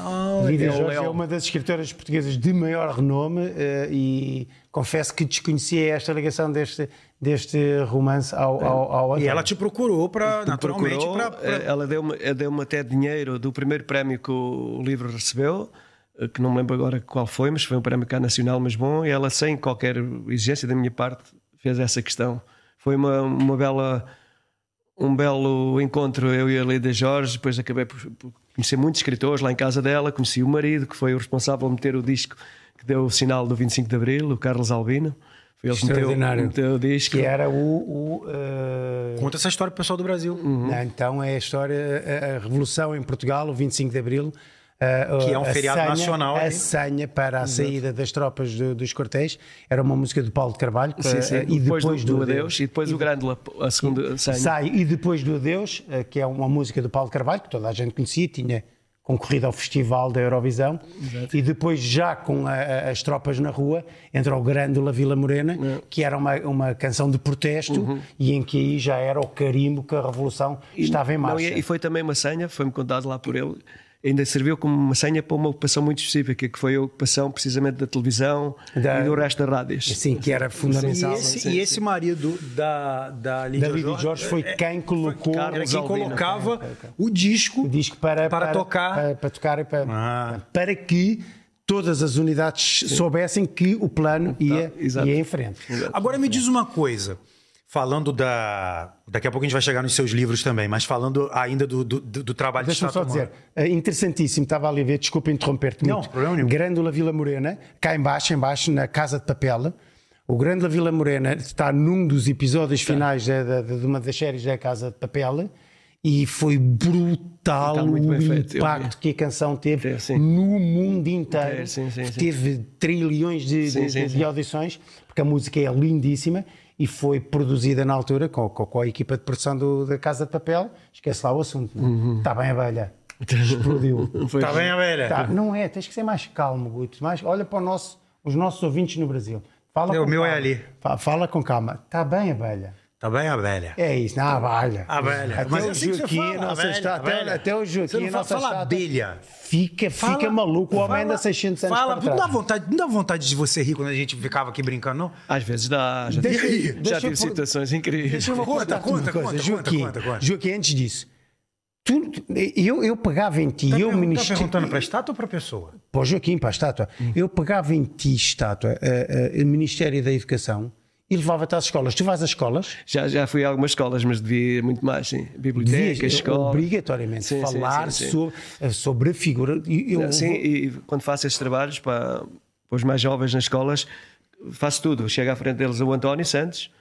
[SPEAKER 2] Lídia
[SPEAKER 4] é o
[SPEAKER 2] Jorge é
[SPEAKER 4] Léo.
[SPEAKER 2] uma das escritoras portuguesas de maior renome eh, e confesso que desconhecia esta ligação deste, deste romance ao, ao, ao
[SPEAKER 1] E
[SPEAKER 2] António.
[SPEAKER 1] ela te procurou para, naturalmente,
[SPEAKER 4] Procurou,
[SPEAKER 1] pra- pra-
[SPEAKER 2] é.
[SPEAKER 4] eh, Ela deu-me deu até dinheiro do primeiro prémio que o livro recebeu, eh, que não me lembro agora qual foi, mas foi um prémio cá nacional, mas bom, e ela, sem qualquer exigência da minha parte, fez essa questão. Foi uma, uma bela. Um belo encontro, eu e a Leda Jorge. Depois acabei por, por conhecer muitos escritores lá em casa dela. Conheci o marido, que foi o responsável de meter o disco que deu o sinal do 25 de Abril, o Carlos Albino. Foi ele que meteu-
[SPEAKER 2] Extraordinário.
[SPEAKER 4] meteu o disco.
[SPEAKER 2] que é era o. o, eh,
[SPEAKER 1] Conta essa história pro pessoal do Brasil.
[SPEAKER 2] Não, então é a história, a, a Revolução em Portugal, o 25 de Abril. a- a-
[SPEAKER 1] Que é um
[SPEAKER 2] a
[SPEAKER 1] feriado
[SPEAKER 2] senha-
[SPEAKER 1] nacional,
[SPEAKER 2] A
[SPEAKER 1] hein?
[SPEAKER 2] senha para a saída das tropas do- dos quartéis era uma música de Paulo de Carvalho.
[SPEAKER 4] Sim,
[SPEAKER 2] para- eh,
[SPEAKER 4] sim.
[SPEAKER 2] E depois, do, Adeus.
[SPEAKER 4] e depois o Grândola, a segunda senha.
[SPEAKER 2] Sai e depois do Adeus, eh, que é uma música do Paulo de Carvalho, que toda a gente conhecia, tinha concorrido ao Festival da Eurovisão. E depois, já com a- a- as tropas na rua, entra o Grândola Vila Morena,
[SPEAKER 4] É.
[SPEAKER 2] que era uma, uma canção de protesto e em que aí já era o carimbo que a Revolução estava em
[SPEAKER 4] Não,
[SPEAKER 2] marcha.
[SPEAKER 4] Uhum. e, e foi também uma senha, foi-me contado lá por ele, ainda serviu como uma senha para uma ocupação muito específica, que foi a ocupação precisamente da televisão
[SPEAKER 2] Da-
[SPEAKER 4] e do resto das rádios.
[SPEAKER 2] Sim, Assim, que era
[SPEAKER 1] E
[SPEAKER 2] fundamental.
[SPEAKER 1] esse,
[SPEAKER 4] sim,
[SPEAKER 1] e
[SPEAKER 4] sim.
[SPEAKER 1] esse marido da, da Lídia
[SPEAKER 2] David Jorge,
[SPEAKER 1] Jorge
[SPEAKER 2] foi quem colocou
[SPEAKER 1] era
[SPEAKER 4] é, Carlos
[SPEAKER 1] quem
[SPEAKER 4] Albino.
[SPEAKER 1] colocava
[SPEAKER 2] né?
[SPEAKER 1] o disco,
[SPEAKER 2] o disco para,
[SPEAKER 1] para tocar.
[SPEAKER 2] para, para tocar e para,
[SPEAKER 1] Ah.
[SPEAKER 2] para que todas as unidades soubessem que o plano ia,
[SPEAKER 4] Tá, exato.
[SPEAKER 2] ia em frente.
[SPEAKER 1] Agora
[SPEAKER 2] né?
[SPEAKER 1] me diz uma coisa. Falando da. Daqui a pouco a gente vai chegar nos seus livros também, mas falando ainda do, do, do- do trabalho tá de
[SPEAKER 2] Deixa-me
[SPEAKER 1] estátua
[SPEAKER 2] só dizer,
[SPEAKER 1] humana.
[SPEAKER 2] eh, interessantíssimo, estava ali a ver, desculpa interromper-te
[SPEAKER 1] Não,
[SPEAKER 2] muito.
[SPEAKER 1] problema nenhum.
[SPEAKER 2] Grândola Vila Morena, cá embaixo, embaixo, na Casa de Papel. O Grândola Vila Morena está num dos episódios finais da- da- da- de uma das séries da Casa de Papel e foi brutal
[SPEAKER 4] Está muito
[SPEAKER 2] o
[SPEAKER 4] bem feito, eu
[SPEAKER 2] impacto que a canção teve
[SPEAKER 4] Teve, sim.
[SPEAKER 2] no mundo inteiro.
[SPEAKER 4] Teve, sim, sim, sim.
[SPEAKER 2] Teve trilhões de, de-
[SPEAKER 4] Sim, sim,
[SPEAKER 2] de- de
[SPEAKER 4] sim.
[SPEAKER 2] audições, porque a música é lindíssima e foi produzida na altura com, com- com a equipa de produção do- da Casa de Papel. Esquece lá o assunto. não é?
[SPEAKER 1] Uhum.
[SPEAKER 2] Está bem, abelha. Explodiu.
[SPEAKER 4] Foi-
[SPEAKER 1] Tá bem, Abelha?
[SPEAKER 2] Tá, não é, tens que ser mais calmo, Guto. Mais, olha para o nosso- os nossos ouvintes no Brasil. Fala
[SPEAKER 1] É,
[SPEAKER 2] com
[SPEAKER 1] o meu
[SPEAKER 2] calma.
[SPEAKER 1] é ali.
[SPEAKER 2] Fa- fala com calma. Está bem, abelha.
[SPEAKER 1] Tá bem, Abelha?
[SPEAKER 2] É isso, na abelha.
[SPEAKER 1] Abelha.
[SPEAKER 2] Até
[SPEAKER 1] Mas é
[SPEAKER 2] o
[SPEAKER 1] assim que você
[SPEAKER 2] Joaquim,
[SPEAKER 1] fala,
[SPEAKER 2] a nossa
[SPEAKER 1] abelha,
[SPEAKER 2] estátua-
[SPEAKER 1] abelha.
[SPEAKER 2] até- até o Joaquim,
[SPEAKER 1] Você não
[SPEAKER 2] a
[SPEAKER 1] fala,
[SPEAKER 2] nossa
[SPEAKER 1] fala
[SPEAKER 2] estátua-
[SPEAKER 1] abelha.
[SPEAKER 2] Fica,
[SPEAKER 1] Fala-
[SPEAKER 2] fica maluco. O homem
[SPEAKER 1] fala-
[SPEAKER 2] anda 600 anos
[SPEAKER 1] fala,
[SPEAKER 2] para
[SPEAKER 1] Não dá,
[SPEAKER 2] trás.
[SPEAKER 1] vontade, não dá vontade de você rir quando a gente ficava aqui brincando, não? Tá
[SPEAKER 4] Às vezes dá, já,
[SPEAKER 2] Deixa-
[SPEAKER 4] tive-
[SPEAKER 2] deixa
[SPEAKER 4] já
[SPEAKER 2] eu
[SPEAKER 4] tive
[SPEAKER 2] por-
[SPEAKER 4] situações incríveis.
[SPEAKER 1] Deixa eu conta,
[SPEAKER 2] Conta-te uma
[SPEAKER 1] conta,
[SPEAKER 2] coisa,
[SPEAKER 1] conta,
[SPEAKER 2] Joaquim,
[SPEAKER 1] conta, conta.
[SPEAKER 2] Joaquim, antes disso, tu- eu, eu pegava em ti,
[SPEAKER 1] Tá
[SPEAKER 2] eu
[SPEAKER 1] pergun-
[SPEAKER 2] ministrei.
[SPEAKER 1] Tá perguntando Hum. pra estátua ou pra pessoa?
[SPEAKER 2] para o Joaquim, para a estátua. Eu pegava em ti, estátua, a- a- o Ministério da Educação e levava-te às escolas. Tu vais às escolas?
[SPEAKER 4] Já, já fui a algumas escolas, mas devia ir muito mais, sim. Bibliotecas,
[SPEAKER 2] devias,
[SPEAKER 4] escolas.
[SPEAKER 2] obrigatoriamente
[SPEAKER 4] Sim, sim,
[SPEAKER 2] falar
[SPEAKER 4] sim, sim.
[SPEAKER 2] Sobre, sobre a figura. E Eu,
[SPEAKER 4] Sim,
[SPEAKER 1] Uhum.
[SPEAKER 4] e quando faço esses trabalhos para, para os mais jovens nas escolas, faço tudo. Chego à frente deles o António Santos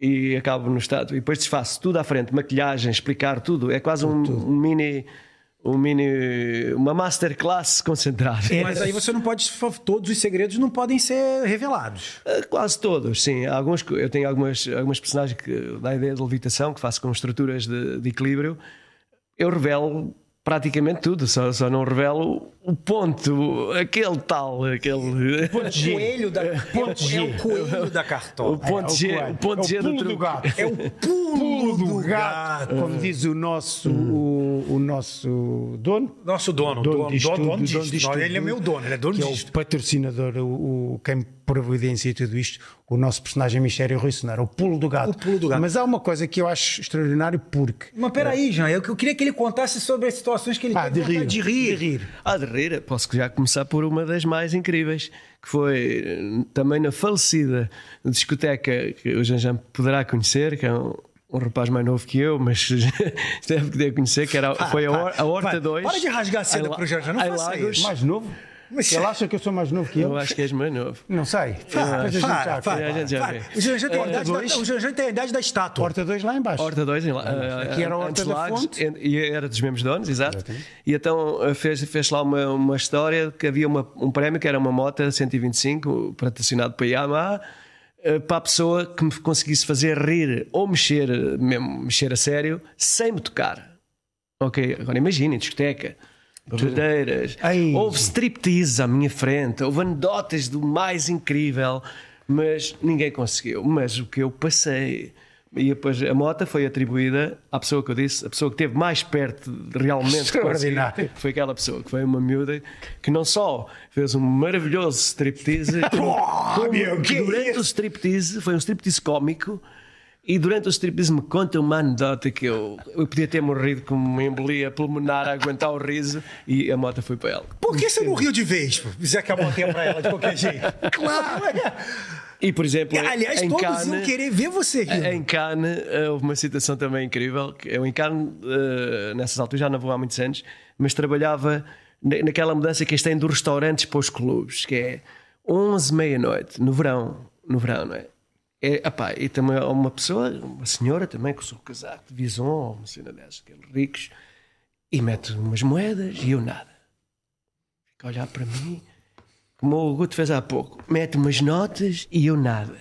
[SPEAKER 4] e acabo no estado. E depois desfaço tudo à frente, maquilhagem, explicar tudo. É quase um, um mini. Um mini. Uma masterclass concentrada.
[SPEAKER 1] Mas aí você não pode. Todos os segredos não podem ser revelados.
[SPEAKER 4] Eh, Quase todos, sim. Há Alguns, que- eu tenho algumas, algumas personagens que dá a ideia de levitação, que faço com estruturas de, de equilíbrio. Eu revelo praticamente tudo, só, só não revelo o ponto, aquele tal, aquele.
[SPEAKER 1] Coelho da. É o coelho da
[SPEAKER 4] O
[SPEAKER 1] cartola.
[SPEAKER 4] ponto G,
[SPEAKER 2] coelho.
[SPEAKER 4] o ponto
[SPEAKER 2] É o
[SPEAKER 4] G do
[SPEAKER 2] pulo do
[SPEAKER 4] truque.
[SPEAKER 2] gato.
[SPEAKER 1] É o pulo do gato.
[SPEAKER 4] Hum.
[SPEAKER 2] Como diz o nosso, o, o nosso dono.
[SPEAKER 1] Nosso dono,
[SPEAKER 2] Dono
[SPEAKER 1] dono,
[SPEAKER 2] disto
[SPEAKER 1] dono,
[SPEAKER 2] tudo,
[SPEAKER 1] dono disto.
[SPEAKER 2] dono disto
[SPEAKER 1] Não, Ele é
[SPEAKER 2] tudo,
[SPEAKER 1] meu dono, ele é dono
[SPEAKER 2] que é
[SPEAKER 1] disto.
[SPEAKER 2] o patrocinador, o, o- quem providencia tudo isto, o nosso personagem mistério Rui Sonar, o pulo do gato.
[SPEAKER 1] O pulo do gato.
[SPEAKER 2] Mas há uma coisa que eu acho extraordinário porque
[SPEAKER 1] Mas peraí, Jean, eu, eu queria que ele contasse sobre as situações que ele
[SPEAKER 2] Ah,
[SPEAKER 1] teve
[SPEAKER 2] de rir.
[SPEAKER 1] vontade de rir. De rir.
[SPEAKER 4] Ah, de rir, posso já começar por uma das mais incríveis, que foi eh, também na falecida discoteca que o Janjan poderá conhecer, que é um, um rapaz mais novo que eu, mas deve poder conhecer, que era, foi a, Hor- a Horta
[SPEAKER 1] vai.
[SPEAKER 4] 2.
[SPEAKER 1] Para de rasgar a seda
[SPEAKER 4] Ai, lá-
[SPEAKER 1] pro Janjan, não
[SPEAKER 4] ai,
[SPEAKER 1] faça
[SPEAKER 4] Lagos.
[SPEAKER 1] isso.
[SPEAKER 2] mais novo Mas...
[SPEAKER 1] é.
[SPEAKER 2] Ele acha que eu sou mais novo que ele.
[SPEAKER 4] Eu acho que és mais novo.
[SPEAKER 2] Não sei.
[SPEAKER 1] Para,
[SPEAKER 2] Depois É. a gente já-
[SPEAKER 1] para, para.
[SPEAKER 4] A gente já
[SPEAKER 1] para.
[SPEAKER 4] vê.
[SPEAKER 1] O Janjan tem, a idade
[SPEAKER 2] dois.
[SPEAKER 1] da- o Janjan tem a idade da estátua.
[SPEAKER 2] Porta 2 lá em baixo.
[SPEAKER 4] Horta 2, ah,
[SPEAKER 2] Aqui Ah, era a Horta da Fonte.
[SPEAKER 4] e era dos mesmos donos, exato. E então eh, fez, fez lá uma, uma história que havia uma- um prémio que era uma moto 125, patrocinado para Yamaha, eh, para a pessoa que me conseguisse fazer rir ou mexer, eh, mesmo mexer a sério, sem me tocar. Ok, agora imagina, discoteca. Bebedeiras,
[SPEAKER 2] Ai.
[SPEAKER 4] houve striptease à minha frente, houve anedotas do mais incrível, mas ninguém conseguiu. Mas o que eu passei. E depois a moto foi atribuída à pessoa que eu disse, a pessoa que esteve mais perto de realmente conseguir.
[SPEAKER 2] Extraordinário.
[SPEAKER 4] Foi aquela pessoa que foi uma miúda que não só fez um maravilhoso striptease, como, como
[SPEAKER 2] meu,
[SPEAKER 1] é
[SPEAKER 2] que
[SPEAKER 4] durante o striptease, foi um striptease cómico. E durante o striptease me conta uma anedota que eu, eu podia ter morrido com uma embolia pulmonar a aguentar o riso e a moto foi para ela.
[SPEAKER 1] Por que você não riu de vez? pô? Se é que a moto ia pra ela de qualquer jeito. Claro.
[SPEAKER 4] E por exemplo,
[SPEAKER 1] Aliás,
[SPEAKER 4] É, em né?
[SPEAKER 1] todos iam
[SPEAKER 4] Cannes-
[SPEAKER 1] querer ver você rindo.
[SPEAKER 4] Em Cannes eh, houve uma situação também incrível. que Eu em Cannes, eh, nessas alturas, já não vou há muitos anos, mas trabalhava na- naquela mudança que eles têm dos restaurantes para os clubes, que é 11, meia-noite, no verão. No verão, não é? é epá, e também há uma pessoa, uma senhora também, com o seu casaco de Vison, ou uma cena dessas, aqueles ricos, e mete umas moedas e eu nada. Fica a olhar para mim, como o Guto fez há pouco, mete umas notas e eu nada.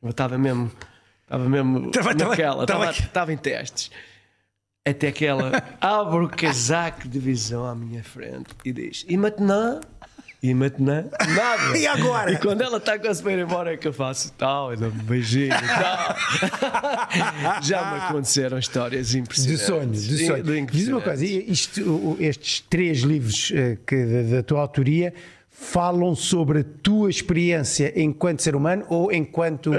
[SPEAKER 4] Eu estava mesmo. Estava mesmo
[SPEAKER 1] Tava- tava-
[SPEAKER 4] naquela,
[SPEAKER 1] tava-
[SPEAKER 4] estava em testes. Até que ela abre o casaco de visão à minha frente e diz: E maintenant? E maintenant? Nada.
[SPEAKER 1] E agora?
[SPEAKER 4] E quando ela está quase para ir embora, é que eu faço tal, eu dou um beijinho tal. Já me aconteceram histórias
[SPEAKER 2] De
[SPEAKER 4] impressionantes.
[SPEAKER 2] sonhos, de
[SPEAKER 4] E-
[SPEAKER 2] sonhos. Diz uma
[SPEAKER 4] impressionantes.
[SPEAKER 2] coisa, e isto, o- estes três livros eh, que, da, da tua autoria falam sobre a tua experiência enquanto ser humano ou enquanto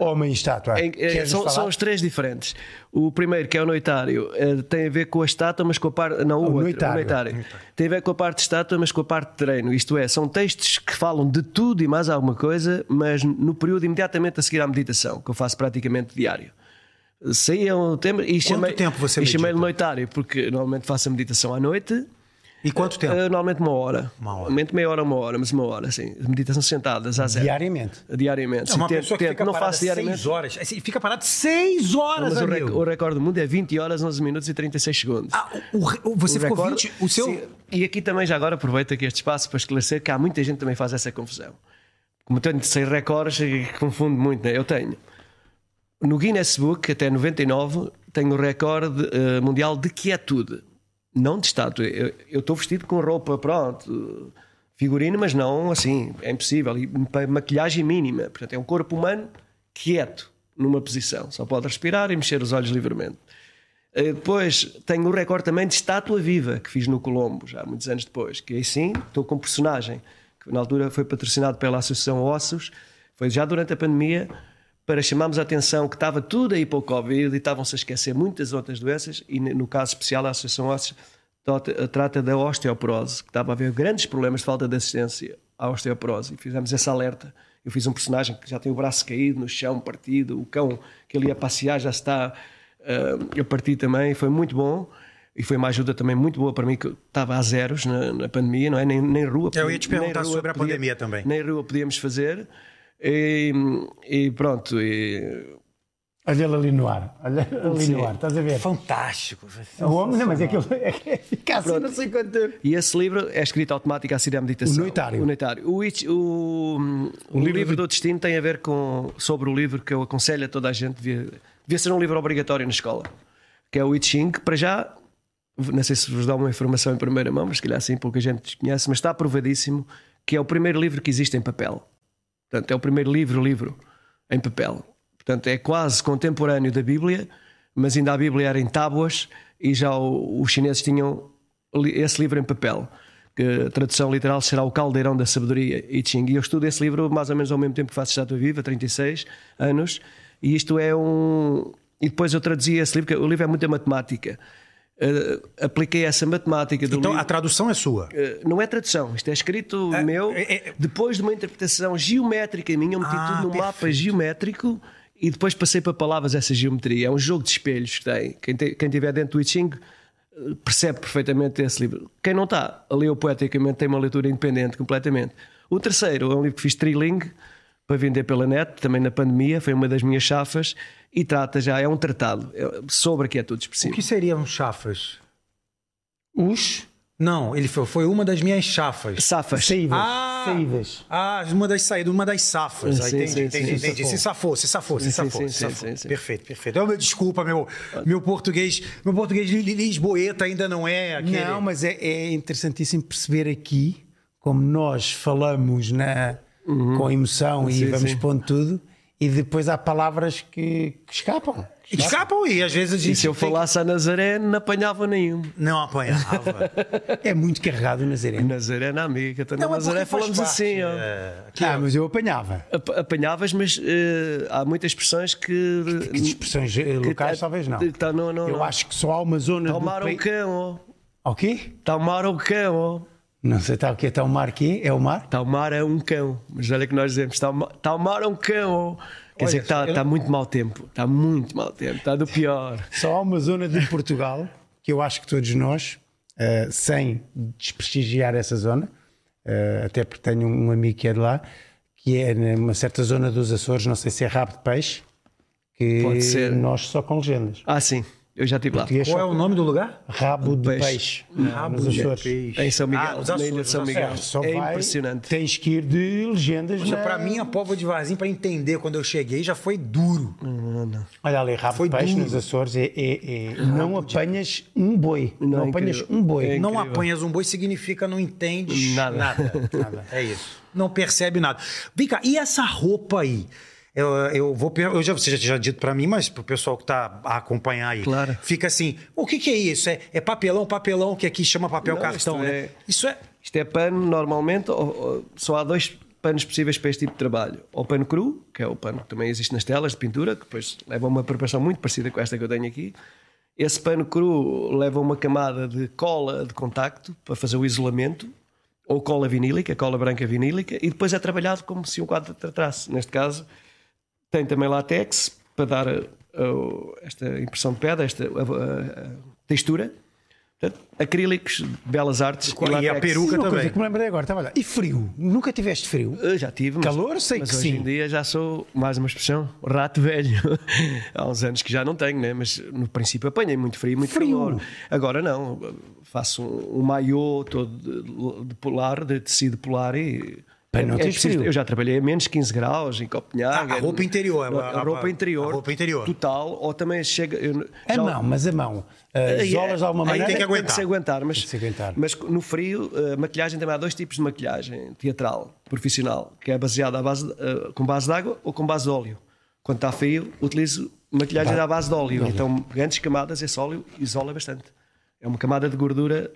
[SPEAKER 2] homem-estátua?
[SPEAKER 4] Eh, Em- eh,
[SPEAKER 2] Queres
[SPEAKER 4] são,
[SPEAKER 2] falar?
[SPEAKER 4] são os três diferentes. O primeiro, que é o noitário, eh, tem a ver com a estátua, mas com a parte. Não, o, outro, o
[SPEAKER 2] noitário.
[SPEAKER 4] noitário. Tem a ver com a parte de estátua, mas com a parte de treino. Isto é, são textos que falam de tudo e mais alguma coisa, mas no período imediatamente a seguir à meditação, que eu faço praticamente diário. Saía um tema e chamei,
[SPEAKER 1] tempo você
[SPEAKER 4] e chamei-lhe
[SPEAKER 1] medita?
[SPEAKER 4] noitário, porque normalmente faço a meditação à noite.
[SPEAKER 1] E quanto
[SPEAKER 4] eh,
[SPEAKER 1] tempo?
[SPEAKER 4] normalmente uma hora.
[SPEAKER 1] Uma hora.
[SPEAKER 4] Normalmente meia hora, uma hora, mas uma hora, sim. Meditação sentada, às zero.
[SPEAKER 2] Diariamente.
[SPEAKER 4] Diariamente.
[SPEAKER 1] É
[SPEAKER 4] sim,
[SPEAKER 1] uma
[SPEAKER 4] tento-
[SPEAKER 1] pessoa que
[SPEAKER 4] tento.
[SPEAKER 1] fica
[SPEAKER 4] não
[SPEAKER 1] parada
[SPEAKER 4] faço diariamente.
[SPEAKER 1] seis horas. Assim, Fica parado seis horas,
[SPEAKER 4] Mas o, rec-
[SPEAKER 1] amigo.
[SPEAKER 4] o recorde do mundo é 20 horas, 11 minutos e 36 segundos.
[SPEAKER 1] Ah, o- o- o- você
[SPEAKER 4] O
[SPEAKER 1] ficou
[SPEAKER 4] recorde-
[SPEAKER 1] 20. O seu.
[SPEAKER 4] Sim, E aqui também, já agora, aproveito aqui este espaço para esclarecer que há muita gente que também faz essa confusão. Como tenho 100 recordes, e confundo muito, né? Eu tenho. No Guinness Book, até 99, tenho o recorde eh, mundial de quietude. Não de estátua. Eu eu estou vestido com roupa, pronto, figurino, mas não assim. É impossível. E pa- maquilhagem mínima. Portanto, é um corpo humano quieto, numa posição. Só pode respirar e mexer os olhos livremente. Eh, Depois tenho o recorde também de estátua viva que fiz no Colombo, já há muitos anos depois, que aí sim estou com um personagem que na altura foi patrocinado pela Associação Ossos, foi já durante a pandemia, para chamarmos a atenção que estava tudo aí para o Covid e estavam-se a esquecer muitas outras doenças, e ne- no caso especial a Associação Ossos tota- trata da osteoporose, que estava a haver grandes problemas de falta de assistência à osteoporose, e fizemos esse alerta. Eu fiz um personagem que já tem o braço caído no chão, partido, o cão que ele ia passear já está ah, eu parti também, foi muito bom e foi uma ajuda também muito boa para mim, que eu estava a zeros na, na pandemia, não é? Nem, nem rua.
[SPEAKER 1] Eu ia te
[SPEAKER 4] nem
[SPEAKER 1] perguntar
[SPEAKER 4] rua
[SPEAKER 1] sobre a pandemia também.
[SPEAKER 4] Nem rua podíamos fazer. E, e pronto, e
[SPEAKER 2] Olha ele ali no ar. Olha ali
[SPEAKER 4] Sim.
[SPEAKER 2] no ar, estás a ver?
[SPEAKER 1] é Fantástico.
[SPEAKER 4] um
[SPEAKER 2] O homem, não, mas é que ele é que fica assim, não sei quanto tempo.
[SPEAKER 4] E esse livro é escrito automático a seguir à meditação.
[SPEAKER 2] O Noitário. Um
[SPEAKER 4] O, noitário. o, Itch- o- o livro, do destino tem a ver com sobre o livro que eu aconselho a toda a gente. Devia, devia ser um livro obrigatório na escola. Que é o I Ching, que para já, não sei se vos dá uma informação em primeira mão, mas se calhar sim, pouca gente conhece, mas está aprovadíssimo que é o primeiro livro que existe em papel. Portanto, é o primeiro livro, livro, em papel. Portanto, é quase contemporâneo da Bíblia, mas ainda a Bíblia era em tábuas e já o- os chineses tinham li- esse livro em papel. Que a tradução literal será O Caldeirão da Sabedoria, I Ching. E eu estudo esse livro mais ou menos ao mesmo tempo que faço Estátua Viva, 36 anos. E isto é um... E depois eu traduzi esse livro, porque o livro é muita matemática. Eh, apliquei essa matemática do
[SPEAKER 1] Então
[SPEAKER 4] livro...
[SPEAKER 1] a tradução é sua.
[SPEAKER 4] Eh, não é tradução, isto é escrito meu.
[SPEAKER 1] é, é.
[SPEAKER 4] Depois de uma interpretação geométrica minha, eu meti
[SPEAKER 1] Ah,
[SPEAKER 4] tudo num mapa geométrico e depois passei para palavras essa geometria. É um jogo de espelhos que tem. Quem, te- quem tiver dentro do I Ching percebe perfeitamente esse livro. Quem não está a ler poeticamente tem uma leitura independente completamente. O terceiro é um livro que fiz trilingue para vender pela net, também na pandemia, foi uma das minhas chafas, e trata já, é um tratado sobre é a quietude expressiva.
[SPEAKER 1] O que
[SPEAKER 4] um
[SPEAKER 1] seriam chafas?
[SPEAKER 2] Os
[SPEAKER 1] Não, ele foi, foi uma das minhas chafas.
[SPEAKER 4] Safas.
[SPEAKER 2] saídas.
[SPEAKER 1] Ah!
[SPEAKER 2] Saídas.
[SPEAKER 1] Ah, uma das saídas, uma das safas.
[SPEAKER 4] Sim,
[SPEAKER 1] Ah, entendi,
[SPEAKER 4] sim,
[SPEAKER 1] entendi,
[SPEAKER 4] sim,
[SPEAKER 1] entendi. Se safou, se safou, se
[SPEAKER 4] Sim,
[SPEAKER 1] safou.
[SPEAKER 4] sim,
[SPEAKER 1] se
[SPEAKER 4] sim,
[SPEAKER 1] safou.
[SPEAKER 4] sim, sim.
[SPEAKER 1] Perfeito, perfeito. Oh, meu, desculpa, meu, meu português, meu português li- li- lisboeta ainda não é aquele.
[SPEAKER 2] Não, mas é, é interessantíssimo perceber aqui como nós falamos na- com emoção e
[SPEAKER 4] Uhum. Sim,
[SPEAKER 2] vamos
[SPEAKER 4] sim.
[SPEAKER 2] pondo tudo, e depois há palavras que, que escapam.
[SPEAKER 1] Escapam e às vezes a gente
[SPEAKER 4] E se eu
[SPEAKER 1] tem-
[SPEAKER 4] falasse a Nazaré, não apanhava nenhum.
[SPEAKER 1] não apanhava.
[SPEAKER 2] É muito carregado o Nazareno.
[SPEAKER 4] Nazaré na amiga, então
[SPEAKER 1] Não,
[SPEAKER 4] na
[SPEAKER 1] é porque
[SPEAKER 4] Nazaré
[SPEAKER 1] faz
[SPEAKER 4] falamos
[SPEAKER 1] parte,
[SPEAKER 4] assim, ó.
[SPEAKER 1] é, que-
[SPEAKER 2] Ah, mas eu apanhava.
[SPEAKER 4] Ap- Apanhavas, mas eh, há muitas expressões que.
[SPEAKER 2] Que de expressões eh, locais talvez não.
[SPEAKER 4] que tá- não, não,
[SPEAKER 2] Eu
[SPEAKER 4] não.
[SPEAKER 2] acho que só há uma zona do
[SPEAKER 4] Tomar o
[SPEAKER 2] país.
[SPEAKER 4] é um cão, ó.
[SPEAKER 2] O quê?
[SPEAKER 4] Tomar o um cão, ó.
[SPEAKER 2] Não sei, está o quê? Está o mar quê? É o mar?
[SPEAKER 4] Talmar é um cão. Mas olha que nós dizemos, "Talma- Talmar é um cão. Quer dizer que está tá muito mau tempo. Está muito mau tempo. Está do pior.
[SPEAKER 2] Só há uma zona de Portugal que eu acho que todos nós, eh, sem desprestigiar essa zona, eh, até porque tenho um amigo que é de lá, que é numa certa zona dos Açores, não sei se é rabo de peixe, que
[SPEAKER 4] Pode ser.
[SPEAKER 2] nós só com legendas.
[SPEAKER 4] Ah, sim. Eu já estive lá.
[SPEAKER 2] E é
[SPEAKER 1] Qual é
[SPEAKER 2] só
[SPEAKER 1] o nome do lugar?
[SPEAKER 2] rabo de
[SPEAKER 4] Peixe.
[SPEAKER 2] peixe, nos Açores.
[SPEAKER 4] Em São Miguel.
[SPEAKER 1] Ah, nos
[SPEAKER 4] na ilha
[SPEAKER 1] Açores,
[SPEAKER 4] de São
[SPEAKER 1] nos
[SPEAKER 4] Miguel.
[SPEAKER 1] Açores.
[SPEAKER 2] Só
[SPEAKER 4] é
[SPEAKER 2] vai-
[SPEAKER 4] impressionante.
[SPEAKER 2] Tens que ir de legendas.
[SPEAKER 4] É.
[SPEAKER 1] Poxa,
[SPEAKER 2] na-
[SPEAKER 1] pra mim, a povo de Varzim, pra entender quando eu cheguei, já foi duro.
[SPEAKER 2] Olha ali, rabo
[SPEAKER 1] Foi
[SPEAKER 2] de peixe
[SPEAKER 1] duro.
[SPEAKER 2] nos Açores é, é- é- não apanhas um boi. Não,
[SPEAKER 4] Não, é
[SPEAKER 2] apanhas
[SPEAKER 4] incrível.
[SPEAKER 2] um boi.
[SPEAKER 4] É
[SPEAKER 1] Não
[SPEAKER 4] incrível.
[SPEAKER 1] apanhas um boi significa não entende nada.
[SPEAKER 4] Nada.
[SPEAKER 1] Nada. É isso. Não percebe nada. Vem cá, e essa roupa aí? Eu, eu vou per- eu já você já tinha dito pra mim, mas pro pessoal que tá a acompanhar aí.
[SPEAKER 4] Claro.
[SPEAKER 1] Fica assim, o que que é isso? É, é papelão, papelão que aqui chama papel
[SPEAKER 4] Não,
[SPEAKER 1] cartão,
[SPEAKER 4] isto
[SPEAKER 1] né?
[SPEAKER 4] é-
[SPEAKER 1] Isso é
[SPEAKER 4] Isto é pano, normalmente, ou- ou- só há dois panos possíveis para este tipo de trabalho. Ou pano cru, que é o pano que também existe nas telas de pintura, que depois leva uma preparação muito parecida com esta que eu tenho aqui. Esse pano cru leva uma camada de cola de contacto para fazer o isolamento, ou cola vinílica, cola branca vinílica, e depois é trabalhado como se um quadro tratasse. Neste caso, tem também látex para dar uh, uh, esta impressão de pedra, esta uh, uh, textura. Portanto, acrílicos, de belas artes.
[SPEAKER 1] e a
[SPEAKER 4] látex.
[SPEAKER 1] peruca
[SPEAKER 2] Uma coisa
[SPEAKER 1] também.
[SPEAKER 2] que me lembrei agora, estava lá. E frio? Nunca tiveste frio?
[SPEAKER 4] Eu já tive. mas-
[SPEAKER 2] Calor, sei
[SPEAKER 4] mas
[SPEAKER 2] que
[SPEAKER 4] hoje
[SPEAKER 2] sim.
[SPEAKER 4] em dia já sou, mais uma expressão, rato velho. Há uns anos que já não tenho, né? mas no princípio apanhei muito frio, muito
[SPEAKER 2] Frio.
[SPEAKER 4] calor. Agora não. Faço um, um maiô todo de, de polar, de tecido polar e. é
[SPEAKER 2] Para não teres frio.
[SPEAKER 4] Eu já trabalhei a menos 15 graus em Copenhague.
[SPEAKER 1] Ah, a roupa interior,
[SPEAKER 4] A,
[SPEAKER 1] a- a-
[SPEAKER 4] roupa interior.
[SPEAKER 1] a roupa interior.
[SPEAKER 4] Total. Ou também chega. eu-
[SPEAKER 2] A
[SPEAKER 4] já-
[SPEAKER 2] mão, mas a mão. As
[SPEAKER 4] Aí é-
[SPEAKER 2] olas de alguma
[SPEAKER 1] aí
[SPEAKER 2] maneira.
[SPEAKER 1] tem que aguentar.
[SPEAKER 4] se aguentar, mas,
[SPEAKER 2] Tem que se aguentar.
[SPEAKER 4] mas no frio, a maquilhagem também há dois tipos de maquilhagem teatral, profissional, que é baseada à base, eh, com base de água ou com base de óleo. Quando está frio, utilizo maquilhagem à base de óleo. Então, grandes camadas, esse óleo isola bastante. É uma camada de gordura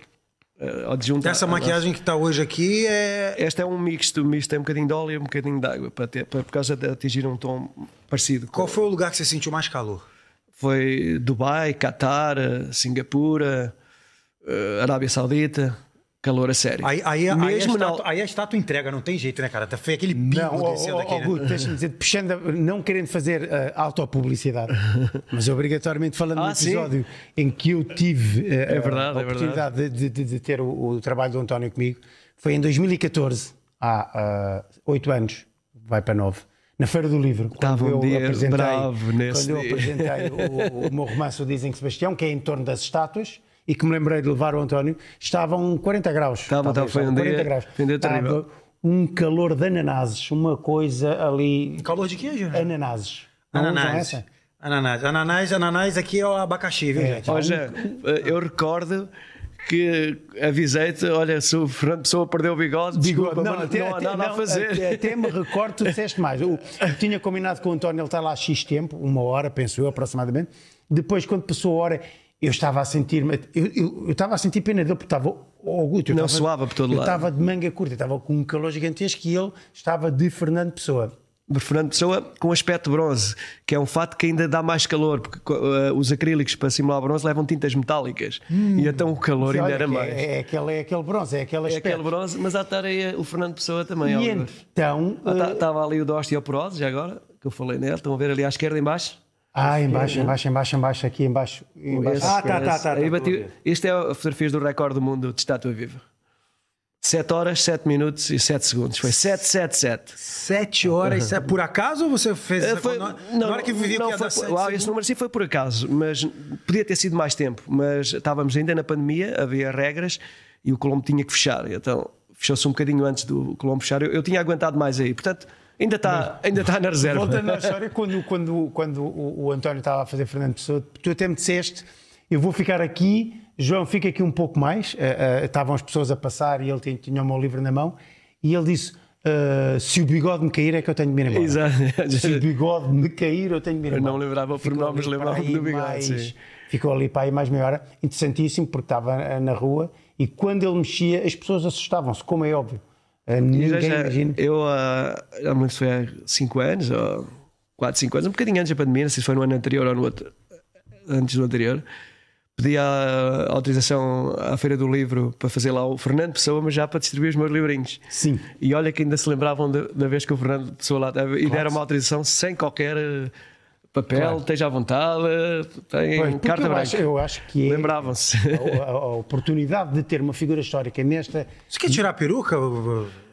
[SPEAKER 4] eh, adjunta.
[SPEAKER 1] Essa
[SPEAKER 4] à- à-
[SPEAKER 1] maquiagem que tá hoje aqui é
[SPEAKER 4] Este é um mixto, misto é um bocadinho de óleo e um bocadinho de água, para ter, para, por causa de atingir um tom parecido. com-
[SPEAKER 1] Qual foi o lugar que você sentiu mais calor?
[SPEAKER 4] foi Dubai, Qatar, eh, Singapura, eh, Arábia Saudita, calor a sério.
[SPEAKER 1] Aí, aí, aí, a
[SPEAKER 4] Mesmo
[SPEAKER 1] estátua,
[SPEAKER 4] na-
[SPEAKER 1] aí a estátua entrega, não tem jeito, né, cara? Tá feio aquele pingo
[SPEAKER 2] Não, oh,
[SPEAKER 1] descendo
[SPEAKER 2] oh,
[SPEAKER 1] aqui,
[SPEAKER 2] oh,
[SPEAKER 1] né?
[SPEAKER 2] Guto, deixa-me dizer, puxando, a- não querendo fazer eh, autopublicidade, mas obrigatoriamente falando
[SPEAKER 4] Ah,
[SPEAKER 2] no
[SPEAKER 4] sim.
[SPEAKER 2] episódio em que eu tive eh,
[SPEAKER 4] É verdade,
[SPEAKER 2] a
[SPEAKER 4] é
[SPEAKER 2] oportunidade de, de- de ter o, o trabalho do António comigo, foi em 2014, há eh, oito anos, vai para nove, na Feira do Livro,
[SPEAKER 4] Estava um dia bravo nesse
[SPEAKER 2] quando eu
[SPEAKER 4] dia.
[SPEAKER 2] apresentei o, o meu romance O Dizem que Sebastião, que é em torno das estátuas, e que me lembrei de levar o António, estavam 40 graus.
[SPEAKER 4] Estava,
[SPEAKER 2] talvez,
[SPEAKER 4] estava, foi um
[SPEAKER 2] 40
[SPEAKER 4] dia-
[SPEAKER 2] graus.
[SPEAKER 4] foi um dia terrível.
[SPEAKER 2] Estava um calor de ananases, uma coisa ali.
[SPEAKER 1] Calor de quê, gente?
[SPEAKER 2] Ananases. Não usam
[SPEAKER 1] Ananás.
[SPEAKER 2] Então, essa?
[SPEAKER 1] Ananás. Ananás, ananás aqui é o abacaxi, viu, gente?
[SPEAKER 4] Ó, Jean, eh, eu recordo que avisei-te, olha, se o Fernando Pessoa perdeu o bigode, desculpa,
[SPEAKER 2] Bigode.
[SPEAKER 4] mas não, há nada a
[SPEAKER 2] não,
[SPEAKER 4] fazer.
[SPEAKER 2] Até, até me recordo, tu disseste mais. Eu, eu tinha combinado com o António, ele está lá há X tempo, uma hora, penso eu, aproximadamente. Depois, quando passou a hora, eu estava a sentir-me. Eu, eu- eu estava a sentir pena dele, porque estava. Oh, Guto, eu
[SPEAKER 4] Não
[SPEAKER 2] estava-
[SPEAKER 4] suava por todo
[SPEAKER 2] Eu
[SPEAKER 4] lado.
[SPEAKER 2] estava de manga curta, eu estava com um calor gigantesco e ele estava de Fernando Pessoa.
[SPEAKER 4] de Fernando Pessoa com aspecto bronze, que é um fato que ainda dá mais calor, porque co- eh, os acrílicos para simular bronze levam tintas metálicas e então o calor ainda
[SPEAKER 2] Olha,
[SPEAKER 4] era
[SPEAKER 2] que é-
[SPEAKER 4] mais. É,
[SPEAKER 2] É, aquele, é aquele bronze, é aquele aspecto.
[SPEAKER 4] aquele bronze, mas à tarde aí o Fernando Pessoa também.
[SPEAKER 2] E
[SPEAKER 4] Oliver.
[SPEAKER 2] então,
[SPEAKER 4] Ah, tá, Estava ali o da osteoporose, já agora, que eu falei nele. Estão a ver ali à esquerda em baixo?
[SPEAKER 2] Ah, embaixo, embaixo, embaixo, embaixo, aqui embaixo. embaixo.
[SPEAKER 3] Ah, tá, tá, tá, tá,
[SPEAKER 4] Aí
[SPEAKER 3] tá,
[SPEAKER 4] bati-
[SPEAKER 3] tô a ver.
[SPEAKER 4] Isto é a fotografia do recorde do mundo de estátua viva. 7 horas, 7 minutos e 7 segundos. Foi 7, 7, 7.
[SPEAKER 1] Sete horas. isso é Por acaso ou você fez essa
[SPEAKER 4] Eh, Foi-
[SPEAKER 1] conta? Na hora que vivia
[SPEAKER 4] não,
[SPEAKER 1] que ia
[SPEAKER 4] foi-
[SPEAKER 1] dar sete
[SPEAKER 4] uau,
[SPEAKER 2] ah,
[SPEAKER 1] segundos.
[SPEAKER 4] esse número sim foi por acaso, mas podia ter sido mais tempo. Mas estávamos ainda na pandemia, havia regras e o Colombo tinha que fechar. Então fechou-se um bocadinho antes do Colombo fechar. Eu, eu tinha aguentado mais aí, portanto ainda está, ainda está na reserva.
[SPEAKER 2] Voltando à história, quando, quando, quando o, o António estava a fazer Fernando Pessoa, tu até me disseste: eu vou ficar aqui, João, fica aqui um pouco mais. Eh, eh, estavam as pessoas a passar e ele tinha, tinha o meu livro na mão. E ele disse: "Eh, se o bigode me cair, é que eu tenho de me ir embora.
[SPEAKER 4] Exato.
[SPEAKER 2] Se o bigode me cair, eu tenho de me ir
[SPEAKER 4] Eu
[SPEAKER 2] embora.
[SPEAKER 4] não lembrava o
[SPEAKER 2] Ficou
[SPEAKER 4] pronome, mas
[SPEAKER 2] ali para
[SPEAKER 4] lembrava-me
[SPEAKER 2] aí
[SPEAKER 4] do bigode,
[SPEAKER 2] mais-
[SPEAKER 4] sim.
[SPEAKER 2] Ficou ali para aí mais meia hora. Interessantíssimo, porque estava eh, na rua e quando ele mexia, as pessoas assustavam-se, como é óbvio. Eh,
[SPEAKER 4] E já-
[SPEAKER 2] ninguém
[SPEAKER 4] já-
[SPEAKER 2] imagina.
[SPEAKER 4] Eu ah, há muito foi há 5 anos, ou 4, 5 anos, um bocadinho antes da pandemia, não sei se foi no ano anterior ou no outro, antes do anterior, pedi a autorização à Feira do Livro para fazer lá o Fernando Pessoa, mas já para distribuir os meus livrinhos.
[SPEAKER 2] Sim.
[SPEAKER 4] E olha que ainda se lembravam da, da vez que o Fernando Pessoa lá estava e deram uma autorização sem qualquer eh, papel, esteja à vontade, eh, tem
[SPEAKER 2] Pois, porque
[SPEAKER 4] carta
[SPEAKER 2] eu
[SPEAKER 4] branca.
[SPEAKER 2] acho, eu acho que é
[SPEAKER 4] Lembravam-se.
[SPEAKER 2] a, a- a oportunidade de ter uma figura histórica nesta.
[SPEAKER 1] Você quer tirar a peruca? O- o-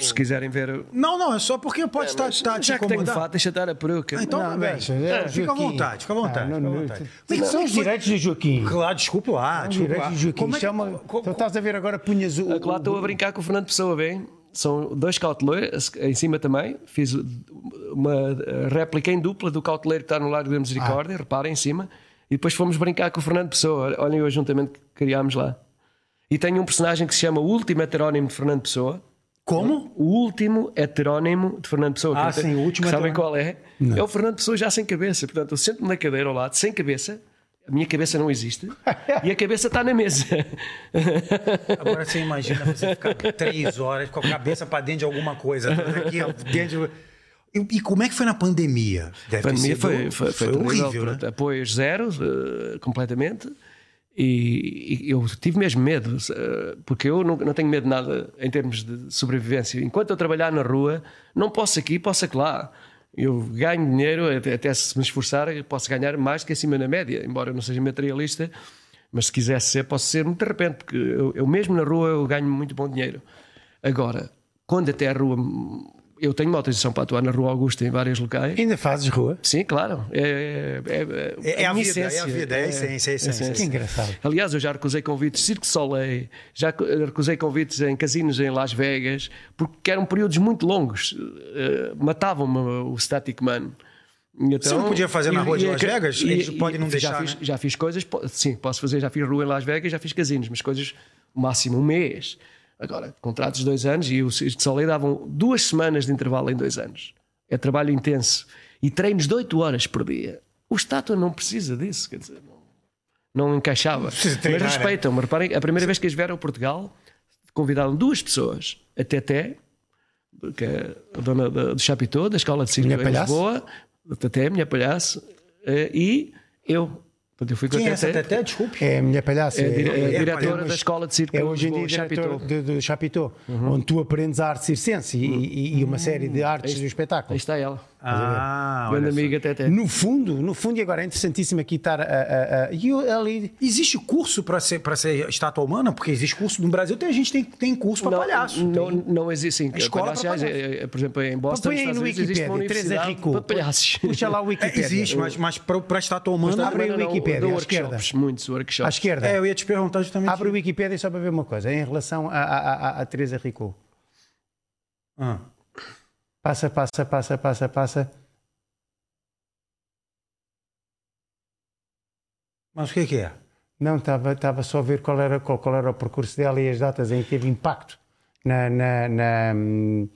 [SPEAKER 4] se quiserem ver.
[SPEAKER 1] Não, não, é só porque pode estar tá, te
[SPEAKER 4] já que tenho
[SPEAKER 1] incomodando.
[SPEAKER 4] fato, deixa estar a peruca.
[SPEAKER 1] Ah, então,
[SPEAKER 2] Não,
[SPEAKER 1] tá bem.
[SPEAKER 2] deixa, deixa
[SPEAKER 1] fica à
[SPEAKER 2] aqui.
[SPEAKER 1] vontade, fica à vontade.
[SPEAKER 2] Ah,
[SPEAKER 1] fica à
[SPEAKER 2] não, não,
[SPEAKER 1] vontade.
[SPEAKER 2] tu-
[SPEAKER 1] Mas
[SPEAKER 2] São
[SPEAKER 1] como é
[SPEAKER 2] os
[SPEAKER 1] foi-
[SPEAKER 2] direitos do Joaquim.
[SPEAKER 1] Claro, desculpa lá.
[SPEAKER 2] São os
[SPEAKER 1] desculpa
[SPEAKER 2] direitos
[SPEAKER 1] lá.
[SPEAKER 2] do Joaquim.
[SPEAKER 1] Como é que-
[SPEAKER 2] Chama-
[SPEAKER 1] co-
[SPEAKER 2] Então estás a ver agora, punhas o.
[SPEAKER 4] É que Lá estou a brincar com o Fernando Pessoa, bem. São dois cauteleiros, em cima também. Fiz uma réplica em dupla do cauteleiro que está no Largo da Misericórdia,
[SPEAKER 1] Ah.
[SPEAKER 4] reparem, em cima. E depois fomos brincar com o Fernando Pessoa. Olhem o ajuntamento que criámos lá. E tenho um personagem que se chama O Último Heterónimo de Fernando Pessoa.
[SPEAKER 1] Como?
[SPEAKER 4] O Último Heterónimo de Fernando Pessoa.
[SPEAKER 1] Ah,
[SPEAKER 4] Que eu
[SPEAKER 1] sim, o último
[SPEAKER 4] que Sabem
[SPEAKER 1] heterónimo.
[SPEAKER 4] qual é? É o Fernando Pessoa já sem cabeça. Portanto, eu sento-me na cadeira ao lado, sem cabeça. A minha cabeça não existe. e a cabeça está na mesa.
[SPEAKER 1] Agora você imagina você ficar três horas com a cabeça pra dentro de alguma coisa. toda Aqui, ó, dentro de- e, e como é que foi na pandemia? Deve ter
[SPEAKER 4] pandemia
[SPEAKER 1] sido-
[SPEAKER 4] foi, foi, foi terrível,
[SPEAKER 1] horrível, né?
[SPEAKER 4] portanto, Apoios zero, eh, completamente. E, e eu tive mesmo medo, eh, porque eu não, não tenho medo de nada em termos de sobrevivência. Enquanto eu trabalhar na rua, não posso aqui, posso é lá. Eu ganho dinheiro, até, até se me esforçar, eu posso ganhar mais que acima da média, embora eu não seja materialista. Mas se quisesse ser, posso ser muito de repente, porque eu, eu mesmo na rua eu ganho muito bom dinheiro. Agora, quando até a rua. Eu tenho uma autorização para atuar na Rua Augusta em vários locais.
[SPEAKER 2] Ainda fazes rua?
[SPEAKER 4] Sim, claro. É, é,
[SPEAKER 1] É, é a
[SPEAKER 4] minha
[SPEAKER 1] vida, é a vida, é a essência, é a essência.
[SPEAKER 2] Que engraçado.
[SPEAKER 4] Aliás, eu já recusei convites de Cirque du Soleil, já co- recusei convites em casinos em Las Vegas, porque eram períodos muito longos. Eh, Matavam-me o Static Man. Então,
[SPEAKER 1] Você não podia fazer na rua de Las
[SPEAKER 4] acre-
[SPEAKER 1] Vegas? Eles podem não
[SPEAKER 4] já
[SPEAKER 1] deixar,
[SPEAKER 4] Fiz,
[SPEAKER 1] né?
[SPEAKER 4] Já fiz coisas, po- sim, posso fazer, já fiz rua em Las Vegas, já fiz casinos, mas coisas máximo um mês. Agora, contratos de dois anos e o Cirque du Soleil davam duas semanas de intervalo em dois anos. É trabalho intenso. E treinos de oito horas por dia. O estátua não precisa disso, quer dizer, não, não encaixava.
[SPEAKER 1] treinar,
[SPEAKER 4] mas respeitam-me, reparem, a primeira vez que eles vieram a Portugal, convidaram duas pessoas, a Teté, que é a dona da- do Chapitô, da Escola de Circo
[SPEAKER 2] Minha
[SPEAKER 4] em
[SPEAKER 2] palhaço.
[SPEAKER 4] Lisboa, a Teté, minha palhaço, eh, e eu. Portanto, eu fui com
[SPEAKER 1] Quem é
[SPEAKER 4] a
[SPEAKER 1] essa
[SPEAKER 4] Teté.
[SPEAKER 1] Teté? Desculpe.
[SPEAKER 2] É a minha palhaça.
[SPEAKER 4] É, dire- é
[SPEAKER 1] é,
[SPEAKER 4] diretora
[SPEAKER 1] mas-
[SPEAKER 4] da Escola de Circo
[SPEAKER 2] É
[SPEAKER 4] em
[SPEAKER 2] hoje em dia
[SPEAKER 4] Lisboa, Uhum.
[SPEAKER 2] diretor
[SPEAKER 4] Chapitô.
[SPEAKER 2] do, do Chapitô, onde tu aprendes a arte circense e, e- e
[SPEAKER 4] Uhum.
[SPEAKER 2] uma série de artes do
[SPEAKER 4] Aí
[SPEAKER 2] espetáculo.
[SPEAKER 4] está ela,
[SPEAKER 1] Ah,
[SPEAKER 4] grande
[SPEAKER 1] olha só.
[SPEAKER 4] amiga Teté.
[SPEAKER 2] No fundo, no fundo, e agora é interessantíssimo aqui estar a- a- a- E eu ali
[SPEAKER 1] Existe curso pra ser, pra ser estátua humana? Porque existe curso no Brasil, tem gente tem, tem curso pra palhaço.
[SPEAKER 4] Não, não existe, sim.
[SPEAKER 1] escola
[SPEAKER 4] palhaços,
[SPEAKER 1] para palhaços.
[SPEAKER 4] eh, eh, por exemplo, em Boston,
[SPEAKER 2] Põe aí
[SPEAKER 4] Estados
[SPEAKER 2] no
[SPEAKER 4] Unidos, existe uma
[SPEAKER 2] Wikipedia, Teresa
[SPEAKER 4] universidade
[SPEAKER 2] Rico.
[SPEAKER 4] para palhaços.
[SPEAKER 2] Puxa lá o
[SPEAKER 1] É,
[SPEAKER 2] Wikipedia.
[SPEAKER 1] existe, mas, mas pra, pra estátua humana.
[SPEAKER 2] Abre o
[SPEAKER 4] Não, não,
[SPEAKER 2] Wikipedia,
[SPEAKER 4] dou
[SPEAKER 2] à
[SPEAKER 4] workshops,
[SPEAKER 2] esquerda.
[SPEAKER 4] muitos workshops.
[SPEAKER 2] À esquerda.
[SPEAKER 1] É, eu ia te perguntar justamente.
[SPEAKER 2] Abre o Wikipedia só para ver uma coisa, em relação a, a, a- a Teresa Rico.
[SPEAKER 1] Ah.
[SPEAKER 2] Passa, passa, passa, passa, passa.
[SPEAKER 1] Mas o que, que é?
[SPEAKER 2] Não, estava estava só a ver qual era, qual, qual era o percurso dela e as datas em que teve impacto na. na, na- hum,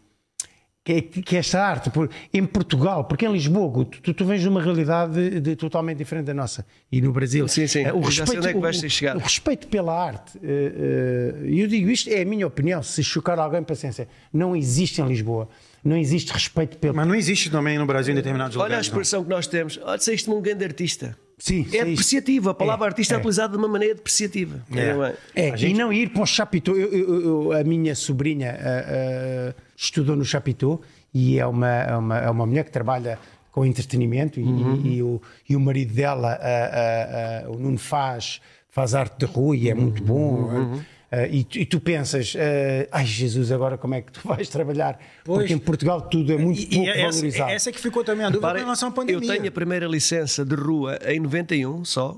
[SPEAKER 2] que, que esta arte, por- em Portugal, porque em Lisboa, tu, tu, tu vens de uma realidade de- de- totalmente diferente da nossa. E no Brasil,
[SPEAKER 4] Sim, sim.
[SPEAKER 2] eh, o,
[SPEAKER 4] Eu já sei
[SPEAKER 2] respeito,
[SPEAKER 4] onde é que
[SPEAKER 2] o-
[SPEAKER 4] vais ter chegado.
[SPEAKER 2] o respeito pela arte, eh, eh, e eu digo isto, é a minha opinião, se chocar alguém, paciência, não existe em Lisboa, não existe respeito pelo.
[SPEAKER 1] Mas não existe também no Brasil em determinados
[SPEAKER 4] Olha a
[SPEAKER 1] lugares. não.
[SPEAKER 4] expressão que nós temos. Olha, saíste-me um grande artista.
[SPEAKER 2] Sim,
[SPEAKER 4] É
[SPEAKER 2] sim.
[SPEAKER 4] depreciativa. A palavra
[SPEAKER 2] É,
[SPEAKER 4] artista é,
[SPEAKER 2] é.
[SPEAKER 4] utilizada de uma maneira depreciativa.
[SPEAKER 1] É.
[SPEAKER 4] Não é?
[SPEAKER 2] É,
[SPEAKER 1] A gente-
[SPEAKER 2] e não ir para o Chapitão. Eu- eu- eu- a minha eh, sobrinha ah, ah, estudou no Chapitão e é uma, é, uma, é uma mulher que trabalha com entretenimento e,
[SPEAKER 1] Uhum.
[SPEAKER 2] e- e o, e o marido dela, a- a- a- o Nuno Faz, faz arte de rua e é
[SPEAKER 1] Uhum.
[SPEAKER 2] muito bom. Ah, e, tu- e tu pensas, ah, ai Jesus, agora como é que tu vais trabalhar? Porque em Portugal tudo é muito
[SPEAKER 1] E, e
[SPEAKER 2] pouco
[SPEAKER 1] essa,
[SPEAKER 2] valorizado.
[SPEAKER 1] essa é que ficou também a dúvida
[SPEAKER 4] Reparem,
[SPEAKER 1] em relação à
[SPEAKER 4] eu
[SPEAKER 1] pandemia.
[SPEAKER 4] tenho a primeira licença de rua em 91 só.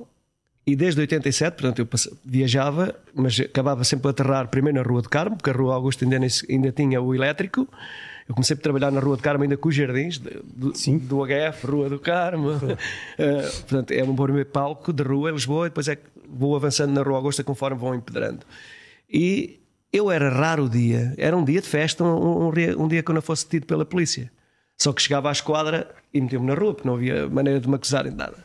[SPEAKER 4] E desde 87, portanto, eu passa- viajava, mas acabava sempre a aterrar primeiro na Rua do Carmo, porque a Rua Augusto ainda, nem se- ainda tinha o elétrico. Eu comecei por trabalhar na Rua do Carmo, ainda com os jardins de- do, do HF, Rua do Carmo. Eh, portanto, é um primeiro palco de rua em Lisboa, e depois é que vou avançando na Rua Augusta conforme vão empedrando. E eu era raro o dia, era um dia de festa, um, um re- um dia que eu não fosse tido pela polícia. Só que chegava à esquadra e metia-me na rua, porque não havia maneira de me acusarem de nada.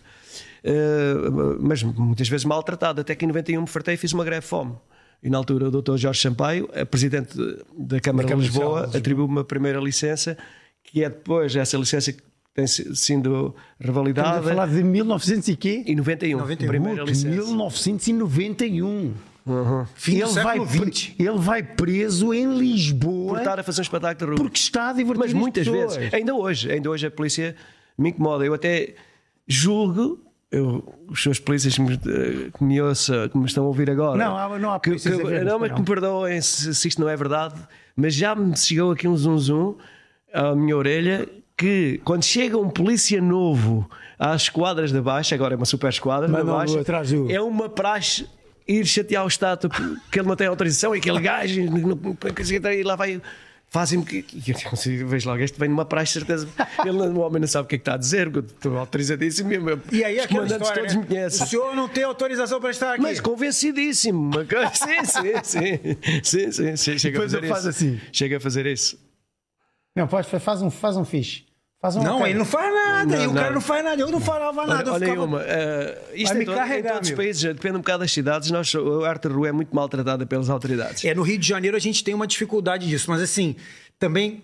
[SPEAKER 4] Uh, mas muitas vezes maltratado. Até que em 91 me fartei e fiz uma greve de fome. E na altura o doutor Jorge Sampaio, eh, presidente da Câmara de
[SPEAKER 2] Câmara de Lisboa, de
[SPEAKER 4] Lisboa,
[SPEAKER 2] Lisboa.
[SPEAKER 4] atribuiu-me uma primeira licença, que é depois essa licença que tem si- sido revalidada.
[SPEAKER 2] Estamos a falar um, de 1900 e quê?
[SPEAKER 4] Em 91, primeira
[SPEAKER 2] Puto,
[SPEAKER 4] licença.
[SPEAKER 2] 1991.
[SPEAKER 1] Fim do
[SPEAKER 2] Ele, vai,
[SPEAKER 1] século
[SPEAKER 2] pre-
[SPEAKER 1] XX.
[SPEAKER 2] ele vai preso em
[SPEAKER 4] Por
[SPEAKER 2] Lisboa
[SPEAKER 4] estar a fazer um espetáculo de rua.
[SPEAKER 2] porque está a divertir
[SPEAKER 4] Mas
[SPEAKER 2] as
[SPEAKER 4] muitas
[SPEAKER 2] pessoas.
[SPEAKER 4] vezes, ainda hoje, ainda hoje a polícia me incomoda. Eu até julgo, eu- os seus polícias que me, eh, que me ouçam, que me estão a ouvir agora.
[SPEAKER 2] Não, há- não há
[SPEAKER 4] que,
[SPEAKER 2] polícias
[SPEAKER 4] que-
[SPEAKER 2] a um ver-nos,
[SPEAKER 4] Não, mas
[SPEAKER 2] não.
[SPEAKER 4] que me perdoem se, se isto não é verdade, mas já me chegou aqui um zum zum à minha orelha que quando chega um polícia novo às esquadras da Baixa, agora é uma super esquadra da
[SPEAKER 2] Mandam-no
[SPEAKER 1] um
[SPEAKER 4] Baixa,
[SPEAKER 2] atrás do-
[SPEAKER 4] é uma praxe ir chatear o Estado que ele não tem autorização e aquele gajo não- não não consegue entrar e lá vai. Fazem-me que. e eu- eu Vejo logo, este vem numa praxe, certeza. Ele, o homem não sabe o que é que está a dizer, porque eu estou autorizadíssimo. E, meu-
[SPEAKER 1] E aí
[SPEAKER 4] os
[SPEAKER 1] aquela
[SPEAKER 4] comandantes
[SPEAKER 1] história,
[SPEAKER 4] todos
[SPEAKER 1] né?
[SPEAKER 4] me conhecem.
[SPEAKER 1] O senhor não tem autorização para estar aqui.
[SPEAKER 4] Mas convencidíssimo. uma coisa- Sim, sim, sim. sim, sim, sim, chega a
[SPEAKER 2] Depois
[SPEAKER 4] fazer
[SPEAKER 2] ele faz
[SPEAKER 4] isso.
[SPEAKER 2] assim.
[SPEAKER 4] Chega a fazer isso.
[SPEAKER 2] Não, faz, faz um, faz um fixe. Faz um
[SPEAKER 1] Não,
[SPEAKER 2] ok.
[SPEAKER 1] ele não faz nada.
[SPEAKER 4] Não,
[SPEAKER 1] e o cara
[SPEAKER 4] não.
[SPEAKER 1] não faz nada. Eu não falava nada.
[SPEAKER 4] Olha,
[SPEAKER 1] Eu
[SPEAKER 4] olha aí
[SPEAKER 1] Ah, então ficava...
[SPEAKER 4] uma. eh, isto
[SPEAKER 1] Vai
[SPEAKER 4] em,
[SPEAKER 1] me
[SPEAKER 4] todo-
[SPEAKER 1] carregar,
[SPEAKER 4] em todos os
[SPEAKER 1] meu.
[SPEAKER 4] países, depende um bocado das cidades. Nós, a arte de rua é muito maltratada pelas autoridades.
[SPEAKER 1] É, no Rio de Janeiro a gente tem uma dificuldade disso, mas assim, também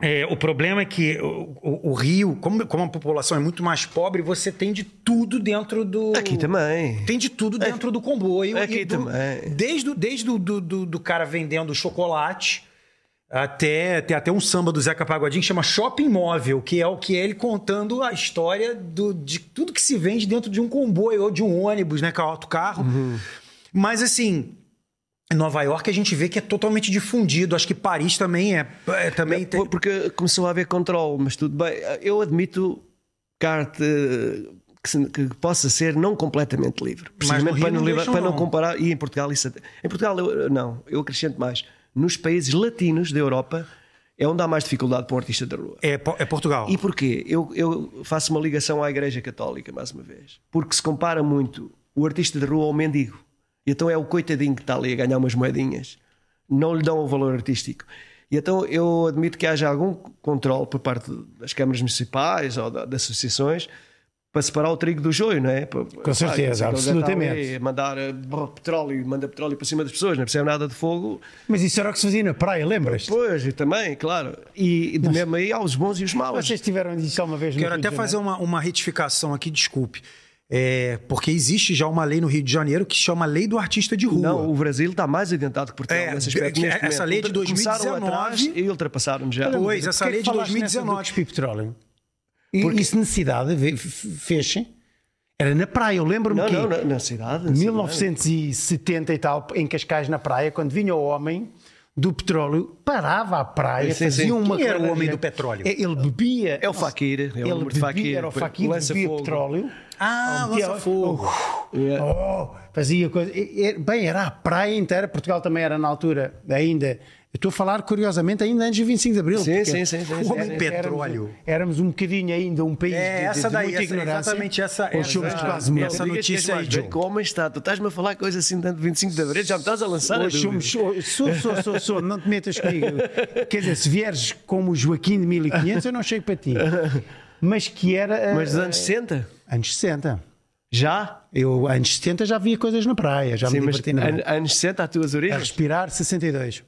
[SPEAKER 1] é, o problema é que o, o- o Rio, como, como a população é muito mais pobre, você tem de tudo dentro do.
[SPEAKER 4] Aqui também. É.
[SPEAKER 1] Tem de tudo dentro do comboio.
[SPEAKER 4] Aqui
[SPEAKER 1] e do-
[SPEAKER 4] também.
[SPEAKER 1] Desde, o- desde o do, do- do cara vendendo chocolate. Até, tem até um samba do Zeca Pagodinho que chama Shopping Móvel, que é o que é ele contando a história do- de tudo que se vende dentro de um comboio ou de um ônibus, né? Que é o autocarro.
[SPEAKER 4] Uhum.
[SPEAKER 1] Mas assim, em Nova York a gente vê que é totalmente difundido. Acho que Paris também é. é, também tem-
[SPEAKER 4] Porque começou a haver controle, mas tudo bem. Eu admito que a arte eh, que, se- que possa ser não completamente livre.
[SPEAKER 1] no
[SPEAKER 4] Precisamente
[SPEAKER 1] Rio
[SPEAKER 4] para,
[SPEAKER 1] não
[SPEAKER 4] livra-
[SPEAKER 1] deixam,
[SPEAKER 4] para não
[SPEAKER 1] não.
[SPEAKER 4] comparar. E em Portugal, isso até- em Portugal eu- não, eu acrescento mais. Nos países latinos da Europa é onde há mais dificuldade para um artista da rua.
[SPEAKER 1] é, Po- é Portugal.
[SPEAKER 4] E porquê? Eu, eu faço uma ligação à Igreja Católica, mais uma vez. Porque se compara muito o artista de rua ao mendigo. Então é o coitadinho que está ali a ganhar umas moedinhas. Não lhe dão o valor artístico. E então eu admito que haja algum controle por parte das câmaras municipais ou da- das associações para separar o trigo do joio, não é? Para-
[SPEAKER 2] Com certeza,
[SPEAKER 4] aquele gajo está ali
[SPEAKER 2] absolutamente.
[SPEAKER 4] a mandar eh, brrr, petróleo, manda petróleo para cima das pessoas, não é? percebe nada de fogo.
[SPEAKER 2] Mas isso era o que se fazia na praia, lembras?
[SPEAKER 4] Pois, e também, claro. E, e de mesmo aí há os bons e os maus.
[SPEAKER 2] Vocês tiveram disso alguma vez no
[SPEAKER 1] Quero
[SPEAKER 2] Rio
[SPEAKER 1] até
[SPEAKER 2] de
[SPEAKER 1] fazer
[SPEAKER 2] Janeiro?
[SPEAKER 1] uma, uma retificação aqui, desculpe. É, porque existe já uma lei no Rio de Janeiro que chama Lei do Artista de Rua.
[SPEAKER 4] Não, o Brasil está mais adiantado que Portugal
[SPEAKER 1] É,
[SPEAKER 4] nesse aspecto.
[SPEAKER 1] que-
[SPEAKER 4] neste
[SPEAKER 1] essa
[SPEAKER 4] momento.
[SPEAKER 1] lei de
[SPEAKER 4] Começaram
[SPEAKER 1] 2019
[SPEAKER 4] atrás e ultrapassaram já.
[SPEAKER 1] Pois, essa
[SPEAKER 2] Porquê
[SPEAKER 1] lei
[SPEAKER 2] que
[SPEAKER 1] de
[SPEAKER 2] falaste nessa do
[SPEAKER 1] 2019.
[SPEAKER 2] cuspir petróleo? E isso necessidade ve- f- fechem. Era na praia, eu lembro-me
[SPEAKER 4] Não,
[SPEAKER 2] que
[SPEAKER 4] não, na, na cidade. na
[SPEAKER 2] 1970 e tal, em Cascais na praia, quando vinha o homem do petróleo, parava à praia,
[SPEAKER 4] Sim,
[SPEAKER 2] fazia
[SPEAKER 4] sim.
[SPEAKER 2] uma
[SPEAKER 1] Quem era o
[SPEAKER 2] carreira.
[SPEAKER 1] homem do petróleo?
[SPEAKER 2] É, Ele bebia.
[SPEAKER 4] É o Fakir, é o
[SPEAKER 2] ele
[SPEAKER 4] número
[SPEAKER 2] bebia,
[SPEAKER 4] de Fakir,
[SPEAKER 2] era o
[SPEAKER 4] foi-
[SPEAKER 2] Fakir,
[SPEAKER 4] lança
[SPEAKER 2] bebia
[SPEAKER 4] fogo.
[SPEAKER 2] petróleo.
[SPEAKER 1] Ah,
[SPEAKER 2] metia-
[SPEAKER 1] lança fogo.
[SPEAKER 4] cidade. É.
[SPEAKER 2] Oh, fazia coisa. e- e- Bem, era a praia inteira. Portugal também era na altura, ainda. Eu estou a falar, curiosamente, ainda antes de 25 de Abril.
[SPEAKER 4] Sim,
[SPEAKER 2] porque
[SPEAKER 4] sim, sim, sim, sim.
[SPEAKER 1] Homem
[SPEAKER 2] era-
[SPEAKER 1] petróleo.
[SPEAKER 2] Éramos, éramos um bocadinho ainda um país
[SPEAKER 1] É,
[SPEAKER 2] de, de-
[SPEAKER 1] essa
[SPEAKER 2] de
[SPEAKER 1] daí,
[SPEAKER 2] muita
[SPEAKER 1] essa-
[SPEAKER 2] ignorância.
[SPEAKER 1] exatamente essa-
[SPEAKER 2] Onde somos
[SPEAKER 1] essa-
[SPEAKER 2] quase mortos.
[SPEAKER 1] essa notícia
[SPEAKER 2] é
[SPEAKER 1] aí, Joe.
[SPEAKER 4] Que homem está? Tu estás-me a falar coisa assim tanto 25 de abril, já me estás a lançar. a
[SPEAKER 2] Hoje somos.
[SPEAKER 4] dúvida.
[SPEAKER 2] Sou, sou, sou, sou, sou, não te metas comigo. Quer dizer, se vieres como o Joaquim de 1500, eu não chego para ti. Mas que era.
[SPEAKER 4] Mas dos
[SPEAKER 2] eh,
[SPEAKER 4] anos 60?
[SPEAKER 2] anos 60.
[SPEAKER 4] Já?
[SPEAKER 2] Eu, anos 70, já via coisas na praia, já
[SPEAKER 4] Sim,
[SPEAKER 2] me
[SPEAKER 4] mas
[SPEAKER 2] diverti na
[SPEAKER 4] an- anos 60 às tuas
[SPEAKER 2] A
[SPEAKER 4] origens?
[SPEAKER 2] respirar, 62.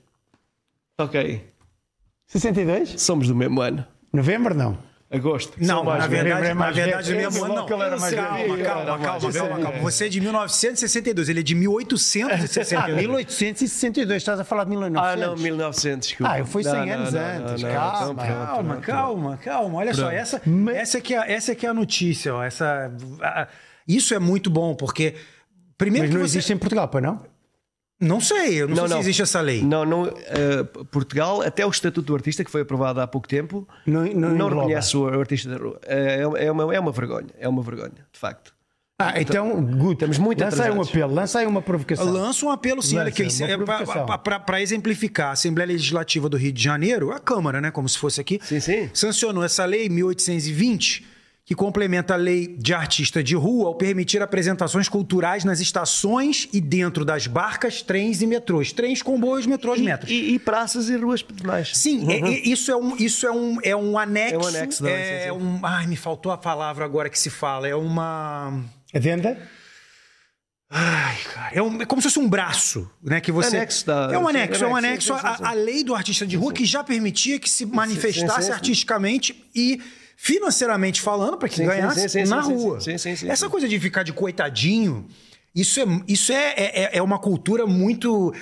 [SPEAKER 4] Ok.
[SPEAKER 2] 62?
[SPEAKER 4] Somos do mesmo ano.
[SPEAKER 2] Novembro, não. Ah,
[SPEAKER 4] Agosto.
[SPEAKER 1] Não, na
[SPEAKER 2] velho,
[SPEAKER 1] verdade,
[SPEAKER 2] é
[SPEAKER 1] na
[SPEAKER 2] mais
[SPEAKER 1] verdade,
[SPEAKER 2] velho.
[SPEAKER 1] meu irmão,
[SPEAKER 2] Esse
[SPEAKER 1] não.
[SPEAKER 2] logo que ele era mais
[SPEAKER 1] calma,
[SPEAKER 2] velho.
[SPEAKER 1] calma,
[SPEAKER 4] Era
[SPEAKER 1] calma, calma,
[SPEAKER 4] mais
[SPEAKER 1] calma,
[SPEAKER 4] velho.
[SPEAKER 1] calma. Você é de 1962, ele é de
[SPEAKER 2] Ah,
[SPEAKER 1] 1862.
[SPEAKER 2] 1862, estás a falar de 1900.
[SPEAKER 4] Ah, não, 1900, desculpa.
[SPEAKER 2] Ah, eu fui 100
[SPEAKER 4] Não, não,
[SPEAKER 2] anos
[SPEAKER 4] não,
[SPEAKER 2] antes.
[SPEAKER 4] não, não,
[SPEAKER 2] calma.
[SPEAKER 4] então, pronto.
[SPEAKER 1] Calma, calma, calma. Olha só, essa,
[SPEAKER 2] Mas-
[SPEAKER 1] essa, que é, essa que é a notícia. Ó. Essa, a- isso é muito bom, porque. Primeiro
[SPEAKER 2] Mas não
[SPEAKER 1] que você...
[SPEAKER 2] existe em Portugal, pois não?
[SPEAKER 1] Não sei, eu não, sei se existe essa lei.
[SPEAKER 4] Não, não, eh, Portugal, até o Estatuto do Artista, que foi aprovado há pouco tempo,
[SPEAKER 2] Não- não engloba.
[SPEAKER 4] reconhece o artista da rua. Eh, É, é uma, é uma vergonha, é uma vergonha, de facto.
[SPEAKER 2] Ah, então, Guto,
[SPEAKER 4] Estamos muito
[SPEAKER 2] lança aí um
[SPEAKER 4] atrasados.
[SPEAKER 2] apelo, lança aí uma provocação.
[SPEAKER 1] Lança um apelo, sim,
[SPEAKER 2] Lança,
[SPEAKER 1] olha aqui. é
[SPEAKER 2] uma provocação.
[SPEAKER 1] Para exemplificar, a Assembleia Legislativa do Rio de Janeiro, a Câmara, né? Como se fosse aqui,
[SPEAKER 4] Sim, sim.
[SPEAKER 1] sancionou essa lei 1820, que complementa a lei de artista de rua ao permitir apresentações culturais nas estações e dentro das barcas, trens e metrôs. Trens, comboios, metrôs,
[SPEAKER 4] E,
[SPEAKER 1] metros.
[SPEAKER 4] e- e praças e ruas pedonais.
[SPEAKER 1] Sim, é- é- isso, é um, isso é um, é um anexo.
[SPEAKER 4] Uhum. É um anexo da lei,
[SPEAKER 1] é
[SPEAKER 4] sim, sim.
[SPEAKER 1] um- Ai, me faltou a palavra agora que se fala. É uma.
[SPEAKER 2] Adenda?
[SPEAKER 1] Ai, cara, é, um- é como se fosse um braço, né? Que você.
[SPEAKER 4] Anexo da-
[SPEAKER 1] é um anexo,
[SPEAKER 4] sim,
[SPEAKER 1] é um anexo
[SPEAKER 4] anexo, sim, sim, sim.
[SPEAKER 1] à, à lei do artista de rua que já permitia que se manifestasse
[SPEAKER 4] sim, sim.
[SPEAKER 1] artisticamente e financeiramente falando para que
[SPEAKER 4] Sim, sim,
[SPEAKER 1] ganhasse
[SPEAKER 4] sim, sim,
[SPEAKER 1] na
[SPEAKER 4] sim, sim,
[SPEAKER 1] rua.
[SPEAKER 4] sim, sim, sim,
[SPEAKER 1] Essa
[SPEAKER 4] sim.
[SPEAKER 1] coisa de ficar de coitadinho, isso é, isso é, é, é uma cultura muito.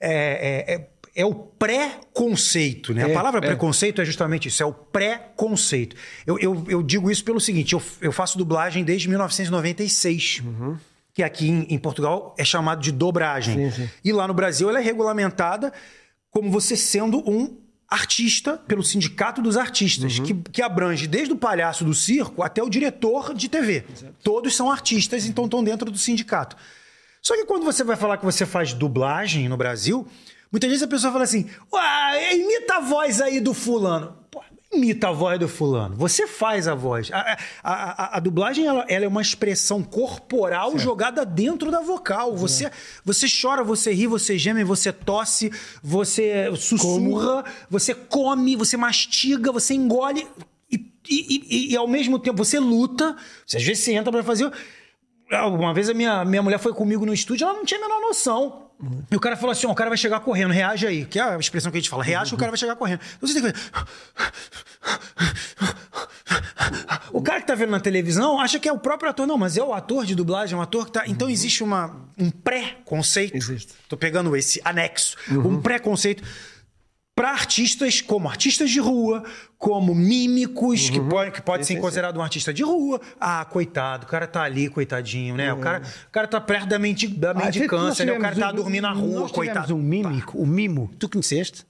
[SPEAKER 1] É, é- é- é o pré-conceito, né?
[SPEAKER 4] É,
[SPEAKER 1] a palavra
[SPEAKER 4] é.
[SPEAKER 1] preconceito é justamente isso, é o pré-conceito. Eu, eu, eu digo isso pelo seguinte: eu, eu faço dublagem desde 1996 que aqui em, em Portugal é chamado de dobragem.
[SPEAKER 4] Uhum. Sim, sim.
[SPEAKER 1] E lá no Brasil ela é regulamentada como você sendo um artista pelo Sindicato dos Artistas, que, que abrange desde o palhaço do circo até o diretor de TV. Todos são artistas, então estão dentro do sindicato. Só que quando você vai falar que você faz dublagem no Brasil, muitas vezes a pessoa fala assim: "Ué, imita a voz aí do fulano. Pô, imita a voz do fulano. Você faz a voz. A, a- a- a dublagem ela, ela é uma expressão corporal jogada dentro da vocal. Você, você chora, você ri, você geme, você tosse, você sussurra, você come, você mastiga, você engole. E, e- e- e ao mesmo tempo você luta, Você, às vezes você entra pra fazer. ah, Uma vez a minha, minha mulher foi comigo no estúdio, ela não tinha a menor noção. E o cara falou assim: ó, o cara vai chegar correndo, reage aí. Que é a expressão que a gente fala: reage, que o cara vai chegar correndo. Então você tem que fazer. O cara que tá vendo na televisão acha que é o próprio ator. Não, mas é o ator de dublagem, é um ator que tá. Então existe uma, um pré-conceito.
[SPEAKER 4] Existe.
[SPEAKER 1] Tô pegando esse anexo. Um pré-conceito para artistas como artistas de rua, como mímicos,
[SPEAKER 2] Uhum.
[SPEAKER 1] que podem que pode
[SPEAKER 4] Sim,
[SPEAKER 1] ser
[SPEAKER 4] sim,
[SPEAKER 1] considerado um artista de rua. Ah, coitado, o cara tá ali, coitadinho, né? O,
[SPEAKER 2] Uhum.
[SPEAKER 1] cara, o cara tá perto da, mendi,
[SPEAKER 2] Ah,
[SPEAKER 1] da mendicância, né? O cara tá dormindo na rua,
[SPEAKER 2] um- nós tivemos
[SPEAKER 1] coitado.
[SPEAKER 2] um mímico, o Mimo. Tu conheceste?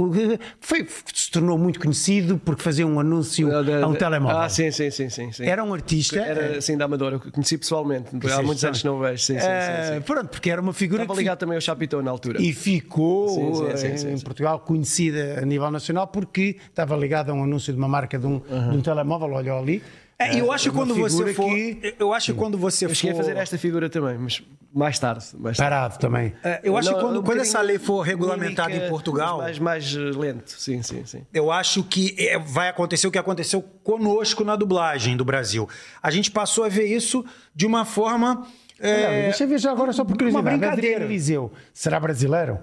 [SPEAKER 2] O- eh, Foi, se tornou muito conhecido porque fazia um anúncio a um telemóvel.
[SPEAKER 4] Ah, sim, sim, sim, sim. sim.
[SPEAKER 2] Era um artista.
[SPEAKER 1] eh,
[SPEAKER 4] Era assim da Amadora, eu conheci pessoalmente, há
[SPEAKER 2] Conheceste
[SPEAKER 4] muitos anos não o vejo. Sim, sim,
[SPEAKER 2] eh,
[SPEAKER 4] sim, sim.
[SPEAKER 2] Pronto, porque era uma
[SPEAKER 1] É,
[SPEAKER 2] figura
[SPEAKER 4] Estava
[SPEAKER 2] que
[SPEAKER 4] ligado também ao Chapitão na altura.
[SPEAKER 2] E ficou
[SPEAKER 4] Sim, sim, sim,
[SPEAKER 2] eh,
[SPEAKER 4] sim,
[SPEAKER 2] em
[SPEAKER 4] sim.
[SPEAKER 2] Portugal conhecida a nível nacional porque estava ligada a um anúncio de uma marca de um, de um telemóvel, olha ali.
[SPEAKER 1] É, e eu acho que
[SPEAKER 2] uma
[SPEAKER 1] quando você
[SPEAKER 2] figura
[SPEAKER 1] for.
[SPEAKER 2] que-
[SPEAKER 1] Eu acho que quando você
[SPEAKER 4] Eu
[SPEAKER 1] for.
[SPEAKER 4] cheguei a fazer esta figura também, mas mais tarde. Mais tarde.
[SPEAKER 2] Parado também.
[SPEAKER 1] É, Eu acho
[SPEAKER 4] Não,
[SPEAKER 1] que quando,
[SPEAKER 4] um
[SPEAKER 1] quando essa
[SPEAKER 4] bocadinho
[SPEAKER 1] lei for regulamentada
[SPEAKER 4] mímica,
[SPEAKER 2] é,
[SPEAKER 1] em Portugal,
[SPEAKER 4] mas Mais, mais eh, lento, sim, sim, sim.
[SPEAKER 1] eu acho que é, vai acontecer o que aconteceu conosco na dublagem do Brasil. A gente passou a ver isso de uma forma. é,
[SPEAKER 2] Olha, deixa eu ver já agora só por curiosidade.
[SPEAKER 1] brincadeira.
[SPEAKER 2] Adriano Eliseu, será brasileiro?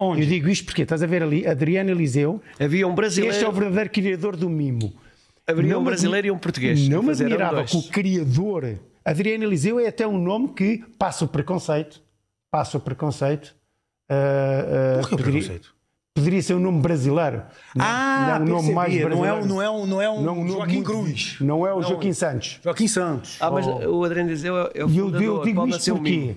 [SPEAKER 2] Eu digo isto porque estás a ver ali, Adriano Eliseu,
[SPEAKER 4] Havia um brasileiro,
[SPEAKER 2] este é o verdadeiro criador do mimo.
[SPEAKER 4] havia
[SPEAKER 2] Não
[SPEAKER 4] um
[SPEAKER 2] me-
[SPEAKER 4] brasileiro e um português.
[SPEAKER 2] Não me
[SPEAKER 4] Fazer, eram
[SPEAKER 2] admirava
[SPEAKER 4] dois.
[SPEAKER 2] que o criador, Adriano Eliseu, é até um nome que passa o preconceito. Passa o preconceito. ah, ah,
[SPEAKER 1] Por que o
[SPEAKER 2] poderia-
[SPEAKER 1] preconceito?
[SPEAKER 2] Poderia ser um nome brasileiro. Não-
[SPEAKER 1] Ah,
[SPEAKER 2] não é um nome
[SPEAKER 1] percebi,
[SPEAKER 2] mais brasileiro.
[SPEAKER 1] não é um- não é um- não é um
[SPEAKER 2] Não nome
[SPEAKER 1] Joaquim
[SPEAKER 2] muito-
[SPEAKER 1] Cruz.
[SPEAKER 2] Não é o
[SPEAKER 1] Não.
[SPEAKER 2] Joaquim Santos.
[SPEAKER 1] Joaquim Santos.
[SPEAKER 4] Ah, mas o Adriano Dizeu é, é o
[SPEAKER 2] Oh. E eu,
[SPEAKER 4] fundador.
[SPEAKER 2] eu digo
[SPEAKER 4] pode
[SPEAKER 2] isto
[SPEAKER 4] ser um mimo.
[SPEAKER 2] porquê?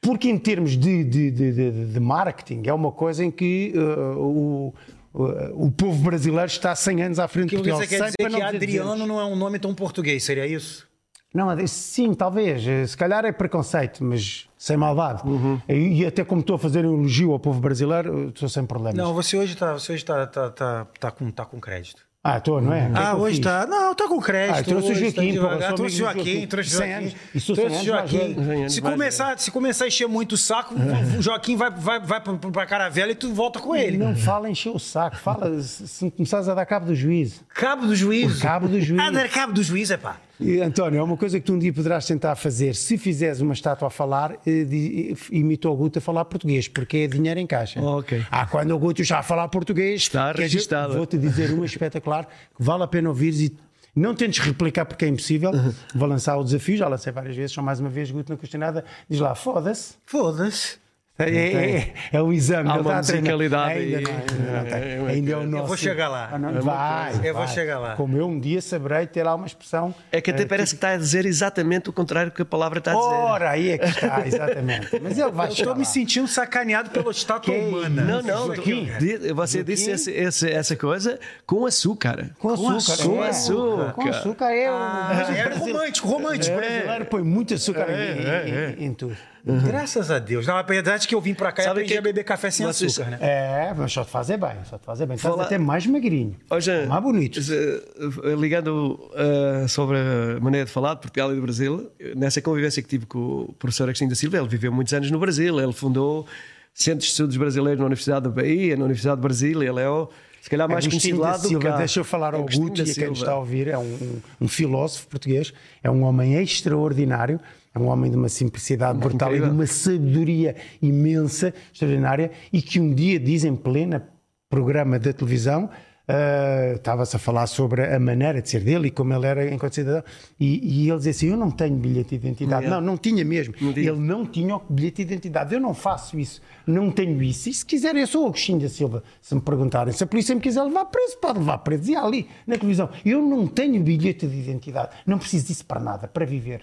[SPEAKER 2] Porque em termos de, de- de- de- de marketing é uma coisa em que ah, o, o- o povo brasileiro está 100 anos à frente
[SPEAKER 1] Que
[SPEAKER 2] de Portugal.
[SPEAKER 1] você quer
[SPEAKER 2] 100
[SPEAKER 1] dizer
[SPEAKER 2] para não
[SPEAKER 1] que
[SPEAKER 2] dizer
[SPEAKER 1] Adriano não é um nome tão português, seria isso?
[SPEAKER 2] Não, Ade- sim, talvez. Eh, Se calhar é preconceito, mas sem maldade. E, e até como estou a fazer um elogio ao povo brasileiro, eh, estou sem problemas.
[SPEAKER 1] Não, você hoje tá, você hoje tá, tá, tá, tá, com, tá com crédito.
[SPEAKER 2] Ah, estou, não é? O que é que
[SPEAKER 1] Ah,
[SPEAKER 2] eu
[SPEAKER 1] hoje
[SPEAKER 2] fiz?
[SPEAKER 1] tá. Não, tá com crédito.
[SPEAKER 2] Ah, trouxe o
[SPEAKER 1] hoje
[SPEAKER 2] Joaquim,
[SPEAKER 1] tá
[SPEAKER 2] pô,
[SPEAKER 1] devagar,
[SPEAKER 2] sou
[SPEAKER 1] trouxe
[SPEAKER 2] amigo do
[SPEAKER 1] Joaquim,
[SPEAKER 2] Joaquim.
[SPEAKER 1] trouxe
[SPEAKER 2] Cem
[SPEAKER 1] Joaquim.
[SPEAKER 2] anos. E sou
[SPEAKER 1] Trouxe
[SPEAKER 2] cem anos,
[SPEAKER 1] Joaquim.
[SPEAKER 2] mais
[SPEAKER 4] velho. Cem anos
[SPEAKER 1] Se
[SPEAKER 4] mais
[SPEAKER 1] começar, se começar a encher muito o saco, o Joaquim vai, vai, vai pra, pra caravela e tu volta com ele.
[SPEAKER 2] Não fala encher o saco, fala se se me começares a dar cabo do juízo.
[SPEAKER 1] Cabo do juízo.
[SPEAKER 2] Cabo do juízo.
[SPEAKER 1] Ah, dar cabo do juízo, é pá.
[SPEAKER 2] E, António, é uma coisa que tu um dia poderás tentar fazer. Se fizeres uma estátua a falar, eh, di- imita o Guto a falar português, porque é dinheiro em caixa.
[SPEAKER 4] Oh, ok.
[SPEAKER 2] Ah, quando o Guto já a falar português,
[SPEAKER 4] Está
[SPEAKER 2] quer dizer,
[SPEAKER 4] registado.
[SPEAKER 2] Vou-te dizer uma espetacular que vale a pena ouvires e Não tentes replicar porque é impossível.
[SPEAKER 4] Uhum.
[SPEAKER 2] Vou lançar o desafio, já lancei várias vezes, só mais uma vez, Guto, não custa nada. Diz lá, foda-se.
[SPEAKER 1] Foda-se.
[SPEAKER 2] É, é, é, é o exame.
[SPEAKER 4] Há
[SPEAKER 2] ele
[SPEAKER 4] uma
[SPEAKER 2] está a treinar.
[SPEAKER 4] musicalidade
[SPEAKER 2] Ainda
[SPEAKER 4] e-
[SPEAKER 2] não, ainda não tem.
[SPEAKER 4] é,
[SPEAKER 2] Ainda é o nosso.
[SPEAKER 1] Eu vou chegar lá.
[SPEAKER 2] Ah, não,
[SPEAKER 4] uma
[SPEAKER 2] vai,
[SPEAKER 1] coisa. Eu vou
[SPEAKER 2] vai.
[SPEAKER 1] chegar lá.
[SPEAKER 2] Como eu um dia saberei ter lá uma expressão.
[SPEAKER 4] É que até parece que está a dizer exatamente o contrário que a palavra está a dizer.
[SPEAKER 2] Ora, aí é que está, exatamente. Mas ele vai
[SPEAKER 1] Eu
[SPEAKER 2] chegar
[SPEAKER 1] tô me
[SPEAKER 2] lá.
[SPEAKER 1] sentindo sacaneado pela estátua
[SPEAKER 2] Que
[SPEAKER 1] humana.
[SPEAKER 4] Não, não,
[SPEAKER 1] Isso
[SPEAKER 4] tu-
[SPEAKER 1] aqui, ó.
[SPEAKER 4] di- você disse esse- esse- essa coisa com açúcar.
[SPEAKER 2] Com açúcar.
[SPEAKER 4] Com
[SPEAKER 2] é.
[SPEAKER 4] açúcar.
[SPEAKER 2] Com açúcar é o.
[SPEAKER 1] Ah, é romântico, romântico.
[SPEAKER 2] O brasileiro põe muito açúcar em, em- em- em tudo.
[SPEAKER 1] Uhum. Graças a Deus. Na verdade que eu vim pra cá e
[SPEAKER 4] Sabe
[SPEAKER 1] aprendi
[SPEAKER 4] que-
[SPEAKER 1] a beber café sem
[SPEAKER 4] vocês-
[SPEAKER 1] açúcar, né?
[SPEAKER 2] É, mas só te fazer bem, só te fazer bem. Estás
[SPEAKER 4] Fala-
[SPEAKER 2] até mais magrinho.
[SPEAKER 4] Hoje,
[SPEAKER 2] mais Tá bonito.
[SPEAKER 4] eh, Ligando eh, sobre a maneira de falar de Portugal e do Brasil, nessa convivência que tive com o professor Agostinho da Silva, ele viveu muitos anos no Brasil, ele fundou Centros de Estudos Brasileiros na Universidade da Bahia, na Universidade de Brasília, ele é o, se calhar mais
[SPEAKER 2] Agostinho
[SPEAKER 4] conhecido
[SPEAKER 2] da
[SPEAKER 4] lá do
[SPEAKER 2] Silva,
[SPEAKER 4] cá.
[SPEAKER 2] deixa eu falar ao
[SPEAKER 4] Agostinho
[SPEAKER 2] Guto
[SPEAKER 4] da
[SPEAKER 2] e a quem nos
[SPEAKER 4] Silva.
[SPEAKER 2] está a ouvir, é um, um- um filósofo português, é um homem extraordinário, é um homem de uma simplicidade brutal e de
[SPEAKER 4] incrível.
[SPEAKER 2] uma sabedoria imensa, extraordinária, e que um dia diz em plena programa da televisão, ah, estava-se a falar sobre a maneira de ser dele e como ele era enquanto cidadão, e, e ele dizia assim, eu não tenho bilhete de identidade, não, não tinha mesmo,
[SPEAKER 4] é? tinha.
[SPEAKER 2] ele não tinha o bilhete de identidade, eu não faço isso, não tenho isso, e se quiser eu sou o Agostinho da Silva, se me perguntarem, se a polícia me quiser levar preso, pode levar preso, dizia ali na televisão, eu não tenho bilhete de identidade, não preciso disso para nada, para viver.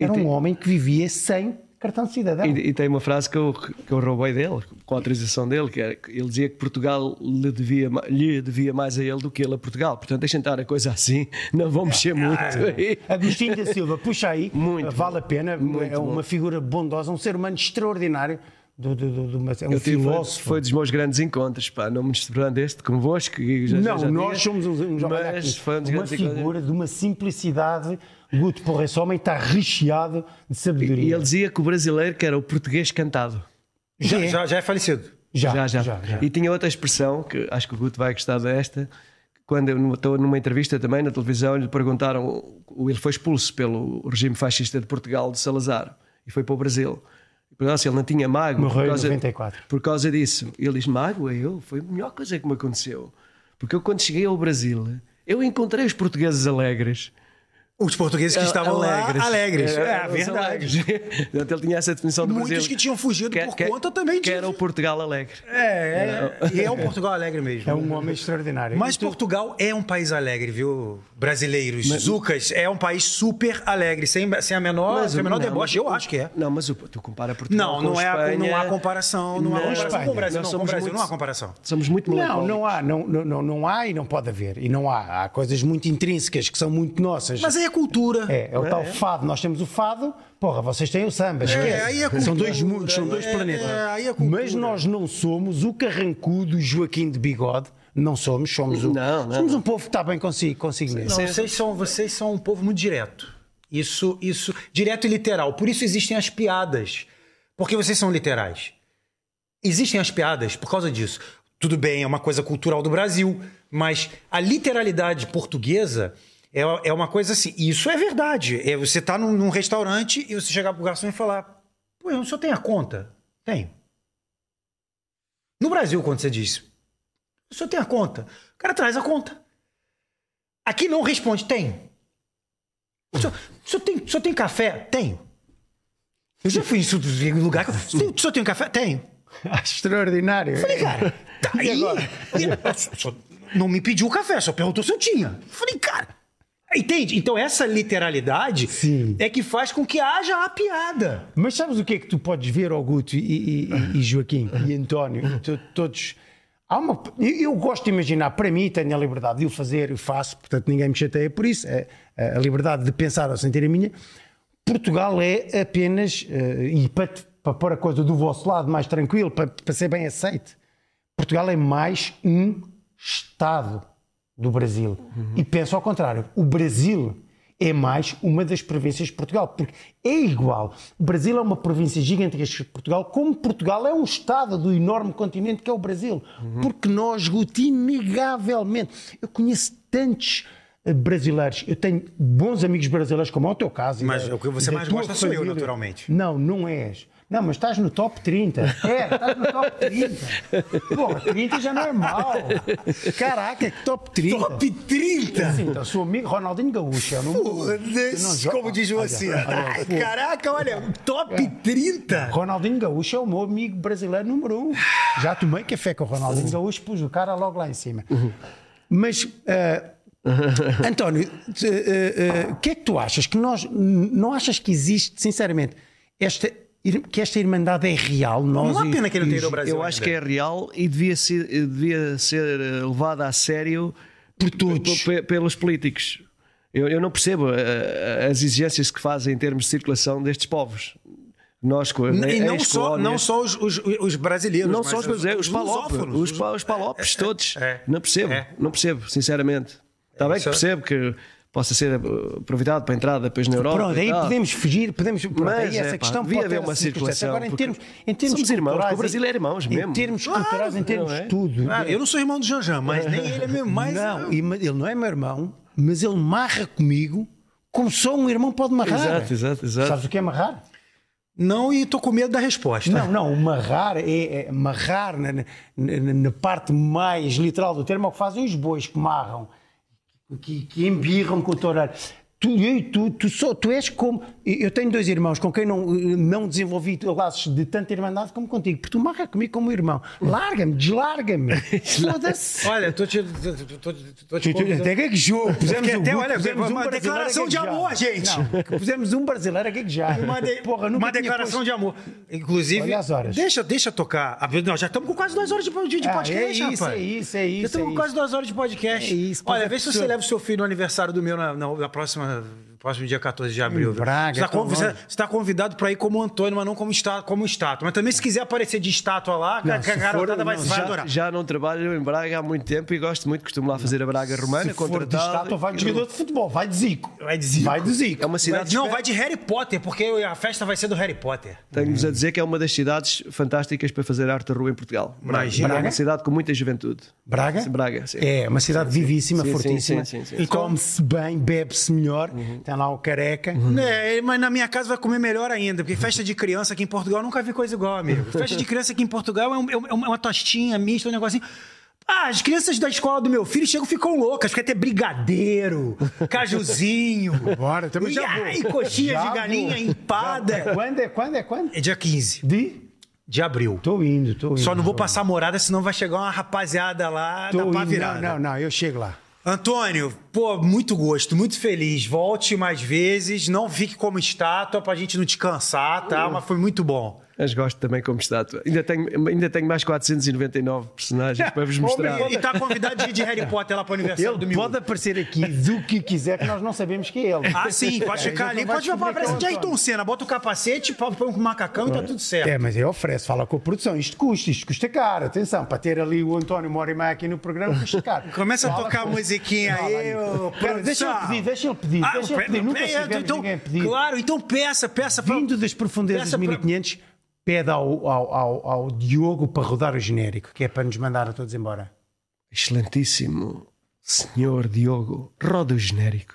[SPEAKER 2] Era um homem que vivia sem cartão de cidadão.
[SPEAKER 4] E, e tem uma frase que eu, que eu roubei dele, com a autorização dele, que era, que ele dizia que Portugal lhe devia, ma- lhe devia mais a ele do que ele a Portugal. Portanto, deixem estar a coisa assim, não vão
[SPEAKER 2] Ah,
[SPEAKER 4] mexer muito aí.
[SPEAKER 2] Agostinho da Silva, puxa aí,
[SPEAKER 4] Muito
[SPEAKER 2] vale a pena, é uma figura bondosa, um ser humano extraordinário, do, do, do, do- é um
[SPEAKER 4] Eu tive- foi-
[SPEAKER 2] filósofo.
[SPEAKER 4] Foi dos meus grandes encontros, pá. Não me desprando este convosco. e já-
[SPEAKER 2] Não,
[SPEAKER 4] já
[SPEAKER 2] nós
[SPEAKER 4] disse,
[SPEAKER 2] somos uns, uns olha aqui,
[SPEAKER 4] Mas foi um dos
[SPEAKER 2] uma
[SPEAKER 4] grandes encontros.
[SPEAKER 2] figura de uma simplicidade. Guto Porra, esse homem está recheado de sabedoria.
[SPEAKER 4] E ele dizia que o brasileiro que era o português cantado.
[SPEAKER 1] Já,
[SPEAKER 2] é.
[SPEAKER 1] já, já é falecido.
[SPEAKER 2] já,
[SPEAKER 4] Já, já.
[SPEAKER 2] já.
[SPEAKER 4] E tinha outra expressão, que acho que o Guto vai gostar desta. Quando eu estou numa entrevista também na televisão, lhe perguntaram. Ele foi expulso pelo regime fascista de Portugal, de Salazar, e foi para o Brasil. E perguntaram se ele não tinha mágoa.
[SPEAKER 2] Morreu em
[SPEAKER 4] por causa,
[SPEAKER 2] 94.
[SPEAKER 4] Por causa disso. Ele diz: Mágoa, eu? Foi a melhor coisa que me aconteceu. Porque eu, quando cheguei ao Brasil, eu encontrei os portugueses alegres.
[SPEAKER 1] Os portugueses que
[SPEAKER 4] É,
[SPEAKER 1] estavam
[SPEAKER 4] alegres.
[SPEAKER 1] lá, alegres.
[SPEAKER 4] um É, é verdade. Portanto, ele tinha essa definição do
[SPEAKER 1] Muitos
[SPEAKER 4] Brasil.
[SPEAKER 1] que tinham fugido por conta também
[SPEAKER 4] Que era
[SPEAKER 1] disso.
[SPEAKER 4] o Portugal alegre.
[SPEAKER 1] É, é, e é um Portugal alegre mesmo.
[SPEAKER 2] É um homem extraordinário. Então,
[SPEAKER 1] Mas Portugal é um país alegre, viu? Brasileiros. Zucas é um país super alegre, sem, sem a menor,
[SPEAKER 4] Mas
[SPEAKER 1] sem
[SPEAKER 4] o-
[SPEAKER 1] a menor
[SPEAKER 4] não,
[SPEAKER 1] deboche.
[SPEAKER 4] mas
[SPEAKER 1] Eu
[SPEAKER 4] o-
[SPEAKER 1] acho que é.
[SPEAKER 4] Não, mas o- tu compara Portugal
[SPEAKER 1] Não,
[SPEAKER 4] com
[SPEAKER 1] não, é, a-
[SPEAKER 4] Espanha,
[SPEAKER 1] não há comparação. Não há
[SPEAKER 4] Não,
[SPEAKER 1] comparação com
[SPEAKER 2] Espanha.
[SPEAKER 1] o Brasil. Não,
[SPEAKER 4] Nós
[SPEAKER 1] com o
[SPEAKER 4] somos
[SPEAKER 1] Brasil
[SPEAKER 4] muito-
[SPEAKER 1] não há comparação.
[SPEAKER 4] Somos muito
[SPEAKER 2] Não, não
[SPEAKER 4] melancólicos.
[SPEAKER 2] há, não, não, não, não há e não pode haver. E não há. Há coisas muito intrínsecas que são muito nossas.
[SPEAKER 1] Mas aí é cultura.
[SPEAKER 2] é, é o tal fado. Nós temos o fado, porra, vocês têm o samba. esquece.
[SPEAKER 1] aí é
[SPEAKER 2] são
[SPEAKER 1] cultura.
[SPEAKER 2] dois mundos, são dois
[SPEAKER 1] É,
[SPEAKER 2] planetas.
[SPEAKER 1] é, aí é cultura.
[SPEAKER 2] Mas nós não somos o carrancudo Joaquim de Bigode. Não somos, somos o.
[SPEAKER 4] Não, não,
[SPEAKER 2] somos
[SPEAKER 4] não.
[SPEAKER 2] um povo que está bem consigo, consigo mesmo.
[SPEAKER 1] Não, vocês são, vocês são um povo muito direto. Isso, isso, direto e literal. Por isso existem as piadas. Porque vocês são literais. Existem as piadas por causa disso. Tudo bem, é uma coisa cultural do Brasil, mas a literalidade portuguesa é, é uma coisa assim. E isso é verdade. É, você está num, num restaurante e você chegar pro garçom e falar: Pô, o senhor tem a conta? Tenho. No Brasil, quando você diz: O senhor tem a conta? O cara traz a conta. Aqui não responde, tem. O senhor, o senhor tem, o senhor tem café? Tenho. Eu já fui em su- em lugar que eu. "Sim, O senhor tem café? Tenho.
[SPEAKER 2] Extraordinário.
[SPEAKER 1] Falei, cara, tá aí. E- o senhor não me pediu café, só perguntou se eu tinha. Falei, cara. Entende? Então essa literalidade
[SPEAKER 2] Sim.
[SPEAKER 1] é que faz com que haja a piada.
[SPEAKER 2] Mas sabes o que é que tu podes ver, ó Guto e, e- e- e Joaquim e António, e to- todos. Há uma, eu, eu gosto de imaginar, para mim, tenho a liberdade de o fazer, eu faço, portanto ninguém me chateia por isso. é- é A, liberdade de pensar ou sentir a minha. Portugal é apenas, eh, e para, te- para pôr a coisa do vosso lado mais tranquilo, para, para ser bem aceite, Portugal é mais um Estado do Brasil. E penso ao contrário. O Brasil é mais uma das províncias de Portugal, porque é igual. O Brasil é uma província gigantesca de Portugal, como Portugal é um Estado do enorme continente que é o Brasil. Porque nós, Guto, inegavelmente, eu conheço tantos eh, brasileiros, eu tenho bons amigos brasileiros, como é o teu caso. e
[SPEAKER 1] Mas
[SPEAKER 2] da-
[SPEAKER 1] o que você
[SPEAKER 2] da
[SPEAKER 1] mais
[SPEAKER 2] tua
[SPEAKER 1] gosta sou eu, naturalmente.
[SPEAKER 2] Não, não és. Não, mas estás no top 30. É, estás no top 30. Porra, 30 já não é mal. Caraca, que top 30.
[SPEAKER 1] Top 30?
[SPEAKER 2] Sim, então, seu amigo Ronaldinho Gaúcho. Eu não, eu não
[SPEAKER 1] Foda-se,
[SPEAKER 2] jogo-
[SPEAKER 1] como diz você.
[SPEAKER 2] Olha, olha, É.
[SPEAKER 1] Ai,
[SPEAKER 2] foda-se.
[SPEAKER 1] Caraca, olha, top 30.
[SPEAKER 2] Ronaldinho Gaúcho é o meu amigo brasileiro número um. Já tomei café com o Ronaldinho Gaúcho, pus o cara logo lá em cima.
[SPEAKER 4] Uhum.
[SPEAKER 2] Mas, eh, António, te- eh, eh, o que é que tu achas? Que nós, n- não achas que existe, sinceramente, esta, ir- que esta irmandade é real? Nós
[SPEAKER 1] Não há
[SPEAKER 2] e-
[SPEAKER 1] pena que ele
[SPEAKER 2] e
[SPEAKER 1] não tenha
[SPEAKER 2] os-
[SPEAKER 1] ido ao Brasil.
[SPEAKER 4] Eu acho
[SPEAKER 1] ainda.
[SPEAKER 4] que é real e devia ser, devia ser eh, levada a sério
[SPEAKER 2] Por todos.
[SPEAKER 4] pe- pe- pelos políticos. Eu, eu não percebo eh, as exigências que fazem em termos de circulação destes povos. Nós com a
[SPEAKER 1] E não só,
[SPEAKER 4] ex-colónia,
[SPEAKER 1] não só os, os- né? os brasileiros. é
[SPEAKER 4] não
[SPEAKER 1] mas
[SPEAKER 4] só os, brasileiros, os palopes,
[SPEAKER 1] lusófonos,
[SPEAKER 4] os, pa- os palopes todos.
[SPEAKER 1] é.
[SPEAKER 4] não percebo,
[SPEAKER 1] É.
[SPEAKER 4] não percebo, sinceramente. Está bem que
[SPEAKER 1] isso é-
[SPEAKER 4] percebo que possa ser eh, aproveitado para a entrada depois na Europa.
[SPEAKER 2] Pronto,
[SPEAKER 4] e
[SPEAKER 2] aí
[SPEAKER 4] tal.
[SPEAKER 2] podemos fugir, podemos. Pronto,
[SPEAKER 4] Mas,
[SPEAKER 2] aí essa
[SPEAKER 4] é, pá,
[SPEAKER 2] questão
[SPEAKER 4] devia
[SPEAKER 2] pode
[SPEAKER 4] haver
[SPEAKER 2] ter
[SPEAKER 4] uma
[SPEAKER 2] essa circunstância.
[SPEAKER 4] circulação,
[SPEAKER 2] Agora, em
[SPEAKER 4] porque
[SPEAKER 2] termos, em termos
[SPEAKER 4] somos irmãos,
[SPEAKER 2] culturais,
[SPEAKER 4] que o brasileiro é irmãos
[SPEAKER 2] em,
[SPEAKER 4] mesmo.
[SPEAKER 2] Em termos culturais, em termos
[SPEAKER 4] é?
[SPEAKER 2] de tudo.
[SPEAKER 1] Ah, eu não sou irmão do Janjan, mas nem ele é meu mais.
[SPEAKER 2] Não, e- mas ele não é meu irmão, mas ele marra comigo como só um irmão pode marrar.
[SPEAKER 4] Exato, exato, exato.
[SPEAKER 2] Sabes o que é marrar?
[SPEAKER 1] Não, e tô com medo da resposta.
[SPEAKER 2] Não, não, o marrar é, é marrar na, na- na- na parte mais literal do termo é o que fazem os bois que marram, que, que embirram com o toureiro. Tu, eu e tu, tu, só, tu és como. Eu tenho dois irmãos com quem não, não desenvolvi laços de tanta irmandade como contigo, porque tu marra comigo como irmão. Larga-me, deslarga-me. Foda-se.
[SPEAKER 1] Olha, tô te. tô- tô- tô te
[SPEAKER 2] Tu- tu- Até gaguejou. Pusemos
[SPEAKER 1] Fiquei
[SPEAKER 2] um,
[SPEAKER 1] até,
[SPEAKER 2] grupo,
[SPEAKER 1] olha,
[SPEAKER 2] pusemos
[SPEAKER 1] uma
[SPEAKER 2] um brasileiro a
[SPEAKER 1] declaração de
[SPEAKER 2] gaguejar.
[SPEAKER 1] amor, gente.
[SPEAKER 2] Não, que pusemos um brasileiro a gaguejar.
[SPEAKER 1] Uma, de- uma declaração de amor. Inclusive.
[SPEAKER 2] Olha as horas.
[SPEAKER 1] Deixa, deixa tocar. Ah, Não, já estamos com quase duas horas de, de
[SPEAKER 2] Ah,
[SPEAKER 1] podcast,
[SPEAKER 2] é
[SPEAKER 1] rapaz.
[SPEAKER 2] isso, é isso, é isso,
[SPEAKER 1] Já estamos
[SPEAKER 2] é
[SPEAKER 1] com quase
[SPEAKER 2] isso.
[SPEAKER 1] duas horas de podcast.
[SPEAKER 2] É isso, pois
[SPEAKER 1] Olha,
[SPEAKER 2] é,
[SPEAKER 1] vê se
[SPEAKER 2] professor.
[SPEAKER 1] você leva o seu filho no aniversário do meu na, na, na próxima. Próximo dia 14 de abril.
[SPEAKER 2] Em
[SPEAKER 1] viu?
[SPEAKER 2] Braga, é
[SPEAKER 1] você está
[SPEAKER 2] tão longe.
[SPEAKER 1] convidado para ir como Antônio, mas não como, está, como estátua. Mas também, se quiser aparecer de estátua lá, a
[SPEAKER 2] se for,
[SPEAKER 1] garotada vai,
[SPEAKER 2] não,
[SPEAKER 1] vai
[SPEAKER 4] já,
[SPEAKER 1] adorar.
[SPEAKER 4] já não trabalho em Braga há muito tempo e gosto muito, costumo lá fazer a Braga Romana,
[SPEAKER 2] Se for de
[SPEAKER 4] contratado.
[SPEAKER 2] estátua, vai de jogador de futebol, vai de Zico.
[SPEAKER 1] tá, Vai de Zico.
[SPEAKER 2] Vai de Zico.
[SPEAKER 4] É uma cidade.
[SPEAKER 1] Não,
[SPEAKER 4] espe-
[SPEAKER 1] vai de Harry Potter, porque a festa vai ser do Harry Potter.
[SPEAKER 4] Tenho-vos a dizer que é uma das cidades fantásticas para fazer arte de rua em Portugal. Braga.
[SPEAKER 1] Imagina.
[SPEAKER 4] É uma cidade com muita juventude.
[SPEAKER 2] Braga?
[SPEAKER 4] Sim, Braga, sim.
[SPEAKER 2] É, uma cidade vivíssima,
[SPEAKER 4] sim,
[SPEAKER 2] fortíssima.
[SPEAKER 4] sim, sim, sim. Uhum.
[SPEAKER 2] E come-se bem, bebe-se melhor. Tem lá o careca.
[SPEAKER 1] É, mas na minha casa vai comer melhor ainda, porque festa de criança aqui em Portugal eu nunca vi coisa igual, amigo. Festa de criança aqui em Portugal é, um- é um- é uma tostinha mista, um negocinho. Ah, as crianças da escola do meu filho chegam e ficam loucas, quer ter brigadeiro, cajuzinho.
[SPEAKER 2] Bora, também já vou.
[SPEAKER 1] E coxinha
[SPEAKER 2] Já
[SPEAKER 1] de galinha
[SPEAKER 2] vou.
[SPEAKER 1] empada.
[SPEAKER 2] Quando é, quando é, quando?
[SPEAKER 1] É dia 15
[SPEAKER 2] De?
[SPEAKER 1] de abril.
[SPEAKER 2] Estou indo, estou indo.
[SPEAKER 1] Só não vou
[SPEAKER 2] João.
[SPEAKER 1] passar morada, senão vai chegar uma rapaziada lá
[SPEAKER 2] Tô
[SPEAKER 1] da pá
[SPEAKER 2] indo.
[SPEAKER 1] virada.
[SPEAKER 2] Não, não, não, eu chego lá.
[SPEAKER 1] Antônio, pô, muito gosto, muito feliz. Volte mais vezes, não fique como estátua pra gente não te cansar, tá? Mas foi muito bom.
[SPEAKER 4] Mas gosto também como estátua. Ainda tenho, ainda tenho mais 499 personagens para vos mostrar.
[SPEAKER 1] E tá convidado de ir de Harry Potter lá pro aniversário do
[SPEAKER 2] Ele
[SPEAKER 1] miúdo.
[SPEAKER 2] pode aparecer aqui do que quiser, que nós não sabemos que é ele.
[SPEAKER 1] Ah, sim, pode ficar
[SPEAKER 2] É, então
[SPEAKER 1] ali.
[SPEAKER 2] vai
[SPEAKER 1] Pode ficar
[SPEAKER 2] descobrir
[SPEAKER 1] parece
[SPEAKER 2] quem é o
[SPEAKER 1] de Ayrton
[SPEAKER 2] Antônio.
[SPEAKER 1] Senna. Bota o capacete, põe o macacão e tá tudo certo.
[SPEAKER 2] É, mas eu ofereço, fala com a produção. Isto custa, isto custa caro. Atenção, para ter ali o António Mora e Maia aqui no programa, custa caro.
[SPEAKER 1] Começa a
[SPEAKER 2] Fala
[SPEAKER 1] tocar a
[SPEAKER 2] com-
[SPEAKER 1] musiquinha
[SPEAKER 2] Fala
[SPEAKER 1] aí, ô,
[SPEAKER 2] Pera, Deixa ele
[SPEAKER 1] é produção.
[SPEAKER 2] pedir, deixa ele pedir.
[SPEAKER 1] Ah,
[SPEAKER 2] deixa ele
[SPEAKER 1] pe-
[SPEAKER 2] pedir. Nunca
[SPEAKER 1] pe-
[SPEAKER 2] tivemos
[SPEAKER 1] então,
[SPEAKER 2] ninguém a pedir.
[SPEAKER 1] Claro, então peça, peça. pra-
[SPEAKER 2] Vindo das profundezas
[SPEAKER 1] Peça
[SPEAKER 2] de
[SPEAKER 1] pra-
[SPEAKER 2] 1500, pede ao, ao, ao, ao Diogo para rodar o genérico, que é para nos mandar a todos embora.
[SPEAKER 4] Excelentíssimo senhor Diogo, roda o genérico.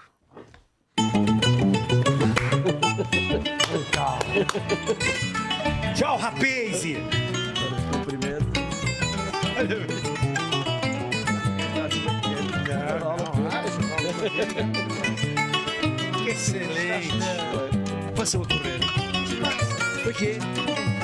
[SPEAKER 1] Tchau, rapaz. Excelente.
[SPEAKER 4] é? Passou a correr. Porquê?